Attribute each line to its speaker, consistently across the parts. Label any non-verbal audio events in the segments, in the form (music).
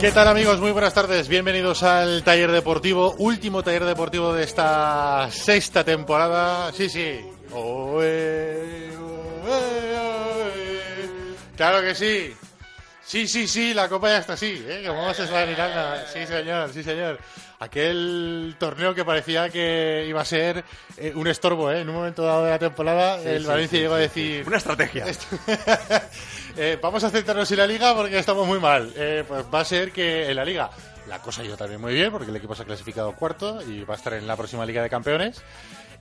Speaker 1: ¿Qué tal amigos? Muy buenas tardes. Bienvenidos al taller deportivo, último taller deportivo de esta sexta temporada. Sí, sí. Oe, oe, oe. Claro que sí. Sí, sí, sí, la copa ya está así, ¿eh? Como se va a Sí, señor, sí, señor. Aquel torneo que parecía que iba a ser eh, un estorbo, ¿eh? En un momento dado de la temporada, sí, el sí, Valencia sí, llegó a decir...
Speaker 2: Una estrategia. Esto...
Speaker 1: (laughs) eh, vamos a centrarnos en la Liga porque estamos muy mal. Eh, pues va a ser que en la Liga la cosa ha ido también muy bien porque el equipo se ha clasificado cuarto y va a estar en la próxima Liga de Campeones.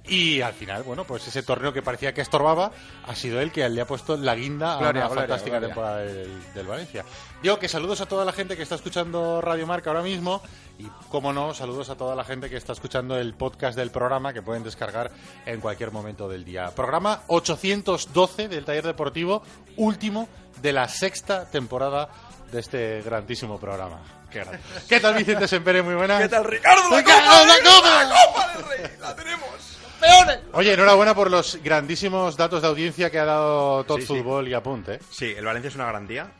Speaker 1: Y al final, bueno, pues ese torneo que parecía que estorbaba ha sido el que le ha puesto la guinda gloria, a una gloria, fantástica gloria. temporada del, del, Valencia. Digo que saludos a toda la gente que está escuchando Radio Marca ahora mismo y, como no, saludos a toda la gente que está escuchando el podcast del programa que pueden descargar en cualquier momento del día. Programa 812 del Taller Deportivo, último de la sexta temporada de este grandísimo programa. Qué, grande. ¿Qué tal Vicente Sempere? Muy buena.
Speaker 2: ¿Qué tal Ricardo?
Speaker 1: ¡La, copa,
Speaker 2: la, copa! ¡La copa del rey! ¡La tenemos!
Speaker 1: Oye, enhorabuena por los grandísimos datos de audiencia que ha dado Tot sí, Fútbol sí. y Apunte.
Speaker 2: Sí, el Valencia es una garantía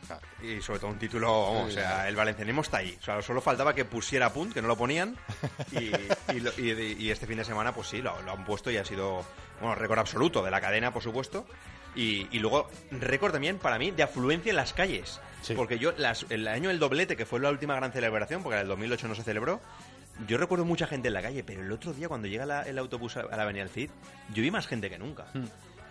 Speaker 2: y sobre todo un título, vamos, sí, o sea, el valencianismo está ahí. O sea, solo faltaba que pusiera Apunt, que no lo ponían, y, y, y, y, este fin de semana, pues sí, lo, lo, han puesto y ha sido, bueno, récord absoluto de la cadena, por supuesto. Y, luego, récord también para mí de afluencia en las calles. Porque yo, las, el año del doblete, que fue la última gran celebración, porque en el 2008 no se celebró, yo recuerdo mucha gente en la calle, pero el otro día cuando llega la, el autobús a, la Avenida del Cid, yo vi más gente que nunca. Mm.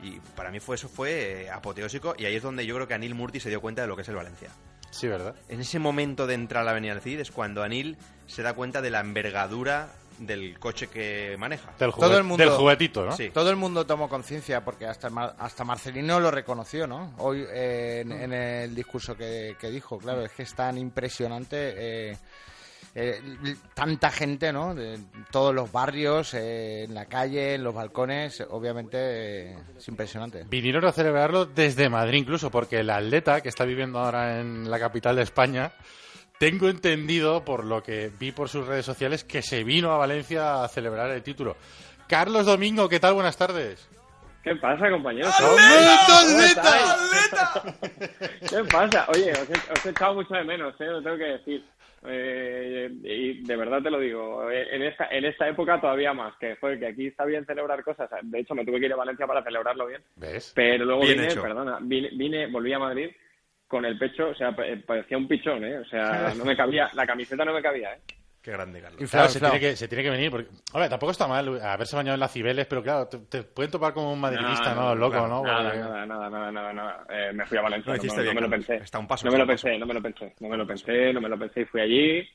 Speaker 2: Y para mí fue eso fue eh, apoteósico y ahí es donde yo creo que Anil Murti se dio cuenta de lo que es el Valencia.
Speaker 1: Sí, ¿verdad?
Speaker 2: En ese momento de entrar a la Avenida del Cid es cuando Anil se da cuenta de la envergadura del coche que maneja.
Speaker 1: Del, Todo el mundo, del juguetito, ¿no?
Speaker 3: Sí. Todo el mundo tomó conciencia, porque hasta, Mar hasta Marcelino lo reconoció, ¿no? Hoy eh, en, mm. en, el discurso que, que, dijo, claro, es que es tan impresionante... Eh, eh, tanta gente, ¿no? De todos los barrios, eh, en la calle, en los balcones, obviamente eh, es impresionante.
Speaker 1: Vinieron a celebrarlo desde Madrid incluso, porque el atleta que está viviendo ahora en la capital de España, tengo entendido por lo que vi por sus redes sociales que se vino a Valencia a celebrar el título. Carlos Domingo, ¿qué tal? Buenas tardes.
Speaker 4: ¿Qué pasa, compañeros?
Speaker 2: ¡Atleta, atleta, atleta!
Speaker 4: ¿Qué pasa? Oye, os he, os he echado mucho de menos, ¿eh? Lo tengo que decir. Eh, y de verdad te lo digo, eh, en esta, en esta época todavía más, que fue que aquí está bien celebrar cosas. De hecho, me tuve que ir a Valencia para celebrarlo bien.
Speaker 1: ¿Ves?
Speaker 4: Pero luego
Speaker 1: bien
Speaker 4: vine, hecho. perdona, vine, vine, volví a Madrid con el pecho, o sea, parecía un pichón, ¿eh? O sea, no me cabía, la camiseta no me cabía, ¿eh?
Speaker 2: Qué grande, Carlos.
Speaker 1: Y claro, claro, se, claro. Tiene que, se, Tiene que, venir. Porque, hombre, tampoco está mal haberse bañado en las Cibeles, pero claro, te, te pueden topar como un madridista, ¿no? Loco,
Speaker 4: nada,
Speaker 1: ¿no?
Speaker 4: Nada, porque... nada, nada, nada, nada, nada. Eh, me fui a Valencia. No, no, no, bien, no me lo pensé.
Speaker 2: Está un paso.
Speaker 4: No me lo pensé, no me lo pensé. No me lo pensé, no me lo pensé y fui allí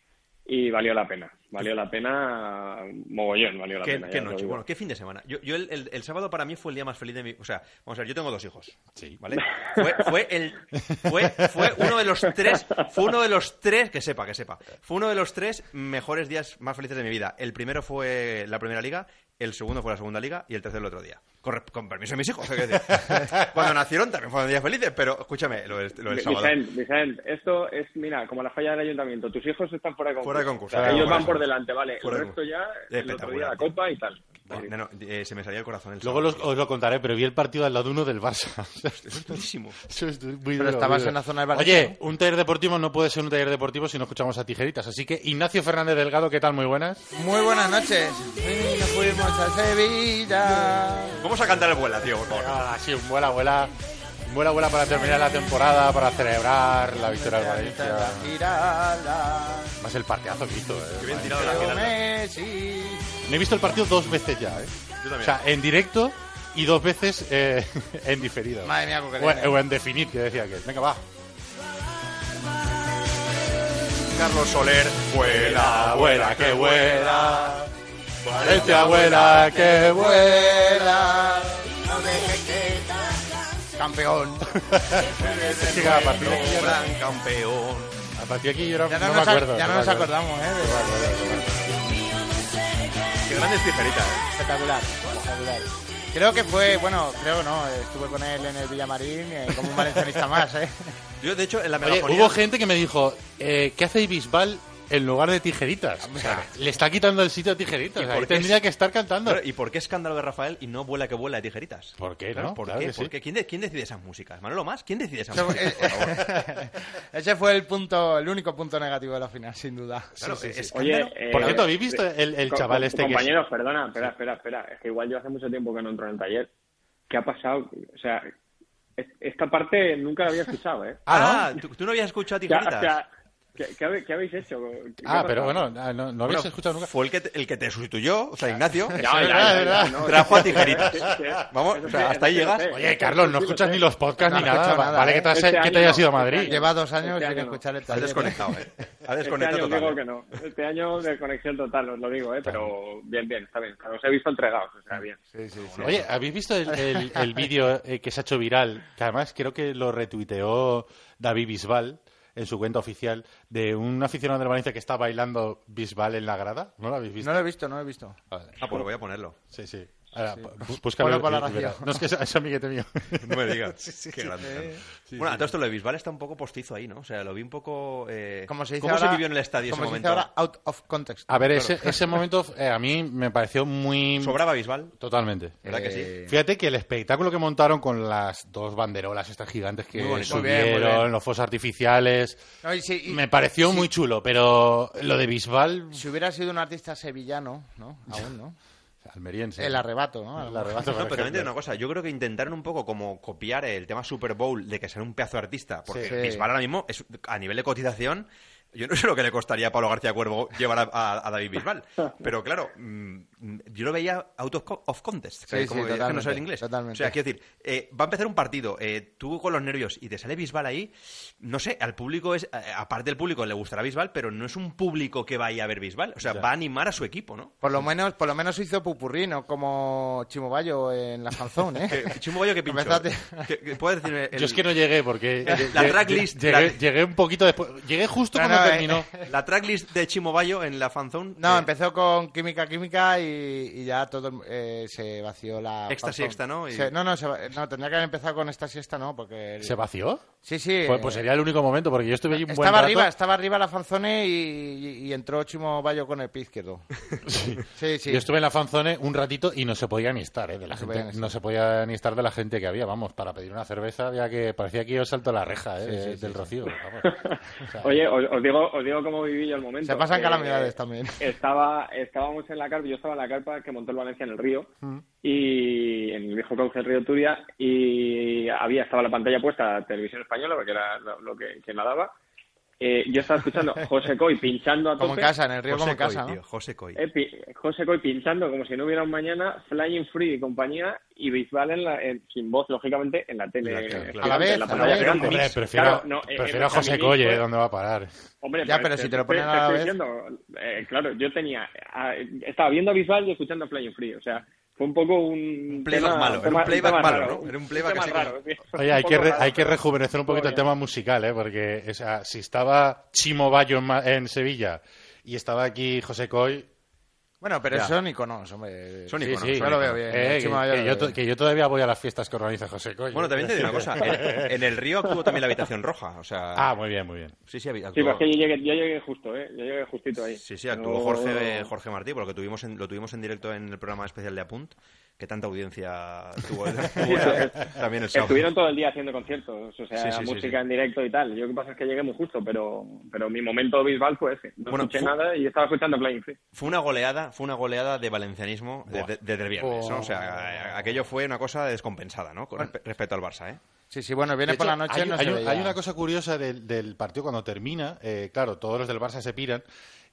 Speaker 4: y valió la pena. Valió la pena, mogollón, valió la
Speaker 2: ¿Qué,
Speaker 4: pena.
Speaker 2: Qué noche, bueno, qué fin de semana. Yo, yo el, el, el, sábado para mí fue el día más feliz de mi. O sea, vamos a ver, yo tengo dos hijos.
Speaker 1: Sí.
Speaker 2: ¿Vale? Fue, fue, el, fue, fue uno de los tres, fue uno de los tres, que sepa, que sepa. Fue uno de los tres mejores días más felices de mi vida. El primero fue la primera liga, el segundo fue la segunda liga y el tercero el otro día. Con, con permiso de mis hijos.
Speaker 1: (laughs)
Speaker 2: Cuando nacieron también fueron días felices, pero escúchame, lo, del, lo del sábado.
Speaker 4: Vicent, Vicent, esto es, mira, como la falla del ayuntamiento. Tus hijos están fuera de concurso.
Speaker 2: Fuera de concurso.
Speaker 4: O sea, ellos van por delante, vale. Por el resto ya, el otro día la copa y tal.
Speaker 2: No, no, eh, se me salía el corazón. El
Speaker 1: Luego los-
Speaker 2: sábado.
Speaker 1: os lo contaré, pero vi el partido al lado uno del Barça. (laughs) O sea,
Speaker 2: Eso es durísimo.
Speaker 1: Eso es du- muy
Speaker 3: Pero
Speaker 1: duro, muy
Speaker 3: estabas
Speaker 1: duro.
Speaker 3: en la zona del
Speaker 1: Oye,
Speaker 3: Valencia,
Speaker 1: un taller deportivo no puede ser un taller deportivo si no escuchamos a tijeritas. Así que, Ignacio Fernández Delgado, ¿qué tal? Muy buenas.
Speaker 3: Muy buenas noches. Sí, Nos fuimos a Sevilla.
Speaker 2: Vamos a cantar el vuela, tío, por favor.
Speaker 1: Ah, sí, un vuela, vuela. Un vuela, vuela para terminar la temporada, para celebrar la victoria del Valencia.
Speaker 3: Girala,
Speaker 1: Más el partidazo que hizo, eh.
Speaker 2: Qué bien tirado la
Speaker 3: Leo
Speaker 2: final.
Speaker 3: Messi.
Speaker 1: Me he visto el partido dos veces ya, eh.
Speaker 2: Yo
Speaker 1: O
Speaker 2: también.
Speaker 1: sea, en directo y dos veces eh, (laughs) en diferido.
Speaker 3: Madre mía,
Speaker 1: o,
Speaker 3: Coquelin.
Speaker 1: o en eh, definir, que decía que. Venga, va.
Speaker 2: Carlos Soler, vuela,
Speaker 1: abuela que vuela. Valencia, abuela que vuela.
Speaker 3: Campeón.
Speaker 2: (laughs)
Speaker 1: Es que cada partido.
Speaker 2: gran campeón.
Speaker 1: A partir de aquí yo era-
Speaker 3: Ya
Speaker 1: no,
Speaker 3: no,
Speaker 1: me
Speaker 3: nos,
Speaker 1: acuerdo.
Speaker 3: ya no
Speaker 1: me
Speaker 3: nos
Speaker 1: acuerdo.
Speaker 3: acordamos, ¿eh? de-
Speaker 2: Qué grandes tijeritas. eh.
Speaker 3: Espectacular, espectacular. Creo que fue, bueno, creo no, estuve con él en el Villamarín eh, como un valencianista más, ¿eh?
Speaker 2: Yo, de hecho, en la
Speaker 1: Oye,
Speaker 2: megafonía...
Speaker 1: hubo gente que me dijo, eh, ¿qué hace Bisbal en lugar de tijeritas? O sea, le está quitando el sitio a tijeritas.
Speaker 2: ¿Y
Speaker 1: Ahí
Speaker 2: por qué
Speaker 1: tendría
Speaker 2: es-
Speaker 1: que estar cantando.
Speaker 2: Claro, ¿Y por qué escándalo de Rafael y no vuela que vuela de tijeritas?
Speaker 1: ¿Por qué,
Speaker 2: Claro,
Speaker 1: no?
Speaker 2: ¿Por
Speaker 1: Claro
Speaker 2: qué?
Speaker 1: que
Speaker 2: ¿Por
Speaker 1: sí.
Speaker 2: qué? ¿Quién, de- quién decide esas músicas? ¿Manolo Más? ¿Quién decide
Speaker 4: (laughs)
Speaker 2: esas
Speaker 3: Eso-
Speaker 4: eh,
Speaker 2: músicas? por favor?
Speaker 3: (laughs) Ese fue el punto, el único punto negativo de la final, sin duda.
Speaker 2: Claro,
Speaker 4: Oye,
Speaker 2: escándalo.
Speaker 4: eh,
Speaker 1: Por cierto, ¿habéis visto el, el
Speaker 4: co-
Speaker 1: chaval
Speaker 4: co-
Speaker 1: este que es-
Speaker 4: Compañeros, perdona, espera, espera, espera. Es que igual yo hace mucho tiempo que no entro en el taller. ¿Qué ha pasado? O sea, es- esta parte nunca la había escuchado, ¿eh?
Speaker 1: Ah,
Speaker 2: Ah, ¿tú, tú no habías escuchado a
Speaker 4: O sea,
Speaker 2: tijeritas?
Speaker 4: o sea, ¿qué, qué habe- qué habéis hecho? ¿Qué
Speaker 1: Ah,
Speaker 4: ha
Speaker 1: pero
Speaker 4: pasado?
Speaker 1: bueno,
Speaker 4: Este
Speaker 1: ah, no, no habéis
Speaker 2: Bueno,
Speaker 1: escuchado nunca.
Speaker 2: Fue el que, te, el que te sustituyó, o sea, Ignacio.
Speaker 4: (laughs) Ya, ya,
Speaker 1: verdad,
Speaker 4: ya,
Speaker 1: es
Speaker 4: ya,
Speaker 1: verdad.
Speaker 4: no,
Speaker 2: Trajo a
Speaker 4: sí,
Speaker 2: tijeritas.
Speaker 4: sí, sí, sí.
Speaker 2: Vamos,
Speaker 4: Eso
Speaker 2: o sea,
Speaker 4: sí,
Speaker 2: hasta ahí
Speaker 4: eso sí lo
Speaker 2: llegas.
Speaker 4: sé.
Speaker 1: Oye, Carlos, no
Speaker 4: Sí, lo
Speaker 1: escuchas
Speaker 4: sé.
Speaker 1: ni los podcasts
Speaker 3: No
Speaker 1: ni
Speaker 3: he escuchado
Speaker 1: nada. Va-
Speaker 3: nada,
Speaker 1: vale
Speaker 3: ¿eh?
Speaker 1: que te, has-
Speaker 4: Este
Speaker 1: que te hayas
Speaker 4: año no,
Speaker 1: ido a
Speaker 4: este
Speaker 1: Madrid.
Speaker 4: año
Speaker 3: Lleva dos años
Speaker 4: Este
Speaker 3: sin
Speaker 4: año no.
Speaker 3: escuchar el
Speaker 2: Has
Speaker 3: taller.
Speaker 2: desconectado, eh. Has
Speaker 4: Este
Speaker 2: desconectado
Speaker 4: año
Speaker 2: total.
Speaker 1: ¿eh?
Speaker 2: eh.
Speaker 4: digo que no. Este año de conexión total, os lo digo, ¿eh? Pero bien, bien, está bien. Os he visto entregados, o sea, bien.
Speaker 1: Oye, ¿habéis visto el, el-
Speaker 3: (laughs)
Speaker 1: el vídeo eh, que se ha hecho viral? Que además creo que lo retuiteó David Bisbal en su cuenta oficial de un aficionado del Valencia que está bailando Bisbal en la grada. ¿No lo habéis visto?
Speaker 3: No lo he visto, no lo he visto.
Speaker 1: Vale.
Speaker 2: Ah, pues voy a ponerlo.
Speaker 1: Sí, sí. Ahora, bú- búscalo.
Speaker 3: Ponlo para
Speaker 1: y-
Speaker 3: la
Speaker 1: y verás.
Speaker 3: radio.
Speaker 1: No, es que es, es amiguete
Speaker 3: (laughs)
Speaker 1: mío.
Speaker 2: (laughs) No me digas. Qué grande. Carlos. bueno, a todo esto lo de Bisbal está un poco postizo ahí, ¿no? O sea, lo vi un poco. eh,
Speaker 3: Como se dice
Speaker 2: ¿Cómo
Speaker 3: ahora-
Speaker 2: se vivió en el estadio ese
Speaker 3: como se
Speaker 2: momento?
Speaker 3: dice ahora, out of context.
Speaker 1: A ver, ese, ese momento eh, a mí me pareció muy...
Speaker 2: Sobraba Bisbal,
Speaker 1: Totalmente.
Speaker 2: ¿verdad que sí?
Speaker 3: Eh,
Speaker 1: Fíjate que el espectáculo que montaron con las dos banderolas estas gigantes que
Speaker 2: Muy bonito.
Speaker 3: Muy bien, muy
Speaker 1: subieron,
Speaker 3: bien.
Speaker 1: los fuegos artificiales,
Speaker 3: no, y si, y-
Speaker 1: me pareció
Speaker 3: si-
Speaker 1: muy chulo, pero lo de Bisbal,
Speaker 3: Si hubiera sido un artista sevillano, ¿no? Aún, ¿no?
Speaker 1: almeriense,
Speaker 3: El arrebato, ¿no? A lo
Speaker 1: El
Speaker 3: mejor.
Speaker 1: arrebato, por
Speaker 2: No, pero también te digo
Speaker 1: ejemplo.
Speaker 2: una cosa. Yo creo que intentaron un poco como copiar el tema Super Bowl de que sea un pedazo de artista. Porque
Speaker 3: Sí.
Speaker 2: Bisbal ahora mismo, es, a nivel de cotización, yo no sé lo que le costaría a Pablo García Cuervo llevar a, a- a David Bisbal. Pero claro, mm, mm, yo lo veía out of, co- of contest. que
Speaker 3: Sí,
Speaker 2: como
Speaker 3: sí,
Speaker 2: que es que no sabe el
Speaker 3: totalmente,
Speaker 2: inglés.
Speaker 3: totalmente.
Speaker 2: O sea, quiero decir, eh, va a empezar un partido, eh, tú con los nervios y te sale Bisbal ahí. No sé, al público es. eh, aparte del público le gustará Bisbal, pero no es un público que vaya a ver Bisbal. O sea, va a animar a su equipo,
Speaker 3: (laughs)
Speaker 2: ¿no?
Speaker 3: Por lo menos, por lo menos hizo pupurrí, ¿no? Como Chimobayo en la canción, ¿eh?
Speaker 1: (laughs)
Speaker 2: Que- Chumbo Gallo que pinchó.
Speaker 3: Empezate.
Speaker 2: Que- que ¿Puedes decirme el-
Speaker 1: Yo es que no llegué porque lle-
Speaker 2: (laughs) La
Speaker 1: lle-
Speaker 2: tracklist,
Speaker 1: llegué,
Speaker 2: la-
Speaker 1: llegué un poquito después, llegué justo cuando
Speaker 2: Ah,
Speaker 3: No, no, eh.
Speaker 1: terminó.
Speaker 2: La tracklist de Chimo Bayo en la fanzone.
Speaker 3: No,
Speaker 2: eh,
Speaker 3: empezó con química, química y, y ya todo el mu- eh, se vació la.
Speaker 2: Éxtasis,
Speaker 3: fanzone.
Speaker 2: esta, ¿no? Y-
Speaker 3: Se- no, no, se va- no, tendría que haber empezado con esta siesta, no, porque. el-
Speaker 1: ¿Se vació?
Speaker 3: Sí, sí.
Speaker 1: Pues, pues
Speaker 3: eh,
Speaker 1: sería el único momento porque yo estuve allí un buen
Speaker 3: estaba
Speaker 1: rato.
Speaker 3: arriba, estaba arriba la fanzone y, y- y entró Chimo Bayo con el pie izquierdo.
Speaker 1: (laughs) Sí.
Speaker 3: Sí, sí.
Speaker 1: Yo estuve en la fanzone un ratito y no se podía ni estar, ¿eh? De la
Speaker 3: No se podía
Speaker 1: gente,
Speaker 3: ni estar.
Speaker 1: no se podía ni estar de la gente que había, vamos, para pedir una cerveza había que parecía que yo salto la reja, ¿eh?
Speaker 3: Sí, sí,
Speaker 1: de-
Speaker 3: sí,
Speaker 1: del
Speaker 3: sí.
Speaker 1: rocío.
Speaker 3: (laughs)
Speaker 1: vamos. O sea,
Speaker 4: Oye, os, os digo, os digo cómo viví yo el momento.
Speaker 3: Se pasan
Speaker 4: Eh,
Speaker 3: calamidades también.
Speaker 4: Estaba, estábamos en la carpa, yo estaba en la carpa que montó el Valencia en el río
Speaker 3: Mm.
Speaker 4: y en el viejo cauce del río Turia y había estaba la pantalla puesta televisión española porque era lo, lo que quien la daba. Eh, yo estaba
Speaker 3: (laughs)
Speaker 4: escuchando José Coy pinchando a tope.
Speaker 3: Como en casa, en el río
Speaker 2: José
Speaker 3: como en casa,
Speaker 2: Coy, tío,
Speaker 3: ¿no?
Speaker 2: José Coy.
Speaker 4: eh, pi- José Coy pinchando como si no hubiera un mañana, Flying Free y compañía y Bisbal en la- en- sin voz lógicamente en la tele.
Speaker 2: Claro, claro,
Speaker 4: eh,
Speaker 2: claro.
Speaker 4: gigante,
Speaker 3: A la vez,
Speaker 4: en
Speaker 3: a la
Speaker 4: pantalla
Speaker 3: vez.
Speaker 4: grande.
Speaker 1: Hombre, prefiero,
Speaker 4: Claro, no, eh,
Speaker 1: prefiero
Speaker 4: eh,
Speaker 1: a José
Speaker 4: Camilín
Speaker 1: Coye,
Speaker 4: fue-
Speaker 1: ¿dónde va a parar?
Speaker 4: (laughs) Hombre,
Speaker 3: Ya, pero si
Speaker 4: te-
Speaker 3: te
Speaker 4: te-
Speaker 3: lo ponen
Speaker 4: te
Speaker 3: a la
Speaker 4: estoy
Speaker 3: vez.
Speaker 4: diciendo, eh, claro, yo tenía. ah, estaba viendo a Bisbal y escuchando a Flying Free. O sea, fue un poco un.
Speaker 2: Un playback malo, era un playback malo, ¿no? Era un playback
Speaker 4: tema
Speaker 2: así como-
Speaker 4: raro, sí.
Speaker 1: (laughs) Oye, hay
Speaker 4: Un
Speaker 1: que,
Speaker 4: poco
Speaker 1: re-
Speaker 4: raro.
Speaker 1: hay que rejuvenecer un poquito el
Speaker 4: Obvio.
Speaker 1: tema musical, ¿eh? Porque o sea, si estaba Chimo Bayo en, Ma- en Sevilla y estaba aquí José Coy,
Speaker 3: Bueno, pero
Speaker 2: Ya.
Speaker 3: son iconos, hombre.
Speaker 2: Son
Speaker 3: Sí,
Speaker 2: iconos,
Speaker 3: sí,
Speaker 2: son
Speaker 3: yo lo
Speaker 2: iconos.
Speaker 3: veo bien.
Speaker 1: Eh,
Speaker 3: el
Speaker 1: que,
Speaker 3: Chimo yo
Speaker 1: que
Speaker 3: lo
Speaker 1: yo
Speaker 3: veo
Speaker 1: to-
Speaker 3: bien.
Speaker 1: que yo todavía voy a las fiestas que organiza José Eh, coño.
Speaker 2: Bueno, también te digo una cosa. En, en el río actuó también la habitación roja. O sea,
Speaker 1: Ah, muy bien, muy bien.
Speaker 2: sí, sí, había-
Speaker 4: Sí,
Speaker 2: actuó.
Speaker 4: pero es que yo llegué, yo llegué justo, ¿eh? Yo llegué justito ahí.
Speaker 2: Sí, sí, actuó
Speaker 4: No-
Speaker 2: Jorge, Jorge Martí, porque tuvimos en- lo tuvimos en directo en el programa especial de Apunt, que tanta audiencia (laughs) tuvo,
Speaker 4: (laughs)
Speaker 2: tuvo también el sábado.
Speaker 4: Estuvieron todo el día haciendo conciertos, o sea,
Speaker 2: Sí, sí, sí,
Speaker 4: música
Speaker 2: sí.
Speaker 4: en directo y tal. Yo lo que pasa es que llegué muy justo, pero, pero mi momento bisbal fue ese. No
Speaker 2: Bueno,
Speaker 4: escuché
Speaker 2: fu-
Speaker 4: nada y estaba escuchando Flying Free.
Speaker 2: Fue una goleada, fue una goleada de valencianismo de-
Speaker 1: Buah.
Speaker 2: de- desde el viernes, ¿no? O sea,
Speaker 3: Oh.
Speaker 1: Buah.
Speaker 2: aquello fue una cosa descompensada, ¿no? Con respe- respecto al Barça, ¿eh?
Speaker 3: Sí, sí, bueno, viene
Speaker 1: De
Speaker 3: por
Speaker 1: hecho,
Speaker 3: la noche
Speaker 1: hay,
Speaker 3: no
Speaker 1: hay
Speaker 3: se
Speaker 1: un-
Speaker 3: veía.
Speaker 1: hay una cosa curiosa del, del partido cuando termina. eh, claro, todos los del Barça se piran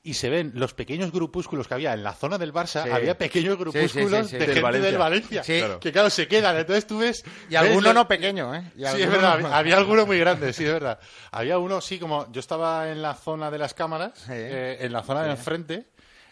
Speaker 1: y se ven los pequeños grupúsculos que había en la zona del Barça.
Speaker 3: Sí.
Speaker 1: Había pequeños
Speaker 3: Sí, sí,
Speaker 1: grupúsculos
Speaker 3: sí, sí.
Speaker 1: de
Speaker 3: Del
Speaker 1: gente del
Speaker 2: Valencia.
Speaker 1: Valencia.
Speaker 3: Sí. Claro.
Speaker 1: Que claro, se quedan. Entonces tú ves.
Speaker 3: Y alguno
Speaker 1: ves-
Speaker 3: no pequeño, ¿eh?
Speaker 1: Sí,
Speaker 3: Y
Speaker 1: es
Speaker 3: alguno (laughs)
Speaker 1: verdad,
Speaker 3: no-
Speaker 1: había, había alguno muy grande, sí, es verdad. Había uno, sí, como yo estaba en la zona de las cámaras,
Speaker 3: Sí.
Speaker 1: eh, en la zona de enfrente,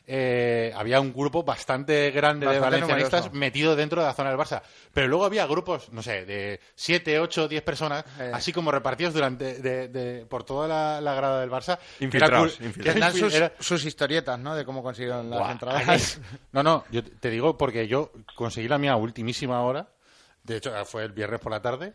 Speaker 1: eh, había un grupo bastante grande de
Speaker 3: Bastante
Speaker 1: valencianistas
Speaker 3: numeroso.
Speaker 1: metido dentro de la zona del Barça. Pero luego había grupos, no sé, de 7, 8, 10 personas,
Speaker 3: Eh.
Speaker 1: así como repartidos durante de- de- por toda la, la grada del Barça. que era
Speaker 2: Infiltrados,
Speaker 1: cul- que
Speaker 2: infiltrados.
Speaker 1: era
Speaker 3: Tendrán
Speaker 1: infil-
Speaker 3: sus,
Speaker 1: era-
Speaker 3: sus historietas, ¿no? De cómo consiguieron las
Speaker 1: Buah,
Speaker 3: entradas.
Speaker 1: Alex.
Speaker 3: (laughs)
Speaker 1: No, no, yo te- te digo porque yo conseguí la mía a ultimísima hora. De hecho, fue el viernes por la tarde.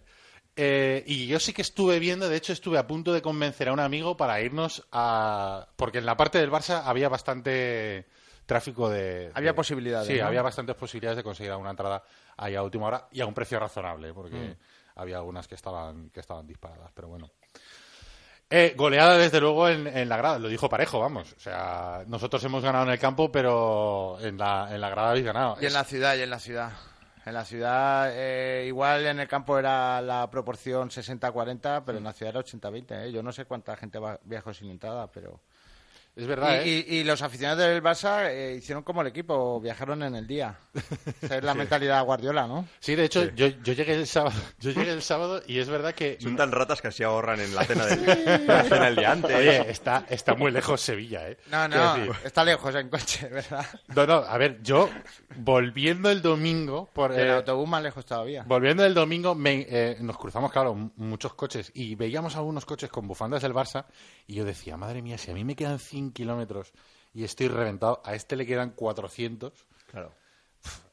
Speaker 1: Eh, y yo sí que estuve viendo, de hecho, estuve a punto de convencer a un amigo para irnos a. Porque en la parte del Barça había bastante tráfico de.
Speaker 3: Había
Speaker 1: de-
Speaker 3: posibilidades,
Speaker 1: Sí,
Speaker 3: ¿no?
Speaker 1: había bastantes posibilidades de conseguir una entrada ahí a última hora y a un precio razonable, porque
Speaker 3: Mm.
Speaker 1: había algunas que estaban, que estaban disparadas, pero bueno. Eh, goleada desde luego en, en la grada, lo dijo Parejo, vamos. O sea, nosotros hemos ganado en el campo, pero en la, en la grada habéis ganado.
Speaker 3: Y en la ciudad, y en la ciudad. En la ciudad, eh, igual en el campo era la proporción 60-40, pero en la ciudad era 80-20. ¿eh? Yo no sé cuánta gente va- viajó sin entrada, pero...
Speaker 1: Es, es verdad,
Speaker 3: y,
Speaker 1: ¿eh?
Speaker 3: y- y los aficionados del Barça eh, hicieron como el equipo, viajaron en
Speaker 1: (laughs)
Speaker 3: el día. Esa es la mentalidad guardiola, ¿no?
Speaker 1: Sí, de hecho, Yo, yo llegué el sábado, (laughs) yo llegué el sábado y es verdad que...
Speaker 2: Son tan ratas que se ahorran en la cena del, la cena del día antes.
Speaker 1: Oye, está, está muy lejos Sevilla, ¿eh?
Speaker 3: No,
Speaker 1: Quiero
Speaker 3: no,
Speaker 1: decir,
Speaker 3: está lejos en coche, (laughs) ¿verdad?
Speaker 1: No, no, a ver, yo volviendo el domingo por
Speaker 3: En
Speaker 1: eh,
Speaker 3: autobús más lejos todavía.
Speaker 1: volviendo el domingo me- eh, nos cruzamos, claro, m- muchos coches y veíamos algunos coches con bufandas del Barça y yo decía, madre mía, si a mí me quedan 100 kilómetros y estoy reventado, a este le quedan 400,
Speaker 2: Claro.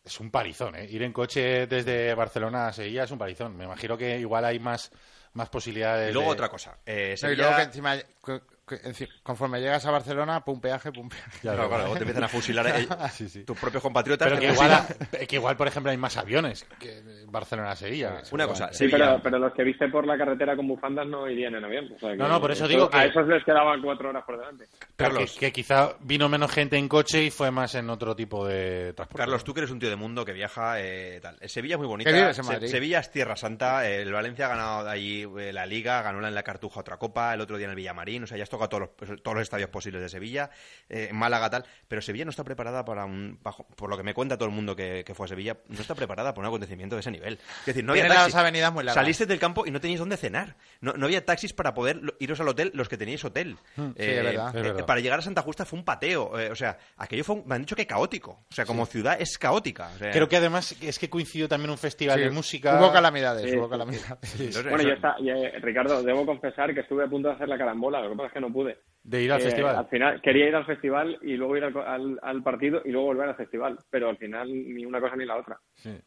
Speaker 1: es un parizón, ¿eh? Ir en coche desde Barcelona a Sevilla es un parizón. Me imagino que igual hay más, más posibilidades.
Speaker 2: Y luego
Speaker 1: de-
Speaker 2: otra cosa. Eh,
Speaker 3: No, y
Speaker 2: Sevilla-
Speaker 3: luego que encima, que- que enci- conforme llegas a Barcelona, pum peaje, pum peaje.
Speaker 1: Ya,
Speaker 2: Claro,
Speaker 1: ya.
Speaker 2: claro, luego te empiezan a fusilar eh,
Speaker 1: (laughs) Sí, sí.
Speaker 2: tus propios compatriotas.
Speaker 1: Pero
Speaker 2: te
Speaker 1: que igual, eh,
Speaker 2: fusilan.
Speaker 1: que igual, por ejemplo, hay más aviones que de Barcelona a Sevilla.
Speaker 2: Una cosa,
Speaker 4: Sí,
Speaker 2: Sevilla.
Speaker 4: pero, pero los que viste por la carretera con bufandas no irían en avión. o sea que-
Speaker 1: No, no, por eso digo
Speaker 4: A
Speaker 1: que-
Speaker 4: esos les quedaban cuatro horas por delante.
Speaker 1: Claro,
Speaker 2: Carlos.
Speaker 1: Que, que quizá vino menos gente en coche y fue más en otro tipo de transporte.
Speaker 2: Carlos, tú que eres un tío de mundo que viaja, eh, tal. Eh, Sevilla es muy bonita.
Speaker 3: Que vives en
Speaker 2: Se-
Speaker 3: Madrid.
Speaker 2: Sevilla es tierra santa. eh, el Valencia ha ganado allí eh, la Liga, ganó la en la Cartuja otra copa, el otro día en el Villamarín. O sea, ya has tocado todos los, pues, todos los estadios posibles de Sevilla, eh, Málaga, tal. Pero Sevilla no está preparada para un. bajo- por lo que me cuenta todo el mundo que, que fue a Sevilla, no está preparada para un acontecimiento de ese nivel. Es decir, no había
Speaker 3: Tiene las
Speaker 2: taxis.
Speaker 3: avenidas muy largas.
Speaker 2: Saliste del campo y no teníais dónde cenar. No, no había taxis para poder lo- iros al hotel los que teníais hotel.
Speaker 3: Hmm,
Speaker 2: Eh,
Speaker 3: es verdad.
Speaker 1: Es verdad.
Speaker 2: Para llegar a Santa Justa fue un pateo. eh, o sea, aquello fue, un- me han dicho que caótico. O sea, como ciudad es caótica. o sea,
Speaker 1: Creo que además es que coincidió también un festival
Speaker 3: Sí,
Speaker 1: de música.
Speaker 3: Hubo calamidades,
Speaker 4: Sí,
Speaker 3: hubo
Speaker 4: sí,
Speaker 3: calamidades.
Speaker 2: no sé,
Speaker 4: Bueno,
Speaker 2: eso-
Speaker 4: ya está. y, eh, Ricardo, debo confesar que estuve a punto de hacer la carambola, lo que pasa es que no pude.
Speaker 1: De ir al
Speaker 4: Eh,
Speaker 1: festival.
Speaker 4: Al final, quería ir al festival y luego ir al, co- al- al partido y luego volver al festival, pero al final ni una cosa ni la otra.
Speaker 1: Sí.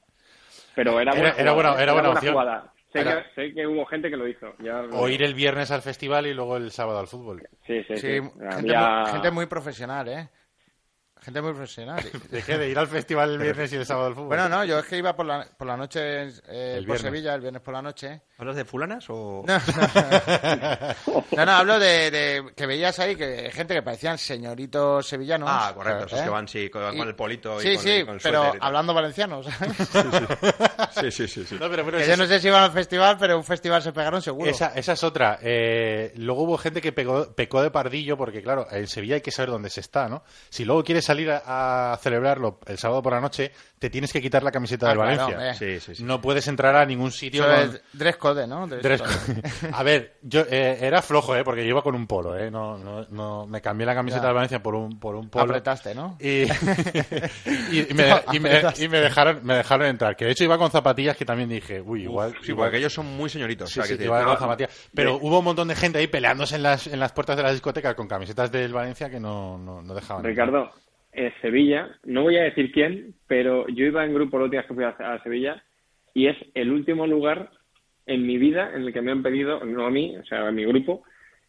Speaker 4: Pero era buena
Speaker 1: Era- era buena-
Speaker 4: jugada,
Speaker 1: era buena opción.
Speaker 4: jugada. Sé,
Speaker 1: Era-
Speaker 4: que, sé que hubo gente que lo hizo. ya lo-
Speaker 1: O ir el viernes al festival y luego el sábado al fútbol.
Speaker 4: Sí, sí, sí.
Speaker 3: Sí, gente,
Speaker 4: Había-
Speaker 3: muy, gente muy profesional, ¿eh? Gente muy
Speaker 2: (laughs)
Speaker 3: profesional.
Speaker 1: Dejé de ir al festival el viernes y el sábado al fútbol.
Speaker 3: bueno, no, yo es que iba por la, por la noche eh, por
Speaker 1: viernes.
Speaker 3: Sevilla, el viernes por
Speaker 2: (laughs)
Speaker 3: la noche.
Speaker 2: ¿Hablas de fulanas o...?
Speaker 3: No, (laughs) no, no, hablo de, de que veías ahí que gente que parecían señoritos sevillanos.
Speaker 2: Ah, correcto, esos
Speaker 3: ¿eh?
Speaker 2: que van, sí, con, con el polito y
Speaker 3: sí,
Speaker 2: con,
Speaker 3: sí,
Speaker 2: y con el
Speaker 3: pero
Speaker 2: suéter y tal.
Speaker 3: hablando valencianos.
Speaker 2: (laughs) Sí, sí, sí, sí.
Speaker 1: No, pero bueno,
Speaker 3: Que
Speaker 1: esa,
Speaker 3: yo no sé si iban al festival, pero un festival se pegaron seguro.
Speaker 1: esa- esa es otra. Eh, luego hubo gente que pegó- pecó de pardillo porque, claro, en Sevilla hay que saber dónde se está, ¿no? Si luego quieres salir a, a celebrarlo el sábado por la noche, te tienes que quitar la camiseta
Speaker 3: Ah,
Speaker 1: del
Speaker 3: claro,
Speaker 1: Valencia.
Speaker 3: hombre.
Speaker 2: Sí, sí, sí.
Speaker 1: No puedes entrar a ningún sitio
Speaker 3: Eso
Speaker 1: con-
Speaker 3: es dress code, ¿no? Dress
Speaker 1: Tres-
Speaker 3: code.
Speaker 1: A ver, yo eh, era flojo, ¿eh? Porque yo iba con un polo, ¿eh? No, no, no, me cambié la camiseta
Speaker 3: Ya.
Speaker 1: de Valencia por un, por un (laughs) polo.
Speaker 3: Apretaste, ¿no?
Speaker 1: Y, (laughs) y, me, y me- y me dejaron, me dejaron entrar. Que de hecho iba con zapatillas que también dije, uy, igual...
Speaker 2: Sí,
Speaker 1: igual-
Speaker 2: porque ellos son muy señoritos.
Speaker 1: sí,
Speaker 2: o sea,
Speaker 1: sí,
Speaker 2: que te-
Speaker 1: igual con zapatillas. Pero hubo un montón de gente ahí peleándose en las, en las puertas de la discoteca con camisetas del Valencia que no, no, no dejaban.
Speaker 4: Ricardo, eh, Sevilla, no voy a decir quién, pero yo iba en grupo los días que fui a, a Sevilla y es el último lugar en mi vida en el que me han pedido, no a mí, o sea, a mi grupo,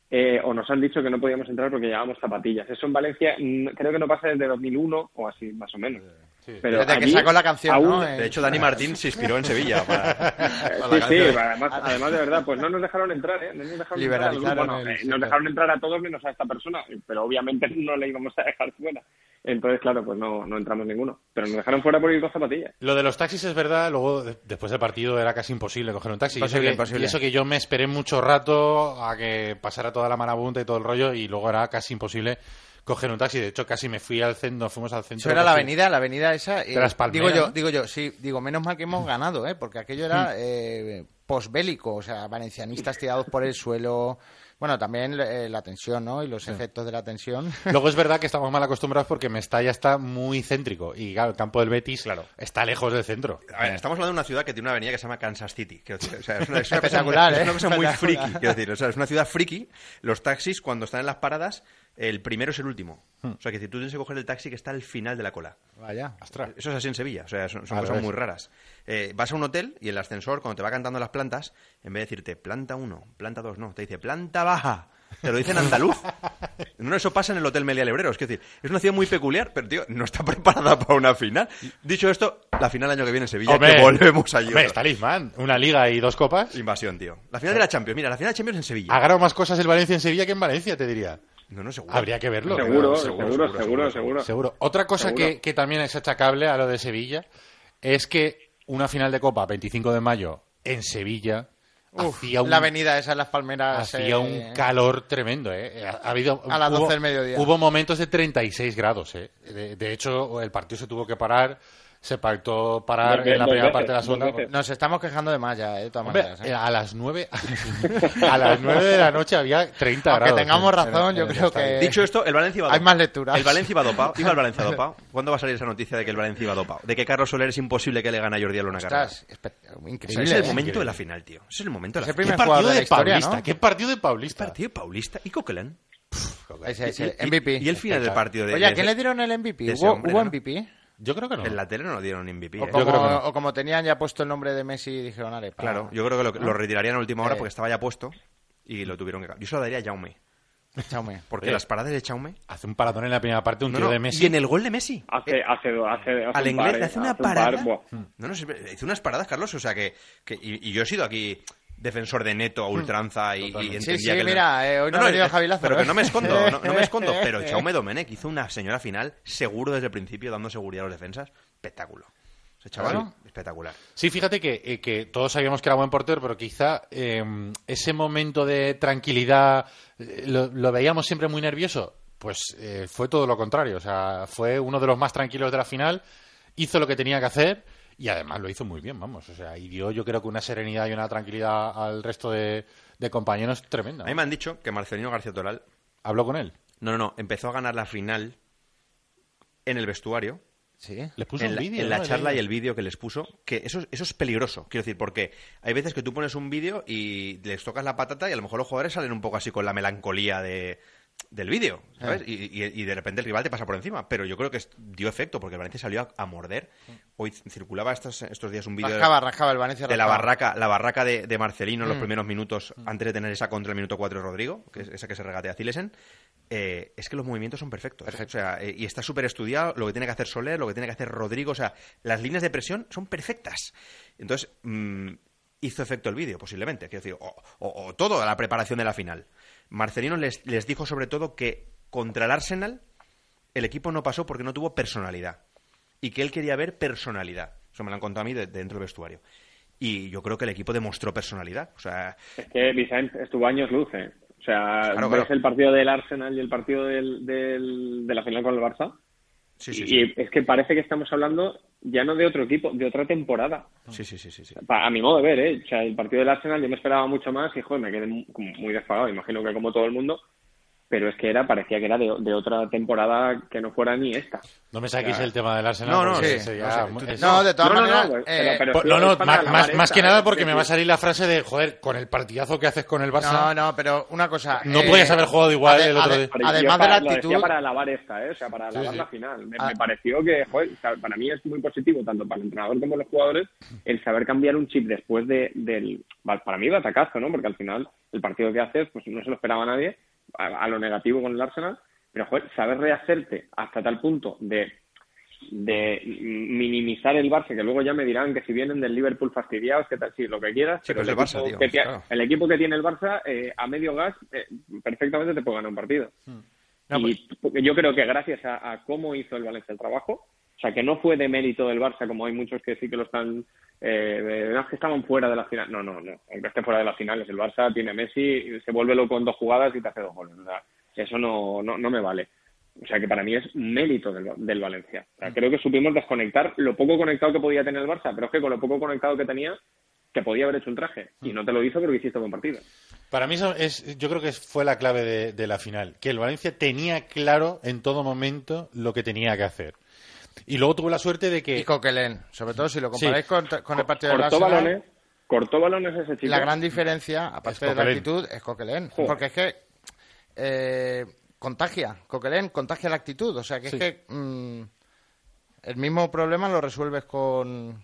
Speaker 4: eh, o nos han dicho que no podíamos entrar porque llevábamos zapatillas. Eso en Valencia mm, creo que no pasa desde 2001 o así, más o menos.
Speaker 1: Sí.
Speaker 4: Pero
Speaker 3: Desde que
Speaker 4: allí,
Speaker 3: sacó la canción,
Speaker 4: aún-
Speaker 3: ¿no? Eh,
Speaker 2: De hecho, Dani Martín se inspiró en Sevilla. Para, para la
Speaker 4: Sí, sí,
Speaker 2: canción.
Speaker 4: además, además de verdad, pues no nos dejaron entrar, ¿eh? No nos dejaron entrar al grupo,
Speaker 3: Liberalizaron
Speaker 4: no,
Speaker 3: el
Speaker 4: eh,
Speaker 3: sector.
Speaker 4: nos dejaron entrar a todos menos a esta persona, pero obviamente (laughs) no le íbamos a dejar fuera. Entonces, claro, pues no, no entramos ninguno. Pero nos dejaron fuera por ir con zapatillas.
Speaker 1: Lo de los taxis es verdad, luego de- después del partido era casi imposible coger un taxi. Y eso
Speaker 3: Imposible,
Speaker 1: que-
Speaker 3: imposible.
Speaker 1: Y eso que yo me esperé mucho rato a que pasara toda la marabunta y todo el rollo y luego era casi imposible coger un taxi. De hecho, casi me fui al centro, nos fuimos al centro.
Speaker 3: Eso era la
Speaker 1: casi-
Speaker 3: avenida, la avenida esa. eh,
Speaker 1: De las Palmeras,
Speaker 3: digo yo,
Speaker 1: ¿no? Hmm.
Speaker 3: digo yo, sí, digo, menos mal que hemos ganado, ¿eh? Porque aquello era eh, posbélico, o sea, valencianistas tirados por el suelo. Bueno, también eh, la tensión, ¿no? Y los efectos de la tensión.
Speaker 1: Luego es verdad que estamos mal acostumbrados porque Mestalla está muy céntrico y claro, el campo del Betis
Speaker 2: Claro.
Speaker 1: está lejos del centro. Eh,
Speaker 2: A ver, estamos hablando de una ciudad que tiene una avenida que se llama Kansas City. quiero decir, o sea, es una, es una cosa-
Speaker 3: Espectacular,
Speaker 2: es
Speaker 3: ¿eh?
Speaker 2: una cosa muy
Speaker 3: Espectacular.
Speaker 2: friki, quiero decir. O sea, es una ciudad friki. Los taxis, cuando están en las paradas, el primero es el último. O sea, que si tú tienes que coger el taxi que está al final de la cola.
Speaker 3: Vaya.
Speaker 1: Ostras.
Speaker 2: Eso es así en Sevilla, o sea, son, son
Speaker 1: Al
Speaker 2: cosas
Speaker 1: revés.
Speaker 2: muy raras. Eh, vas a un hotel y el ascensor, cuando te va cantando las plantas, en vez de decirte planta 1, planta 2, no, te dice planta baja. Te lo dice
Speaker 1: (laughs)
Speaker 2: en andaluz. No, eso pasa en el Hotel Meliá Lebrero. Es que, es decir, es una ciudad muy peculiar, pero, tío, no está preparada para una final. Dicho esto, la final el año que viene en Sevilla,
Speaker 1: Hombre,
Speaker 2: que volvemos allí.
Speaker 1: hombre,
Speaker 2: otro-
Speaker 1: talismán, una liga y dos copas.
Speaker 2: Invasión, tío. La final de la Champions. Mira, la final de la Champions en Sevilla.
Speaker 1: Ha ganado más cosas el Valencia en Sevilla que en Valencia, te diría.
Speaker 2: No, no, seguro.
Speaker 1: Habría que verlo.
Speaker 4: Seguro, seguro, seguro, seguro.
Speaker 1: Seguro. Otra cosa
Speaker 4: Seguro.
Speaker 1: que, que también es achacable a lo de Sevilla es que una final de Copa, 25 de mayo, en Sevilla, hacía un,
Speaker 3: La avenida esa en las Palmeras.
Speaker 1: hacía
Speaker 3: eh,
Speaker 1: un calor tremendo. ¿eh? Ha- ha habido,
Speaker 3: A las
Speaker 1: hubo-
Speaker 3: 12 del mediodía.
Speaker 1: Hubo momentos de 36 grados. ¿eh? De, de hecho, el partido se tuvo que parar, se pactó parar
Speaker 4: Dos ve-
Speaker 1: en la
Speaker 4: dos
Speaker 1: primera
Speaker 4: veces,
Speaker 1: parte de la
Speaker 4: dos
Speaker 1: segunda.
Speaker 4: veces.
Speaker 3: Nos estamos quejando de más ya, eh, de todas
Speaker 1: Hombre,
Speaker 3: maneras. eh.
Speaker 1: a las 9 (laughs) a las 9 de la noche había 30
Speaker 3: Aunque
Speaker 1: grados.
Speaker 3: tengamos
Speaker 1: ¿eh?
Speaker 3: razón, yo
Speaker 1: Ya
Speaker 3: creo
Speaker 1: está.
Speaker 3: que-
Speaker 2: Dicho esto, el Valencia va
Speaker 3: Hay más lecturas.
Speaker 2: El Valencia iba dopado. Iba el
Speaker 1: (laughs)
Speaker 2: Valencia dopado. ¿Cuándo va a salir esa noticia de que el Valencia iba dopado? De que Carlos Soler es imposible que le gane a Jordi Alba una carrera.
Speaker 3: Ostras, espe-
Speaker 2: O sea,
Speaker 3: increíble.
Speaker 2: es el
Speaker 3: eh.
Speaker 2: momento de la final, tío. Es el momento de
Speaker 3: Es
Speaker 2: la
Speaker 3: el
Speaker 2: final.
Speaker 1: Qué
Speaker 3: primer
Speaker 1: partido
Speaker 3: jugador de
Speaker 1: de,
Speaker 3: la historia,
Speaker 1: Paulista,
Speaker 3: ¿no?
Speaker 1: qué partido de Paulista.
Speaker 2: Partido paulista y Coquelin.
Speaker 3: Ese, ese,
Speaker 2: Y- y-
Speaker 3: MVP.
Speaker 2: Y, el final del partido de
Speaker 3: Oye, ¿a
Speaker 2: de-
Speaker 3: quién le dieron el MVP?
Speaker 2: de ese
Speaker 3: ¿Hubo,
Speaker 2: hombre,
Speaker 3: hubo
Speaker 2: ¿no?
Speaker 3: MVP?
Speaker 1: Yo creo que no.
Speaker 2: En la tele no dieron MVP.
Speaker 3: O
Speaker 2: ¿eh?
Speaker 3: como,
Speaker 1: creo que no.
Speaker 3: o como tenían ya puesto el nombre de Messi, dijeron, "Are, para".
Speaker 2: Claro, yo creo que lo, lo retirarían a última hora
Speaker 3: Eh.
Speaker 2: porque estaba ya puesto y lo tuvieron que. Yo se lo daría a Jaume.
Speaker 3: Chaume.
Speaker 2: Porque
Speaker 1: Oye.
Speaker 2: las paradas de Jaume.
Speaker 1: Hace un paradón en la primera parte, un
Speaker 2: No,
Speaker 1: tiro
Speaker 2: no,
Speaker 1: de Messi.
Speaker 2: Y en el gol de Messi.
Speaker 4: Hace, hace, do- hace, hace
Speaker 2: Eh, al
Speaker 4: un par,
Speaker 2: inglés le
Speaker 4: ¿eh?
Speaker 2: hace una
Speaker 4: Hace un par,
Speaker 2: parada.
Speaker 4: buah.
Speaker 2: Hmm. No, no, sí, pero hizo unas paradas, Carlos. O sea que. que- y, y yo he sido aquí defensor de Neto a
Speaker 4: Hmm.
Speaker 2: ultranza y, y entendía
Speaker 3: Sí, sí,
Speaker 2: que. el-
Speaker 3: mira, eh, hoy no ha venido
Speaker 2: eh,
Speaker 3: Javi Lázaro,
Speaker 2: Pero que
Speaker 3: ¿eh?
Speaker 2: no me escondo, no, no me
Speaker 3: (laughs)
Speaker 2: escondo. Pero Jaume Domenech hizo una señora final seguro desde el principio, dando seguridad a los defensas. Espectáculo. Ese
Speaker 3: ¿Ah,
Speaker 2: chaval,
Speaker 1: Claro.
Speaker 2: espectacular.
Speaker 1: Sí, fíjate que, eh, que todos sabíamos que era buen portero, pero quizá eh, ese momento de tranquilidad eh, lo, lo veíamos siempre muy nervioso. Pues eh, fue todo lo contrario. O sea, fue uno de los más tranquilos de la final, hizo lo que tenía que hacer y además lo hizo muy bien, vamos. O sea, y dio yo creo que una serenidad y una tranquilidad al resto de, de compañeros tremenda.
Speaker 2: A mí me han dicho que Marcelino García Toral
Speaker 1: Habló con él,
Speaker 2: No, no, no. Empezó a ganar la final en el vestuario.
Speaker 3: Sí.
Speaker 1: les puso
Speaker 2: en
Speaker 1: un
Speaker 2: la,
Speaker 1: vídeo.
Speaker 2: en la
Speaker 1: ¿no?
Speaker 2: charla y el vídeo que les puso. Que eso, eso es peligroso, quiero decir, porque hay veces que tú pones un vídeo y les tocas la patata y a lo mejor los jugadores salen un poco así con la melancolía de, del vídeo,
Speaker 1: Ah.
Speaker 2: ¿sabes? Y, y- y de repente el rival te pasa por encima. Pero yo creo que es- dio efecto porque el Valencia salió a, a morder. Hoy circulaba estos, estos días un vídeo... de-
Speaker 3: Rascaba, rascaba el Valencia.
Speaker 2: de la
Speaker 3: rascaba.
Speaker 2: barraca, la barraca de, de Marcelino en los primeros minutos, antes de tener esa contra el minuto 4 de Rodrigo, que es esa que se regatea a Cilesen, eh, es que los movimientos son perfectos. O sea, eh, y está súper estudiado lo que tiene que hacer Soler, lo que tiene que hacer Rodrigo. O sea, las líneas de presión son perfectas. Entonces, mm, hizo efecto el vídeo, posiblemente. Quiero decir, o, o- o toda la preparación de la final. Marcelino les, les dijo sobre todo que contra el Arsenal el equipo no pasó porque no tuvo personalidad. Y que él quería ver personalidad. Eso me lo han contado a mí de- dentro del vestuario. Y yo creo que el equipo demostró personalidad. O sea,
Speaker 4: Es que Vicent estuvo años luz, ¿eh? O sea,
Speaker 2: Claro,
Speaker 4: ves
Speaker 2: claro.
Speaker 4: el partido del Arsenal y el partido del, del- de la final con el Barça.
Speaker 2: sí, sí,
Speaker 4: y,
Speaker 2: sí.
Speaker 4: y es que parece que estamos hablando ya no de otro equipo, de otra temporada.
Speaker 2: Sí, sí, sí, sí, sí.
Speaker 4: Pa- A mi modo de ver, ¿eh? O sea, el partido del Arsenal yo me esperaba mucho más y, joder, me quedé mu- como muy desfagado, imagino que como todo el mundo. pero es que era parecía que era de, de otra temporada que no fuera ni esta.
Speaker 1: No me saquéis
Speaker 4: Claro.
Speaker 1: el tema del Arsenal.
Speaker 2: No, no,
Speaker 1: porque
Speaker 2: sí,
Speaker 1: ese ya-
Speaker 3: no sé, tú-
Speaker 1: es-
Speaker 3: no, de todas
Speaker 4: No, no, no,
Speaker 3: maneras.
Speaker 4: pues,
Speaker 3: eh,
Speaker 4: pero-
Speaker 1: Po- no, no,
Speaker 4: es para
Speaker 1: ma- más,
Speaker 4: alabar
Speaker 1: más
Speaker 4: esta,
Speaker 1: que nada
Speaker 4: ¿eh?
Speaker 1: porque
Speaker 4: Es
Speaker 1: me
Speaker 4: decir-
Speaker 1: va a salir la frase de, joder, con el partidazo que haces con el Barça,
Speaker 3: no, eh,
Speaker 1: no,
Speaker 3: no, pero una cosa.
Speaker 1: No podías haber jugado igual el otro día.
Speaker 4: Parecía
Speaker 3: Además de
Speaker 4: para-
Speaker 3: la
Speaker 4: lo decía
Speaker 3: actitud.
Speaker 4: para alabar esta, ¿eh? o sea, para
Speaker 1: Sí,
Speaker 4: alabar
Speaker 1: sí.
Speaker 4: la final. Me,
Speaker 3: Ah.
Speaker 4: me pareció que, joder, o sea, para mí es muy positivo, tanto para el entrenador como los jugadores, el saber cambiar un chip después de, del. va- Para mí, de atacazo, ¿no? Porque al final, el partido que haces, pues no se lo esperaba nadie, a, a lo negativo con el Arsenal, pero, joder, saber rehacerte hasta tal punto de de minimizar el Barça, que luego ya me dirán que si vienen del Liverpool fastidiados, que tal, sí, lo que quieras.
Speaker 2: Sí, pero es
Speaker 4: el
Speaker 2: el Barça,
Speaker 4: equipo
Speaker 2: tío,
Speaker 4: que tie-
Speaker 2: claro.
Speaker 4: El equipo que tiene el Barça, eh, a medio gas, eh, perfectamente te puede ganar un partido.
Speaker 3: No, pues,
Speaker 4: y yo creo que gracias a, a cómo hizo el Valencia el trabajo, o sea, que no fue de mérito del Barça, como hay muchos que sí que lo están. Eh, de- no, es que estaban fuera de la final. No, no, no. Aunque esté fuera de las finales, el Barça tiene a Messi, se vuelve loco en dos jugadas y te hace dos goles. O sea, eso no, no, no me vale. O sea, que para mí es mérito del, del Valencia. O
Speaker 3: Mm.
Speaker 4: sea, creo que supimos desconectar lo poco conectado que podía tener el Barça, pero es que con lo poco conectado que tenía, te podía haber hecho un traje.
Speaker 3: Mm.
Speaker 4: Y no te lo hizo, pero hiciste buen partido.
Speaker 1: Para mí eso es, yo creo que fue la clave de, de la final, que el Valencia tenía claro en todo momento lo que tenía que hacer. Y luego tuvo la suerte de que...
Speaker 3: Y Coquelén, sobre todo si lo
Speaker 1: Sí.
Speaker 3: comparáis con, con el partido del
Speaker 4: cortó
Speaker 3: Arsenal,
Speaker 4: balones, cortó balones ese chico.
Speaker 3: la gran diferencia, aparte de la
Speaker 1: Coquelin.
Speaker 3: actitud, es Coquelén.
Speaker 4: Joder.
Speaker 3: Porque es que eh, contagia, Coquelén contagia la actitud. O sea, que
Speaker 1: Sí.
Speaker 3: es que mm, el mismo problema lo resuelves con,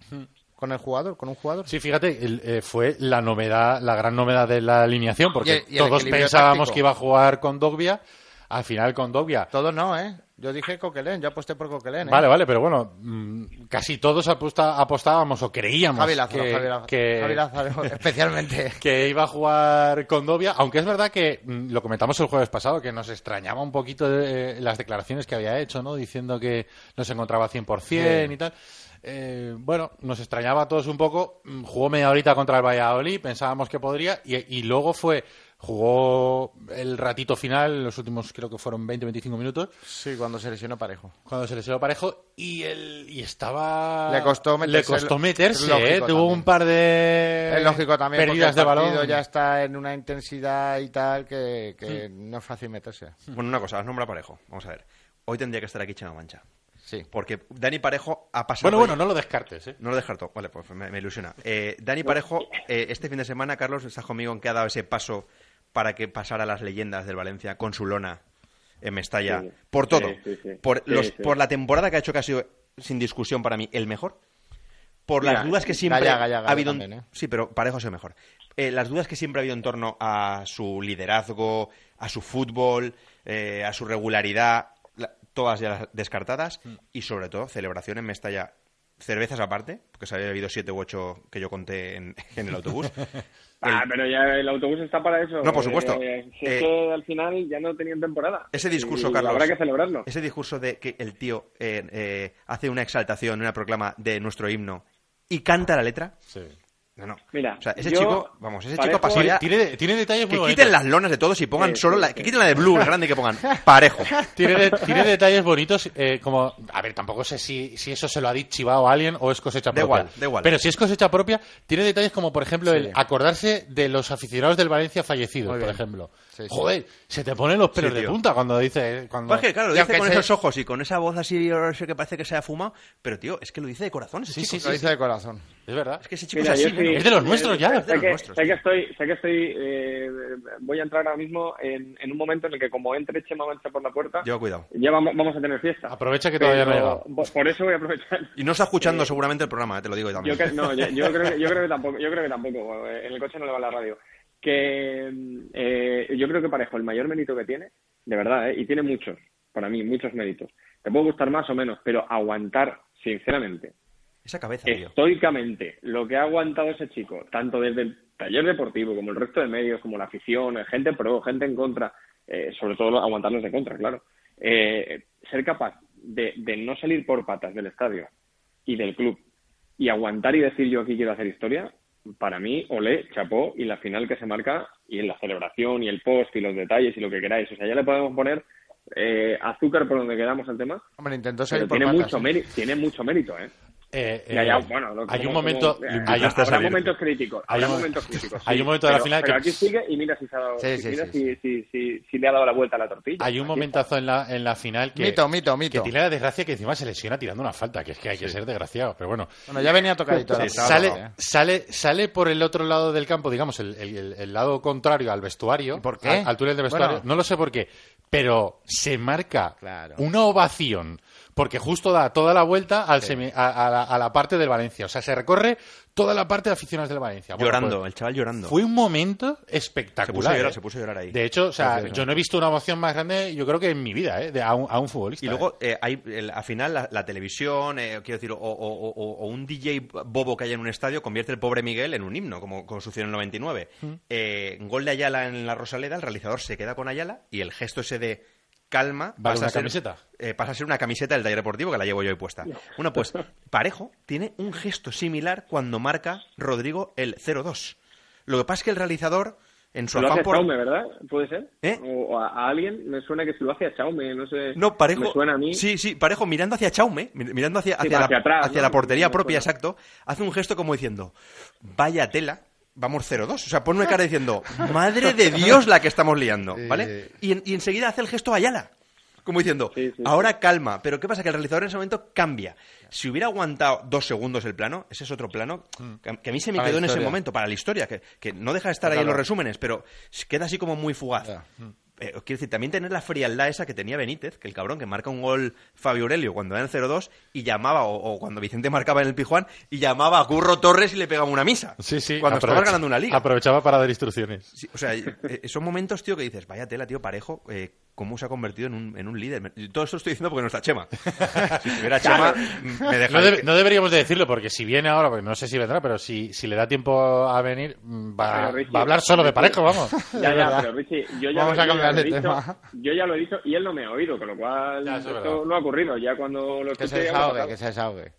Speaker 3: con el jugador, con un jugador.
Speaker 1: Sí, fíjate, el, eh, fue la novedad, la gran novedad de la alineación, porque
Speaker 3: Y el- y el
Speaker 1: todos
Speaker 3: equilibrio
Speaker 1: pensábamos
Speaker 3: táctico.
Speaker 1: que iba a jugar con Dogbia, al final con Dogbia.
Speaker 3: Todos no, ¿eh? Yo dije Coquelén, yo aposté por Coquelén. ¿eh?
Speaker 1: Vale, vale, pero bueno, mm, casi todos aposta- apostábamos o creíamos
Speaker 3: Javi Lázaro,
Speaker 1: que,
Speaker 3: Javi Lázaro,
Speaker 1: que-
Speaker 3: Javi Lázaro, (laughs) especialmente.
Speaker 1: que iba a jugar con Dobia, aunque es verdad que mm, lo comentamos el jueves pasado, que nos extrañaba un poquito de, eh, las declaraciones que había hecho, ¿no? Diciendo que no se encontraba 100% y tal. Eh, bueno, nos extrañaba a todos un poco. Mm, Jugó media horita contra el Valladolid, pensábamos que podría, y, y luego fue. Jugó el ratito final, los últimos creo que fueron 20-25 minutos,
Speaker 3: Sí, cuando se lesionó parejo.
Speaker 1: cuando se lesionó Parejo y él y estaba
Speaker 3: Le costó meterse,
Speaker 1: Le costó
Speaker 3: es
Speaker 1: meterse,
Speaker 3: lógico
Speaker 1: ¿eh? tuvo
Speaker 3: también.
Speaker 1: un par de
Speaker 3: Es lógico también
Speaker 1: Eh, pérdidas
Speaker 3: porque
Speaker 1: de
Speaker 3: el
Speaker 1: balón.
Speaker 3: partido ya está en una intensidad y tal que, que
Speaker 1: Mm.
Speaker 3: no es fácil meterse.
Speaker 2: Bueno, una cosa, has nombrado a Parejo. Vamos a ver. Hoy tendría que estar aquí Chema Mancha.
Speaker 3: Sí.
Speaker 2: Porque Dani Parejo ha pasado.
Speaker 1: Bueno, bueno,
Speaker 2: ya.
Speaker 1: no lo descartes, ¿eh?
Speaker 2: No lo descarto. Vale, pues me, me ilusiona. Eh, Dani Parejo, eh, este fin de semana, Carlos, estás conmigo en que ha dado ese paso para que pasara a las leyendas del Valencia con su lona en Mestalla.
Speaker 4: Sí,
Speaker 2: por
Speaker 4: sí,
Speaker 2: todo.
Speaker 4: sí, sí.
Speaker 2: Por,
Speaker 4: Sí,
Speaker 2: los,
Speaker 4: sí.
Speaker 2: por la temporada que ha hecho, que ha sido, sin discusión para mí, el mejor. Por las
Speaker 4: Mira,
Speaker 2: dudas que siempre
Speaker 3: Gaya, Gaya, Gaya
Speaker 2: ha habido. en-
Speaker 3: también, ¿eh?
Speaker 2: Sí, pero Parejo ha sido mejor. Eh, las dudas que siempre ha habido en torno a su liderazgo, a su fútbol, eh, a su regularidad, la- todas ya las descartadas.
Speaker 4: Mm.
Speaker 2: Y sobre todo, celebración en Mestalla. Cervezas aparte, porque se había bebido siete u ocho que yo conté en, (laughs) en el
Speaker 4: (laughs)
Speaker 2: autobús.
Speaker 4: Ah,
Speaker 2: El-
Speaker 4: pero ya el autobús está para eso.
Speaker 2: No, por supuesto.
Speaker 4: Eh, si es
Speaker 2: Eh,
Speaker 4: que al final ya no tenían temporada.
Speaker 2: ese discurso,
Speaker 4: Y
Speaker 2: Carlos.
Speaker 4: Habrá que celebrarlo.
Speaker 2: Ese discurso de que el tío eh, eh, hace una exaltación, una proclama de nuestro himno y canta la letra.
Speaker 1: Sí.
Speaker 2: No, no.
Speaker 4: Mira,
Speaker 2: o sea, ese
Speaker 4: yo
Speaker 2: chico, vamos, ese chico
Speaker 4: Parejo-
Speaker 2: pasó
Speaker 1: Tiene,
Speaker 2: ya-
Speaker 1: tiene- tiene detalles muy
Speaker 2: Que
Speaker 1: bonitos.
Speaker 2: quiten las lonas de todos y pongan
Speaker 4: Sí,
Speaker 2: solo
Speaker 4: sí,
Speaker 2: la.
Speaker 4: sí.
Speaker 2: Que quiten la de Blue, el grande y que (laughs) pongan parejo.
Speaker 1: Tiene,
Speaker 2: (laughs)
Speaker 1: de- tiene detalles bonitos eh, como... A ver, tampoco sé si, si eso se lo ha chivado a alguien o es cosecha
Speaker 2: Da
Speaker 1: propia.
Speaker 2: igual, da igual.
Speaker 1: Pero si es cosecha propia, tiene detalles como, por ejemplo,
Speaker 3: Sí.
Speaker 1: el acordarse de los aficionados del Valencia fallecidos,
Speaker 3: Muy
Speaker 1: por
Speaker 3: bien.
Speaker 1: ejemplo.
Speaker 3: Sí, sí.
Speaker 1: Joder, se te ponen los pelos
Speaker 2: Sí,
Speaker 1: de
Speaker 2: tío.
Speaker 1: punta cuando dice... Cuando...
Speaker 2: Pues que, claro, lo
Speaker 3: Y
Speaker 2: dice
Speaker 3: aunque
Speaker 2: con
Speaker 3: se-
Speaker 2: esos ojos y con esa voz así no sé, que parece que se ha fumado. Pero, tío, es que lo dice de corazón ese
Speaker 1: Sí,
Speaker 2: chico.
Speaker 1: sí, sí,
Speaker 3: Lo dice de corazón.
Speaker 1: Es verdad.
Speaker 2: Es que ese chico
Speaker 4: Mira,
Speaker 2: es así.
Speaker 4: yo sí-
Speaker 1: Es de los nuestros ya.
Speaker 4: Sé,
Speaker 2: Es de los
Speaker 4: que,
Speaker 2: nuestros.
Speaker 4: sé que estoy, sé que estoy, eh, voy a entrar ahora mismo en, en un momento en el que como entre Chema Mancha por la puerta,
Speaker 2: Yo, cuidado.
Speaker 4: ya vamos, vamos a tener fiesta.
Speaker 1: Aprovecha Ah, que todavía no ha
Speaker 4: Pero
Speaker 1: llegado.
Speaker 4: bo- Por eso voy a aprovechar.
Speaker 2: Y no está escuchando seguramente el programa, eh, te lo digo yo también.
Speaker 4: Yo, cre- no, yo, yo creo que, yo creo que tampoco, yo creo que tampoco, eh, en el coche no le va la radio. Que mm, eh, yo creo que Parejo, el mayor mérito que tiene, de verdad, eh, y tiene muchos, para mí, muchos méritos. Te puede gustar más o menos, pero aguantar, sinceramente,
Speaker 2: Esa cabeza,
Speaker 4: Eh,
Speaker 2: tío.
Speaker 4: estoicamente, lo que ha aguantado ese chico, tanto desde el taller deportivo como el resto de medios, como la afición, eh, gente pro, gente en contra, eh, sobre todo lo- aguantarlos de contra, claro, eh, ser capaz de, de no salir por patas del estadio y del club y aguantar y decir yo aquí quiero hacer historia, para mí, olé, chapó, y la final que se marca, y en la celebración, y el post, y los detalles, y lo que queráis. O sea, ya le podemos poner eh, azúcar por donde queramos al tema,
Speaker 3: Hombre, intentó
Speaker 4: pero
Speaker 3: salir por
Speaker 4: tiene
Speaker 3: patas,
Speaker 4: mucho,
Speaker 3: ¿eh?
Speaker 4: mérito, tiene mucho mérito, ¿eh?
Speaker 1: Eh, eh,
Speaker 4: Ya, ya, bueno, lo-
Speaker 1: hay un
Speaker 4: como-
Speaker 1: momento,
Speaker 4: como- eh,
Speaker 1: hay un-
Speaker 2: hasta
Speaker 4: habrá
Speaker 2: salir.
Speaker 4: momentos críticos.
Speaker 1: Hay
Speaker 4: habrá
Speaker 1: un-
Speaker 4: momentos críticos.
Speaker 1: hay
Speaker 4: sí,
Speaker 1: un momento de la
Speaker 4: pero-
Speaker 1: final que-
Speaker 4: Pero aquí sigue y mira si se ha dado.
Speaker 3: Sí, sí,
Speaker 4: mira
Speaker 3: sí,
Speaker 4: si, si, si, si le ha dado la vuelta a la tortilla.
Speaker 1: hay un
Speaker 4: Aquí está.
Speaker 1: momentazo en la, en la final que,
Speaker 3: mito, mito, mito.
Speaker 1: que tiene la desgracia que encima se lesiona tirando una falta, que es que hay que ser desgraciado, pero bueno.
Speaker 3: Bueno, ya venía tocadito.
Speaker 2: Sí,
Speaker 3: la
Speaker 2: estaba
Speaker 3: pelota,
Speaker 2: tocado.
Speaker 1: Sale,
Speaker 3: ¿eh?
Speaker 1: sale, sale por el otro lado del campo, digamos, el, el- el- el lado contrario al vestuario.
Speaker 3: ¿Y por qué?
Speaker 1: Al, al túnel del vestuario.
Speaker 3: Bueno.
Speaker 1: No lo sé por qué, pero se marca
Speaker 3: Claro.
Speaker 1: una ovación, porque justo da toda la vuelta al semi- a, a la, a la parte del Valencia. O sea, se recorre toda la parte de aficionados del Valencia. Bueno,
Speaker 2: Llorando,
Speaker 1: pues,
Speaker 2: el chaval llorando.
Speaker 1: fue un momento
Speaker 2: se puso a
Speaker 1: espectacular.
Speaker 2: llorar,
Speaker 1: ¿eh?
Speaker 2: se puso a llorar ahí.
Speaker 1: De hecho, o sea,
Speaker 3: Precioso.
Speaker 1: yo no he visto una ovación más grande, yo creo que en mi vida, ¿eh? De- a, un, a un futbolista. ¿eh?
Speaker 2: Y luego, eh, hay, el- al final, la, la televisión, eh, quiero decir, o, o- o- o- o un DJ bobo que haya en un estadio convierte el pobre Miguel en un himno, como, como sucedió en el 99.
Speaker 1: Mm.
Speaker 2: Eh, gol de Ayala en la Rosaleda, el realizador se queda con Ayala y el gesto ese de calma
Speaker 1: Vale, una
Speaker 2: a ser,
Speaker 1: camiseta.
Speaker 2: eh, pasa a ser una camiseta del taller deportivo que la llevo yo hoy puesta. Bueno,
Speaker 1: (laughs)
Speaker 2: pues Parejo tiene un gesto similar cuando marca Rodrigo el 0-2. Lo que pasa es que el realizador, en su
Speaker 4: Lo
Speaker 2: afán
Speaker 4: hace a
Speaker 2: por...
Speaker 4: Chaume, ¿verdad? ¿Puede ser?
Speaker 2: ¿Eh?
Speaker 4: O o a, a alguien me suena que se lo hace a Chaume, no sé.
Speaker 2: No, parejo.
Speaker 4: Me suena a mí.
Speaker 2: Sí, sí, parejo mirando hacia Chaume, mi- mirando hacia, hacia,
Speaker 4: hacia
Speaker 2: la,
Speaker 4: atrás,
Speaker 2: hacia
Speaker 4: ¿no?
Speaker 2: la portería
Speaker 4: Me
Speaker 2: propia,
Speaker 4: suena.
Speaker 2: exacto. Hace un gesto como diciendo, vaya tela, vamos 0-2. O sea, pone una cara diciendo, madre de Dios la que estamos liando, ¿vale? Y, en- y enseguida hace el gesto a Ayala. Como diciendo,
Speaker 4: Sí, sí,
Speaker 2: ahora calma, pero ¿qué pasa? Que el realizador en ese momento cambia. Si hubiera aguantado dos segundos el plano, ese es otro plano que que a mí se me
Speaker 3: Para la
Speaker 2: quedó en ese
Speaker 3: historia.
Speaker 2: momento, para la historia, que, que no deja de estar ahí en los resúmenes, pero queda así como muy fugaz. Eh, quiero decir, también tener la frialdad esa que tenía Benítez, que el cabrón que marca un gol Fabio Aurelio cuando era en 0-2 y llamaba, o, o cuando Vicente marcaba en el Pijuán, y llamaba a Curro Torres y le pegaba una misa.
Speaker 1: Sí, sí.
Speaker 2: Cuando
Speaker 1: aprovecha-
Speaker 2: estaba ganando una liga.
Speaker 1: Aprovechaba para dar instrucciones.
Speaker 2: Sí, o sea, eh, son momentos, tío, que dices, vaya tela, tío, parejo, eh, cómo se ha convertido en un, en un líder. Y Todo esto estoy diciendo porque no
Speaker 1: (laughs)
Speaker 2: está Chema. Si estuviera Chema, me
Speaker 1: No,
Speaker 2: dejaría...
Speaker 1: debe- no deberíamos de decirlo, porque si viene ahora, porque no sé si vendrá, pero si, si le da tiempo a venir, mm, va,
Speaker 4: Pero, Richie,
Speaker 1: va a hablar solo de
Speaker 4: Richie.
Speaker 1: parejo, vamos.
Speaker 4: (laughs) Ya,
Speaker 3: Es
Speaker 4: ya,
Speaker 3: verdad.
Speaker 4: pero Richie, yo ya,
Speaker 3: Vamos
Speaker 4: lo,
Speaker 3: a
Speaker 4: yo ya
Speaker 3: cambiar
Speaker 4: lo he
Speaker 3: de tema.
Speaker 4: dicho, yo ya lo he dicho y él no me ha oído, con lo cual
Speaker 1: Ya, eso es verdad.
Speaker 4: esto no ha ocurrido. Ya cuando lo
Speaker 3: Que se
Speaker 4: escuche ya me ha
Speaker 3: desahogue,
Speaker 4: pasado.
Speaker 3: que se desahogue.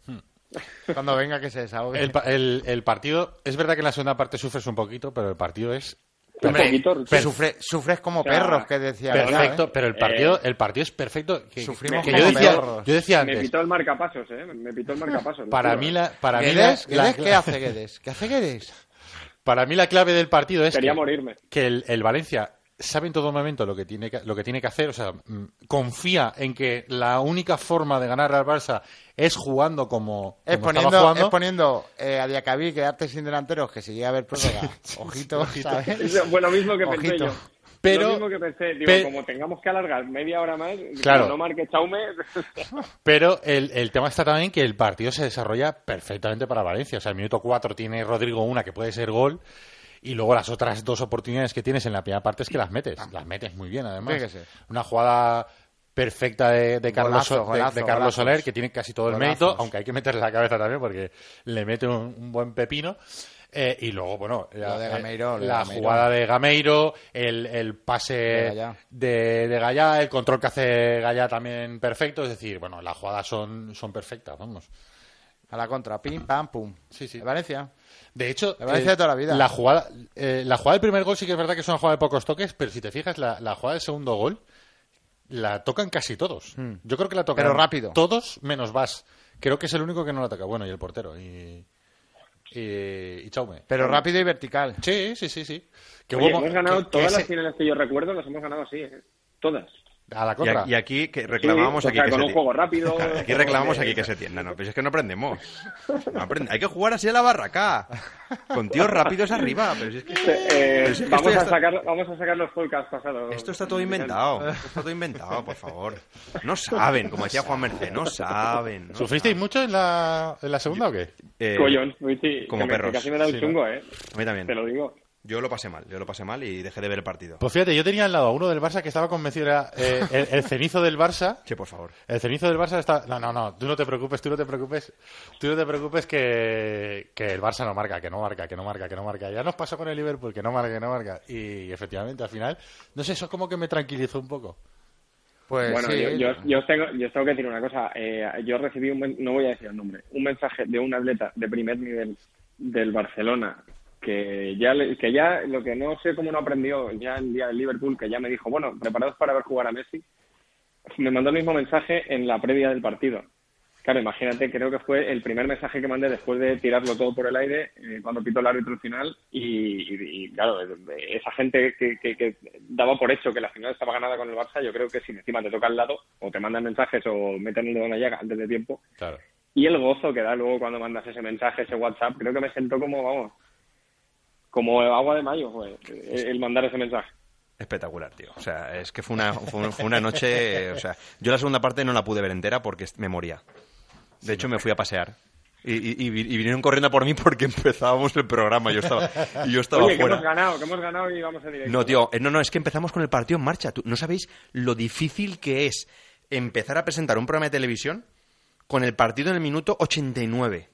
Speaker 3: Cuando venga, que se desahogue.
Speaker 1: El, pa- el- el partido, es verdad que en la segunda parte sufres un poquito, pero el partido es
Speaker 4: Un
Speaker 3: Hombre,
Speaker 4: poquito, Richie.
Speaker 3: Pero- sufre- sufres como
Speaker 4: O sea,
Speaker 3: perros, que decía. ¿verdad,
Speaker 1: perfecto.
Speaker 3: eh?
Speaker 1: Pero el partido, el partido es perfecto. que-
Speaker 3: Sufrimos
Speaker 1: que
Speaker 4: como
Speaker 1: yo, decía,
Speaker 3: perros.
Speaker 1: yo decía
Speaker 4: Me
Speaker 1: antes,
Speaker 4: pitó el marcapasos, ¿eh? Me pitó el marcapasos. lo
Speaker 1: para
Speaker 4: juro.
Speaker 1: mí la, para mí la,
Speaker 3: ¿Guedes?
Speaker 1: la-
Speaker 3: ¿Guedes? ¿Qué hace Guedes? ¿Qué hace Guedes?
Speaker 1: para mí la clave del partido es
Speaker 4: Quería
Speaker 1: que-
Speaker 4: morirme.
Speaker 1: que el, el Valencia sabe en todo momento lo que tiene que, lo que tiene que hacer, o sea, mm, confía en que la única forma de ganar al Barça es jugando como,
Speaker 3: Es
Speaker 1: como estaba
Speaker 3: poniendo,
Speaker 1: jugando.
Speaker 3: es poniendo eh, a Diacabí quedarte sin delanteros, que se llega a
Speaker 1: (laughs)
Speaker 3: ver prórroga. Ojito, ¿sabes?
Speaker 4: Eso (laughs) fue lo mismo que pensé
Speaker 3: Ojito.
Speaker 4: yo.
Speaker 1: Pero-
Speaker 4: lo mismo que pensé, digo,
Speaker 1: pe-
Speaker 4: como tengamos que alargar media hora más,
Speaker 1: Claro.
Speaker 4: como no marque Chaume,
Speaker 1: Pero el, el tema está también que el partido se desarrolla perfectamente para Valencia. O sea, el minuto 4 tiene Rodrigo una que puede ser gol. Y luego las otras dos oportunidades que tienes en la primera parte es que las metes. Las metes muy bien, además.
Speaker 3: Ah. Tiene que ser.
Speaker 1: Una jugada perfecta de, de Carlos,
Speaker 3: Golazo,
Speaker 1: Sol- de- de
Speaker 3: golazo,
Speaker 1: Carlos
Speaker 3: golazos.
Speaker 1: Soler, que tiene casi todo el
Speaker 3: Golazos.
Speaker 1: mérito, aunque hay que meterle la cabeza también porque le mete un, un buen pepino. Eh, y luego, bueno, la,
Speaker 3: de
Speaker 1: eh,
Speaker 3: Gameiro, lo de
Speaker 1: la
Speaker 3: Gameiro.
Speaker 1: jugada de Gameiro, el, el pase
Speaker 3: De
Speaker 1: de,
Speaker 3: Gallá.
Speaker 1: de Gallá, el control que hace Gallá también perfecto. Es decir, bueno, las jugadas son, son perfectas, vamos.
Speaker 3: A la contra, pim, pam, pum.
Speaker 1: Sí, sí.
Speaker 3: Valencia.
Speaker 1: De hecho, eh,
Speaker 3: Me parece de toda la vida.
Speaker 1: jugada, eh, la jugada del primer gol sí que es verdad que es una jugada de pocos toques, pero si te fijas, la, la jugada del segundo gol la tocan casi todos. Yo creo que la tocan
Speaker 3: Hmm. Pero rápido.
Speaker 1: todos menos Vas. Creo que es el único que no la toca. Bueno, y el portero. Y, y, y Chaume.
Speaker 3: Pero rápido y vertical.
Speaker 1: Sí, sí, sí, sí. Que
Speaker 4: (laughs) Oye,
Speaker 1: hubo-
Speaker 4: hemos ganado
Speaker 1: que- que
Speaker 4: todas las
Speaker 1: ese-
Speaker 4: finales que yo recuerdo, las hemos ganado así, ¿eh? Todas.
Speaker 1: A la
Speaker 2: Y,
Speaker 1: contra.
Speaker 2: a- y aquí que reclamábamos
Speaker 4: Sí, o
Speaker 2: aquí
Speaker 4: sea,
Speaker 2: que
Speaker 4: con
Speaker 2: se
Speaker 4: un
Speaker 2: ti-
Speaker 4: juego rápido.
Speaker 2: (laughs) Aquí reclamamos
Speaker 4: Eh,
Speaker 2: aquí que se tienda, no, pero es que no aprendemos. No aprende- Hay que jugar así a la barraca. Con tíos rápidos arriba, pero si es que
Speaker 4: Eh,
Speaker 2: Pero si es que
Speaker 4: vamos,
Speaker 2: esto ya
Speaker 4: a
Speaker 2: está-
Speaker 4: sacar, vamos a sacar los podcasts pasados.
Speaker 2: Esto está todo inventado. Esto está todo inventado, por favor. No saben, como decía Juan Merced, no saben. no
Speaker 1: ¿Sufristeis mucho en la, en la segunda o qué?
Speaker 2: Eh,
Speaker 4: Collón, uy, sí,
Speaker 2: como
Speaker 4: que me- que
Speaker 2: perros.
Speaker 4: casi me da un
Speaker 1: Sí,
Speaker 4: chungo, ¿eh?
Speaker 2: A mí
Speaker 4: Te lo
Speaker 2: también.
Speaker 4: digo.
Speaker 2: Yo lo pasé mal, yo lo pasé mal y dejé de ver el partido.
Speaker 1: Pues fíjate, yo tenía al lado a uno del Barça que estaba convencido era (laughs) eh, el, el cenizo del Barça.
Speaker 2: Che, por favor.
Speaker 1: El cenizo del Barça está. No, no, no. Tú no te preocupes, tú no te preocupes. Tú no te preocupes que, que el Barça no marca, que no marca, que no marca, que no marca. Ya nos pasó con el Liverpool, que no marca, que no marca. Y efectivamente, al final, no sé, eso es como que me tranquilizó un poco.
Speaker 3: Pues
Speaker 4: bueno,
Speaker 3: sí.
Speaker 4: yo, yo- yo os tengo, yo os tengo que decir una cosa. Eh, yo recibí, un, men- no voy a decir el nombre, un mensaje de un atleta de primer nivel del Barcelona que ya, le- que ya lo que no sé cómo no aprendió ya el día del Liverpool, que ya me dijo, bueno, preparados para ver jugar a Messi, me mandó el mismo mensaje en la previa del partido. Claro, imagínate, creo que fue el primer mensaje que mandé después de tirarlo todo por el aire eh, cuando pito el árbitro final y, y- y, claro, esa gente que, que- que daba por hecho que la final estaba ganada con el Barça, yo creo que si encima te toca al lado o te mandan mensajes o meten el dedo en la llaga antes de tiempo
Speaker 1: Claro.
Speaker 4: y el gozo que da luego cuando mandas ese mensaje, ese WhatsApp, creo que me sentó como, vamos, como agua de mayo, joder, el el mandar ese mensaje.
Speaker 2: Espectacular, tío. O sea, es que fue una, fue, un- fue una noche. eh, O sea, yo la segunda parte no la pude ver entera porque est- me moría. De hecho, me fui a pasear. Y, y- y vi- y vinieron corriendo a por mí porque (laughs) empezábamos el programa. Yo estaba, y yo estaba
Speaker 4: Oye, que hemos
Speaker 2: fuera.
Speaker 4: ganado, que hemos ganado y vamos a directo.
Speaker 2: No, tío, eh, no, no, es que empezamos con el partido en marcha. Tú, no sabéis lo difícil que es empezar a presentar un programa de televisión con el partido en el minuto 89.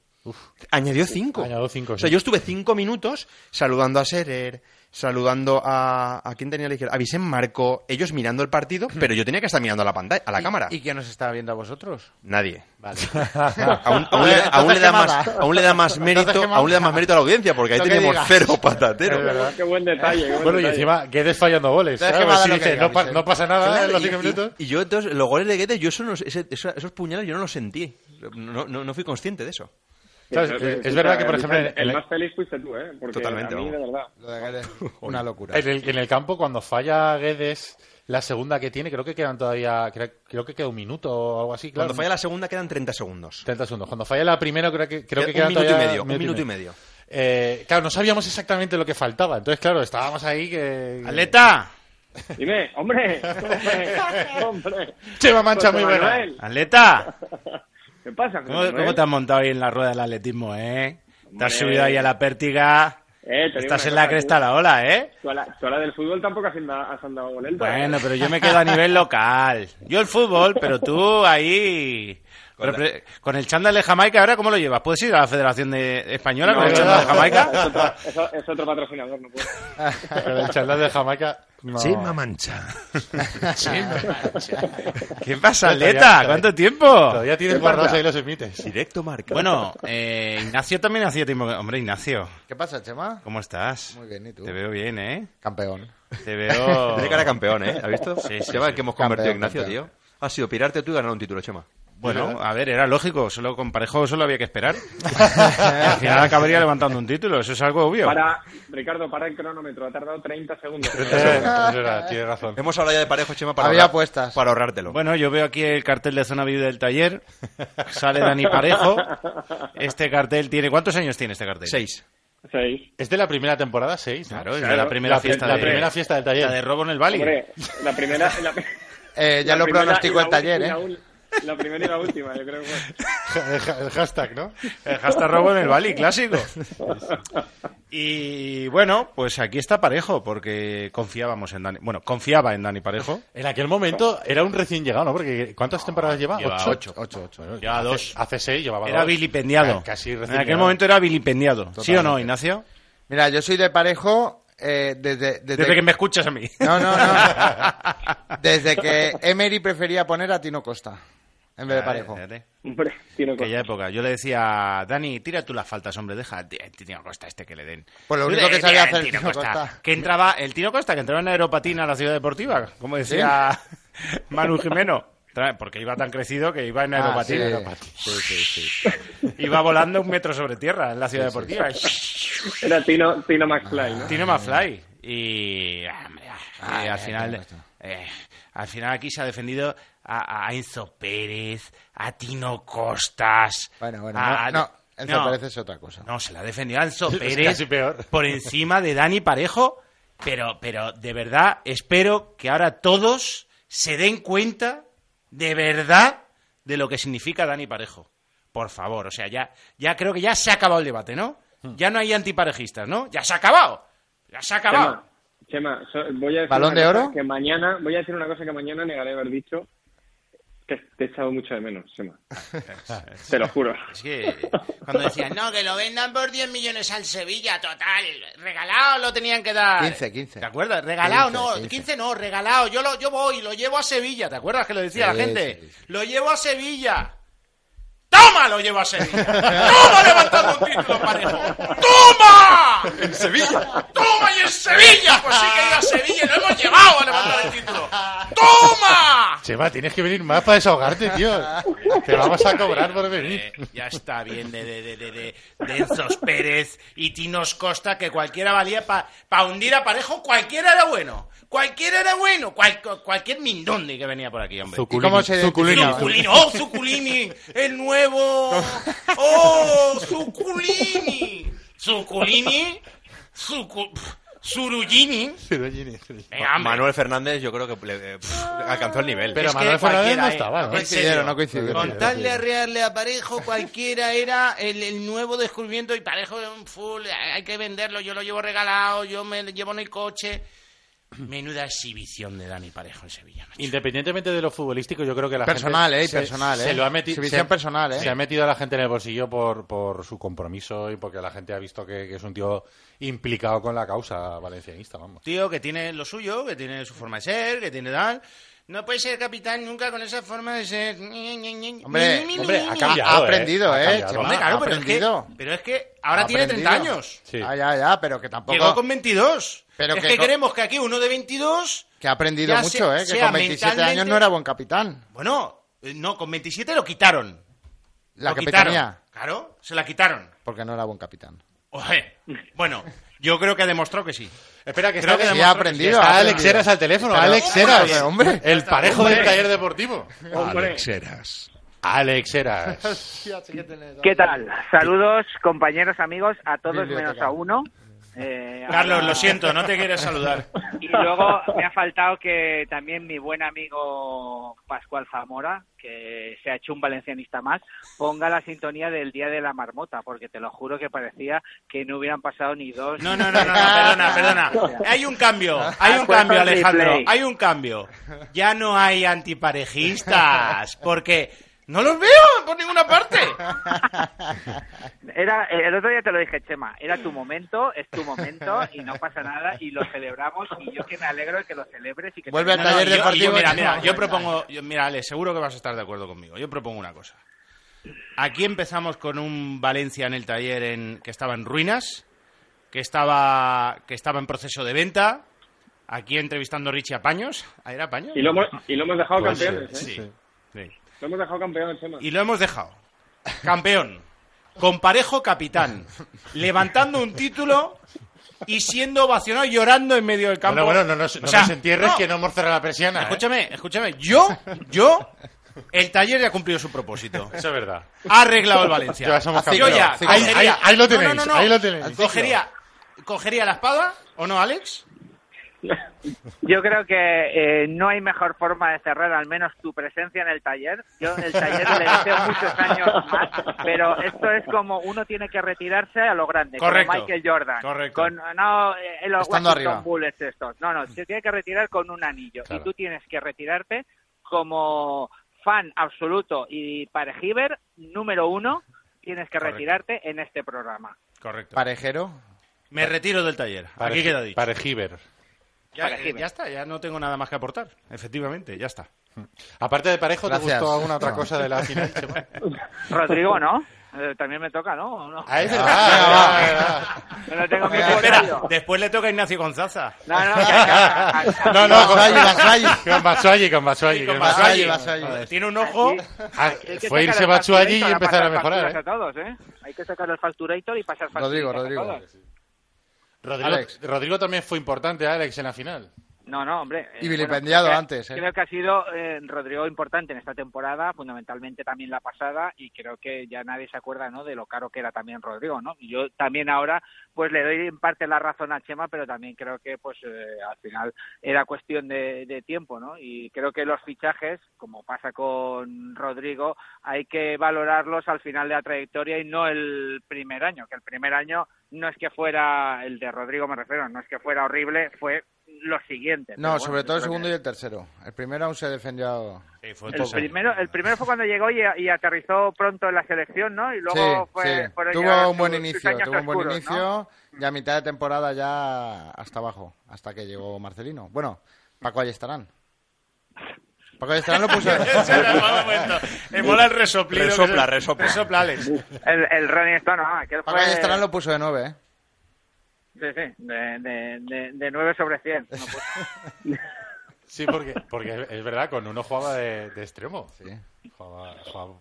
Speaker 2: Añadió cinco.
Speaker 1: Añadió cinco,
Speaker 2: O sea,
Speaker 1: sí.
Speaker 2: yo estuve cinco minutos saludando a Serer, saludando a. ¿A quién tenía la izquierda? A Vicente Marco, ellos mirando
Speaker 1: (clears throat)
Speaker 2: el partido, pero yo tenía que estar mirando a la pantalla, a la cámara.
Speaker 3: ¿Y quién nos está viendo a vosotros?
Speaker 2: Nadie.
Speaker 1: Vale.
Speaker 2: (laughs) Aún, aún
Speaker 1: (laughs)
Speaker 2: le,
Speaker 3: Entonces,
Speaker 2: aún le da
Speaker 3: quemada.
Speaker 2: más, aún le da más mérito,
Speaker 3: quemada.
Speaker 2: aún le da más mérito a la audiencia, porque ahí
Speaker 3: Lo que
Speaker 2: teníamos
Speaker 3: digas.
Speaker 2: cero patatero.
Speaker 4: Qué buen detalle. qué buen
Speaker 1: Bueno, y
Speaker 4: detalle.
Speaker 1: encima quedes fallando goles.
Speaker 3: Te has
Speaker 1: ¿sabes?
Speaker 3: quemado
Speaker 1: Si
Speaker 3: lo que
Speaker 1: dices,
Speaker 3: diga,
Speaker 1: no, pa-
Speaker 3: Vicente.
Speaker 1: no pasa nada ¿eh?
Speaker 2: Claro,
Speaker 1: Ah, en los
Speaker 2: y-
Speaker 1: cinco
Speaker 2: y-
Speaker 1: minutos.
Speaker 2: Y, yo entonces, los goles de Goethe, yo eso no- ese- eso- esos puñales yo no los sentí. No, no, no fui consciente de eso.
Speaker 1: ¿Sabes?
Speaker 4: Sí,
Speaker 1: Es-
Speaker 4: sí,
Speaker 1: es
Speaker 4: sí,
Speaker 1: verdad
Speaker 4: sí,
Speaker 1: que, por ejemplo,
Speaker 4: Vicente,
Speaker 1: en
Speaker 4: el
Speaker 1: la-
Speaker 4: más feliz fuiste tú, ¿eh? Porque
Speaker 2: Totalmente,
Speaker 4: a mí, de
Speaker 2: vamos.
Speaker 4: verdad.
Speaker 3: Lo de Gales, Una locura.
Speaker 1: En el, en el campo, cuando falla Guedes, la segunda que tiene, creo que quedan todavía. Creo, creo que queda un minuto o algo así. Claro.
Speaker 2: Cuando falla la segunda quedan 30 segundos.
Speaker 1: 30 segundos. Cuando falla la primera, creo que, creo que
Speaker 2: Eh, Un
Speaker 1: quedan
Speaker 2: minuto y
Speaker 1: todavía
Speaker 2: medio, un minuto y medio.
Speaker 1: Eh, claro, no sabíamos exactamente lo que faltaba. Entonces, claro, estábamos ahí que.
Speaker 3: ¡Atleta!
Speaker 4: Dime, hombre, hombre, hombre.
Speaker 1: Chema Mancha,
Speaker 4: José
Speaker 1: muy buena.
Speaker 4: Manuel,
Speaker 5: ¡Atleta!
Speaker 4: ¿Qué pasa? ¿Eh?
Speaker 3: ¿Eh?
Speaker 4: José
Speaker 5: ¿Cómo,
Speaker 4: Manuel?
Speaker 5: cómo te has montado ahí en la rueda del atletismo, eh? Te has
Speaker 4: Hombre.
Speaker 5: subido ahí a la pértiga.
Speaker 4: Eh, te digo
Speaker 5: Estás
Speaker 4: una
Speaker 5: en la
Speaker 4: cosa,
Speaker 5: cresta de la ola, ¿eh?
Speaker 4: Tú a la, tú a la del fútbol tampoco has, anda- has andado lento.
Speaker 5: Bueno, pero yo me quedo a nivel local. Yo el fútbol, pero tú ahí...
Speaker 2: Con la-
Speaker 5: Repre- Con el chándal de Jamaica, ¿ahora cómo lo llevas? ¿Puedes ir a la Federación de Española
Speaker 4: No,
Speaker 5: con el
Speaker 4: no,
Speaker 5: chándal de
Speaker 4: no, ¿eh? Es
Speaker 5: Jamaica?
Speaker 4: otro,
Speaker 3: (laughs)
Speaker 4: es o- es otro patrocinador, no puedo.
Speaker 1: Pero el charlar de Jamaica. No.
Speaker 2: Mancha.
Speaker 5: ¿Qué
Speaker 1: Atleta,
Speaker 5: pasa,
Speaker 1: ya
Speaker 5: Atleta?
Speaker 1: está.
Speaker 5: ¿Cuánto tiempo?
Speaker 1: Todavía tienes
Speaker 4: ¿Qué pasa?
Speaker 1: guardados ahí los emites.
Speaker 2: Directo marca.
Speaker 1: (laughs)
Speaker 5: Bueno, eh, Ignacio también hacía tiempo. que- Hombre, Ignacio,
Speaker 3: ¿Qué pasa, Chema?
Speaker 5: ¿cómo estás?
Speaker 3: Muy bien, ¿y tú?
Speaker 5: Te veo bien, ¿eh?
Speaker 3: Campeón.
Speaker 5: Te veo.
Speaker 2: Tiene cara campeón, ¿eh? ¿Has visto?
Speaker 5: Sí, sí,
Speaker 2: Chema,
Speaker 5: sí.
Speaker 2: que hemos convertido a
Speaker 3: Campeón,
Speaker 2: Ignacio,
Speaker 3: campeón.
Speaker 2: tío. Ha sido pirarte tú y ganar un título, Chema.
Speaker 5: Bueno, a ver, era lógico. Solo con Parejo solo había
Speaker 4: (laughs)
Speaker 5: que esperar. Al final acabaría levantando un título. Eso es algo obvio.
Speaker 4: Para, Ricardo, para el cronómetro, ha tardado 30 segundos.
Speaker 1: Es
Speaker 5: Eh,
Speaker 1: verdad, es verdad, tienes razón.
Speaker 2: Hemos hablado ya de parejo, Chema, para,
Speaker 3: Había pues-
Speaker 2: ahorrar-
Speaker 3: apuestas.
Speaker 2: para ahorrártelo.
Speaker 5: Bueno, yo veo aquí el cartel de Zona VIP del taller. Sale Dani Parejo. Este cartel tiene. ¿Cuántos años tiene este cartel?
Speaker 2: Seis.
Speaker 4: Eh, Seis.
Speaker 1: Es de la primera temporada 6.
Speaker 5: Claro, era
Speaker 4: Claro.
Speaker 5: la primera
Speaker 1: La pri-
Speaker 5: fiesta
Speaker 1: la
Speaker 5: de-
Speaker 1: primera fiesta del taller.
Speaker 5: la de robo en el Bali.
Speaker 4: Hombre, la primera.
Speaker 5: (laughs)
Speaker 4: La,
Speaker 3: Eh,
Speaker 4: (laughs)
Speaker 3: ya
Speaker 4: la
Speaker 3: lo
Speaker 4: primera
Speaker 3: pronostico
Speaker 4: y
Speaker 3: el
Speaker 4: la
Speaker 3: taller,
Speaker 4: ul- y la
Speaker 3: ¿eh?
Speaker 4: ul- La primera y la última, yo creo que fue.
Speaker 1: El ha- el hashtag, ¿no?
Speaker 5: El hashtag robo en el Bali, clásico. (laughs) Y bueno, pues aquí está Parejo, porque confiábamos en Dani. Bueno, confiaba en Dani Parejo.
Speaker 1: En aquel momento era un recién llegado, ¿no? Porque ¿cuántas temporadas lleva?
Speaker 5: lleva
Speaker 1: ocho.
Speaker 5: ocho.
Speaker 1: ocho, ocho. Bueno,
Speaker 5: Lleva
Speaker 1: hace-
Speaker 5: dos.
Speaker 1: Hace seis llevaba
Speaker 5: Era
Speaker 1: dos.
Speaker 5: vilipendiado.
Speaker 1: Ah, Casi
Speaker 5: en
Speaker 1: recién
Speaker 5: aquel
Speaker 1: llegado.
Speaker 5: momento era vilipendiado. ¿Sí o no,
Speaker 3: Totalmente.
Speaker 5: Ignacio?
Speaker 3: Mira, yo soy de parejo eh, desde, desde...
Speaker 5: Desde que me escuchas a mí.
Speaker 3: No, no,
Speaker 5: (laughs)
Speaker 3: no. Desde que Emery prefería poner a Tino Costa en
Speaker 5: Ah,
Speaker 3: vez de parejo.
Speaker 5: Fíjate,
Speaker 4: Hombre, tiene
Speaker 5: Aquella
Speaker 4: cosas.
Speaker 5: época. Yo le decía, Dani, tira tú las faltas, hombre, deja. t- Tino Costa este que le den.
Speaker 3: Pues lo
Speaker 5: Tú
Speaker 3: único
Speaker 5: de-
Speaker 3: que sabía
Speaker 5: tira,
Speaker 3: hacer el Tino Costa.
Speaker 5: Que entraba, el Tino Costa, que entraba en aeropatina a la ciudad deportiva, como decía (laughs) Manu Jimeno. Tra- Porque iba tan crecido que iba en
Speaker 3: Ah,
Speaker 5: aeropatina.
Speaker 3: sí.
Speaker 5: Sí, sí, sí. Iba volando un metro sobre tierra en la ciudad
Speaker 3: Ah,
Speaker 5: deportiva.
Speaker 4: Era Tino, Tino McFly, ¿no?
Speaker 5: Tino Mafly. Y, ah, hombre, ah,
Speaker 3: Ah,
Speaker 5: eh, al
Speaker 3: ya, ya,
Speaker 5: final.
Speaker 3: ya, ya.
Speaker 5: eh, al final aquí se ha defendido a, a Enzo Pérez, a Tino Costas.
Speaker 3: Bueno, bueno,
Speaker 5: a-
Speaker 3: no, no, Enzo
Speaker 5: no,
Speaker 3: Pérez es otra cosa.
Speaker 5: No, se la ha defendido a Enzo
Speaker 1: Es
Speaker 5: Pérez
Speaker 1: casi peor.
Speaker 5: por encima de Dani Parejo. Pero, pero de verdad, espero que ahora todos se den cuenta de verdad de lo que significa Dani Parejo. Por favor, o sea, ya, ya creo que ya se ha acabado el debate, ¿no? Ya no hay antiparejistas, ¿no? Ya se ha acabado. Ya se ha acabado.
Speaker 4: Chema, Chema, so- voy a decir
Speaker 3: ¿Balón
Speaker 4: una
Speaker 3: de
Speaker 4: cosa
Speaker 3: oro?
Speaker 4: Que mañana, voy a decir una cosa que mañana negaré haber dicho. Que te he echado mucho de menos, Chema. te lo juro.
Speaker 5: Es que cuando decían, no, que lo vendan por 10 millones al Sevilla, total. Regalado lo tenían que dar.
Speaker 3: 15, 15.
Speaker 5: ¿Te acuerdas? Regalado,
Speaker 3: 15,
Speaker 5: no, 15.
Speaker 3: 15.
Speaker 5: no, regalado. Yo, lo, yo voy, lo llevo a Sevilla. ¿Te acuerdas que lo decía
Speaker 3: Sí,
Speaker 5: la gente?
Speaker 3: sí, sí.
Speaker 5: Lo llevo a Sevilla. ¡Toma, lo llevo a Sevilla! ¡Toma, levantando un título parejo! ¡Toma! ¡En Sevilla! ¡Toma, y en Sevilla! Pues sí que he ido a Sevilla y lo hemos llevado a levantar el título. ¡Toma!
Speaker 1: Chema, tienes que venir más para desahogarte, tío. Te vamos a cobrar por venir.
Speaker 5: Eh, ya está bien de, de, de, de, de- de Enzos Pérez y Tinos Costa, que cualquiera valía para hundir a parejo, cualquiera era bueno. Cualquiera era bueno. Cual- cualquier mindondi que venía por aquí, hombre.
Speaker 1: Zuculini,
Speaker 3: cómo se
Speaker 1: Zuculini.
Speaker 5: Zuculini, oh, Zuculini, el nuevo. Oh, Zuculini. Zuculini, Zucu... Zurullini.
Speaker 1: Zuculini, Zuculini.
Speaker 5: Venga, hombre.
Speaker 2: Manuel Fernández yo creo que le- eh, pff, alcanzó el nivel.
Speaker 1: Pero
Speaker 5: que
Speaker 1: Manuel Fernández no
Speaker 5: cualquiera, eh,
Speaker 1: estaba, ¿no?
Speaker 5: en
Speaker 3: coincidieron,
Speaker 5: serio.
Speaker 3: no coincidieron.
Speaker 5: Con tal de
Speaker 1: Coincidieron.
Speaker 5: arrearle a Parejo, cualquiera era el, el nuevo descubrimiento y Parejo es un full, hay que venderlo, yo lo llevo regalado, yo me lo llevo en el coche. Menuda exhibición de Dani Parejo en Sevilla. macho.
Speaker 1: Independientemente de lo futbolístico, yo creo que la
Speaker 3: Personal,
Speaker 1: gente
Speaker 3: eh, personal,
Speaker 1: se
Speaker 3: eh.
Speaker 1: lo ha metido,
Speaker 3: Exhibición
Speaker 1: se-
Speaker 3: personal, eh.
Speaker 1: se ha metido a la gente en el bolsillo por, por su compromiso y porque la gente ha visto que, que es un tío implicado con la causa valencianista, vamos.
Speaker 5: Tío que tiene lo suyo, que tiene su forma de ser, que tiene tal. No puede ser capitán nunca con esa forma de ser.
Speaker 3: Hombre,
Speaker 1: hombre, ha
Speaker 3: Ha,
Speaker 1: cambiado,
Speaker 3: ha
Speaker 1: eh.
Speaker 3: aprendido,
Speaker 1: Ha
Speaker 3: eh.
Speaker 1: cambiado.
Speaker 3: Chema,
Speaker 5: Hombre,
Speaker 3: ha
Speaker 5: claro, pero es, que,
Speaker 3: aprendido.
Speaker 5: pero es que ahora
Speaker 3: Ha
Speaker 5: tiene 30
Speaker 3: aprendido.
Speaker 5: años.
Speaker 1: Sí.
Speaker 3: Ah, ya, ya, pero que
Speaker 5: Llegó
Speaker 3: tampoco.
Speaker 5: con 22.
Speaker 3: Pero
Speaker 5: es
Speaker 3: que
Speaker 5: que,
Speaker 3: co-
Speaker 5: queremos que aquí uno de 22...
Speaker 3: Que ha aprendido
Speaker 5: ya
Speaker 3: mucho,
Speaker 5: se-
Speaker 3: eh. Que
Speaker 5: sea
Speaker 3: con 27 años
Speaker 5: mentalmente-
Speaker 3: no era buen capitán.
Speaker 5: Bueno, eh, no, con 27 lo quitaron.
Speaker 3: La
Speaker 5: Lo quitaron.
Speaker 3: capitanía.
Speaker 5: Claro, se la quitaron.
Speaker 3: Porque no era buen capitán.
Speaker 5: Oje. Bueno, yo creo que demostró que sí.
Speaker 1: Espera, que
Speaker 5: Creo
Speaker 1: está,
Speaker 5: que
Speaker 1: que
Speaker 3: sí, ha aprendido,
Speaker 1: está
Speaker 3: ha
Speaker 1: Alex
Speaker 3: aprendido.
Speaker 1: Heras al teléfono.
Speaker 3: Pero-
Speaker 1: Alex Heras,
Speaker 3: Hombre, hombre.
Speaker 1: el parejo del
Speaker 4: Hombre.
Speaker 1: taller deportivo.
Speaker 4: Hombre,
Speaker 6: Seras.
Speaker 1: Alex Heras.
Speaker 7: ¿Qué tal? Saludos, compañeros, amigos, a todos
Speaker 3: Biblioteca.
Speaker 7: menos a uno. Eh,
Speaker 5: Carlos,
Speaker 7: ahora-
Speaker 5: lo siento, no te quieres saludar.
Speaker 7: Y luego me ha faltado que también mi buen amigo Pascual Zamora, que se ha hecho un valencianista más, ponga la sintonía del Día de la Marmota, porque te lo juro que parecía que no hubieran pasado ni dos.
Speaker 5: No, no, no, no, no, perdona, perdona. Hay un cambio, hay un cambio, Alejandro, hay un cambio. Ya no hay antiparejistas, porque no los veo por
Speaker 3: (laughs)
Speaker 5: ninguna parte.
Speaker 7: Era, el otro día te lo dije, Chema, era tu momento, es tu momento y no pasa nada y lo celebramos y yo que me alegro de que lo celebres y que
Speaker 3: Vuelve
Speaker 7: te-
Speaker 3: al taller
Speaker 5: y yo-
Speaker 3: deportivo.
Speaker 5: y yo, mira,
Speaker 3: Chema,
Speaker 5: mira, yo
Speaker 3: venga.
Speaker 5: propongo, yo- mira, Ale, seguro que vas a estar de acuerdo conmigo. Yo propongo una cosa. Aquí empezamos con un Valencia en el taller en, que estaba en ruinas, que estaba, que estaba en proceso de venta. Aquí entrevistando a Richie a Paños. ¿Ah, ¿Era Paños?
Speaker 4: y lo hemos, y lo hemos dejado
Speaker 1: Pues sí,
Speaker 4: campeones, ¿eh?
Speaker 5: Sí, sí.
Speaker 4: Lo hemos dejado campeones, Chema.
Speaker 5: Y lo hemos dejado. Campeón. Con parejo capitán. Levantando un título y siendo ovacionado y llorando en medio del campo.
Speaker 1: Bueno, bueno, no, nos-
Speaker 5: O
Speaker 1: no
Speaker 5: sea,
Speaker 1: nos entierres
Speaker 5: no,
Speaker 1: que no hemos cerrado la persiana. ¿eh?
Speaker 5: Escúchame, escúchame. Yo, yo, el taller ya ha cumplido su propósito.
Speaker 1: Eso es verdad.
Speaker 5: Ha arreglado el Valencia.
Speaker 1: Ya somos
Speaker 5: Yo
Speaker 1: campeones.
Speaker 5: ya,
Speaker 1: Sí,
Speaker 5: cogería-
Speaker 1: ahí- ahí- ahí lo
Speaker 5: No, no,
Speaker 1: tenéis,
Speaker 5: no, no.
Speaker 1: ahí lo tenéis.
Speaker 5: Cogería, cogería la espada, ¿o no, Alex?
Speaker 7: Yo creo que eh, no hay mejor forma de cerrar, al menos tu presencia en el taller. Yo el taller le deseo muchos años más, pero esto es como uno tiene que retirarse a lo grande,
Speaker 5: Correcto.
Speaker 7: como Michael Jordan.
Speaker 5: Correcto.
Speaker 7: Con, no, eh,
Speaker 3: Estando
Speaker 7: los Washington
Speaker 3: arriba.
Speaker 7: Bullets estos. No, no, se tiene que retirar con un anillo.
Speaker 1: Claro.
Speaker 7: Y tú tienes que retirarte como fan absoluto y parejiver número uno, tienes que
Speaker 5: Correcto.
Speaker 7: retirarte en este programa.
Speaker 5: Correcto.
Speaker 3: Parejero.
Speaker 5: Me retiro del taller. Aquí queda dicho.
Speaker 1: Parejiver.
Speaker 5: Ya,
Speaker 7: Para
Speaker 5: eh,
Speaker 7: Giver.
Speaker 5: ya está, ya no tengo nada más que aportar. Efectivamente, ya está.
Speaker 1: Aparte de parejo, ¿te
Speaker 3: Gracias.
Speaker 1: gustó alguna otra
Speaker 3: No.
Speaker 1: cosa
Speaker 3: (laughs)
Speaker 1: de la final, Chema?
Speaker 7: Rodrigo, ¿no? Eh, también me toca, ¿no? ¿O no?
Speaker 1: Ah, es verdad.
Speaker 3: venga, va.
Speaker 1: es verdad.
Speaker 7: Me lo tengo bien
Speaker 3: Espera,
Speaker 5: Espera,
Speaker 7: guardado.
Speaker 5: después le toca a Ignacio Gonzaza.
Speaker 7: No, no, ya, ya, a- a-
Speaker 1: No, no, con
Speaker 3: Vasalli, Vasalli.
Speaker 1: Con Batshuayi, con Batshuayi,
Speaker 5: Sí,
Speaker 1: con
Speaker 5: con
Speaker 1: Batshuayi.
Speaker 5: Batshuayi.
Speaker 3: Vasalli.
Speaker 5: Joder, Tiene un ojo.
Speaker 1: Ah,
Speaker 7: Hay que
Speaker 1: Fue
Speaker 7: sacar
Speaker 1: irse
Speaker 7: el
Speaker 1: Batshuayi y
Speaker 7: facturator
Speaker 1: empezar a
Speaker 7: pasar
Speaker 1: mejorar,
Speaker 7: facturas
Speaker 1: ¿eh?
Speaker 7: a todos, ¿eh? Hay que sacar el facturator y pasar
Speaker 3: Rodrigo,
Speaker 7: facturas a
Speaker 3: Rodrigo.
Speaker 7: todos.
Speaker 1: Rodrigo,
Speaker 3: Alex.
Speaker 1: Rodrigo también fue importante, Alex, en la final.
Speaker 7: No, no, hombre. eh,
Speaker 3: Y vilipendiado
Speaker 7: creo que-
Speaker 3: antes, ¿eh?
Speaker 7: Creo que ha sido eh, Rodrigo importante en esta temporada, fundamentalmente también la pasada, y creo que ya nadie se acuerda, ¿no? De lo caro que era también Rodrigo, ¿no? Yo también ahora, pues le doy en parte la razón a Chema, pero también creo que, pues, eh, al final era cuestión de, de tiempo, ¿no? Y creo que los fichajes, como pasa con Rodrigo, hay que valorarlos al final de la trayectoria y no el primer año, que el primer año no es que fuera el de Rodrigo, me refiero, no es que fuera horrible, fue lo siguiente.
Speaker 3: No,
Speaker 7: Pero bueno,
Speaker 3: sobre
Speaker 7: yo
Speaker 3: todo el
Speaker 7: creo
Speaker 3: segundo
Speaker 7: que-
Speaker 3: y el tercero. El primero aún se defendió.
Speaker 5: Sí, fue
Speaker 7: el
Speaker 5: todo.
Speaker 7: primero,
Speaker 5: (laughs)
Speaker 7: el primero fue cuando llegó y, y aterrizó pronto en la selección, ¿no? Y luego
Speaker 3: sí,
Speaker 7: fue,
Speaker 3: sí.
Speaker 7: fueron ya
Speaker 3: Tuvo un buen
Speaker 7: sus- sus
Speaker 3: inicio,
Speaker 7: años
Speaker 3: tuvo un buen
Speaker 7: oscuros,
Speaker 3: inicio.
Speaker 7: ¿no?
Speaker 3: Y a mitad de temporada ya hasta abajo, hasta que llegó Marcelino. Bueno, Paco Ayestarán. Paco Ayestarán lo
Speaker 7: (laughs)
Speaker 3: puso.
Speaker 5: Se me va el momento. Me mola el resoplido.
Speaker 2: Resopla,
Speaker 5: que se-
Speaker 2: resopla.
Speaker 5: Resopla, Alex.
Speaker 7: El, el Ronnie Stone, ah, aquel
Speaker 3: Paco
Speaker 7: fue
Speaker 3: Ayestarán lo puso de nueve, ¿eh?
Speaker 7: sí, sí, de, de, de, de 9 sobre 100. no puso.
Speaker 1: Sí, porque, porque es- es verdad, con uno jugaba de, de extremo. Jugaba, jugaba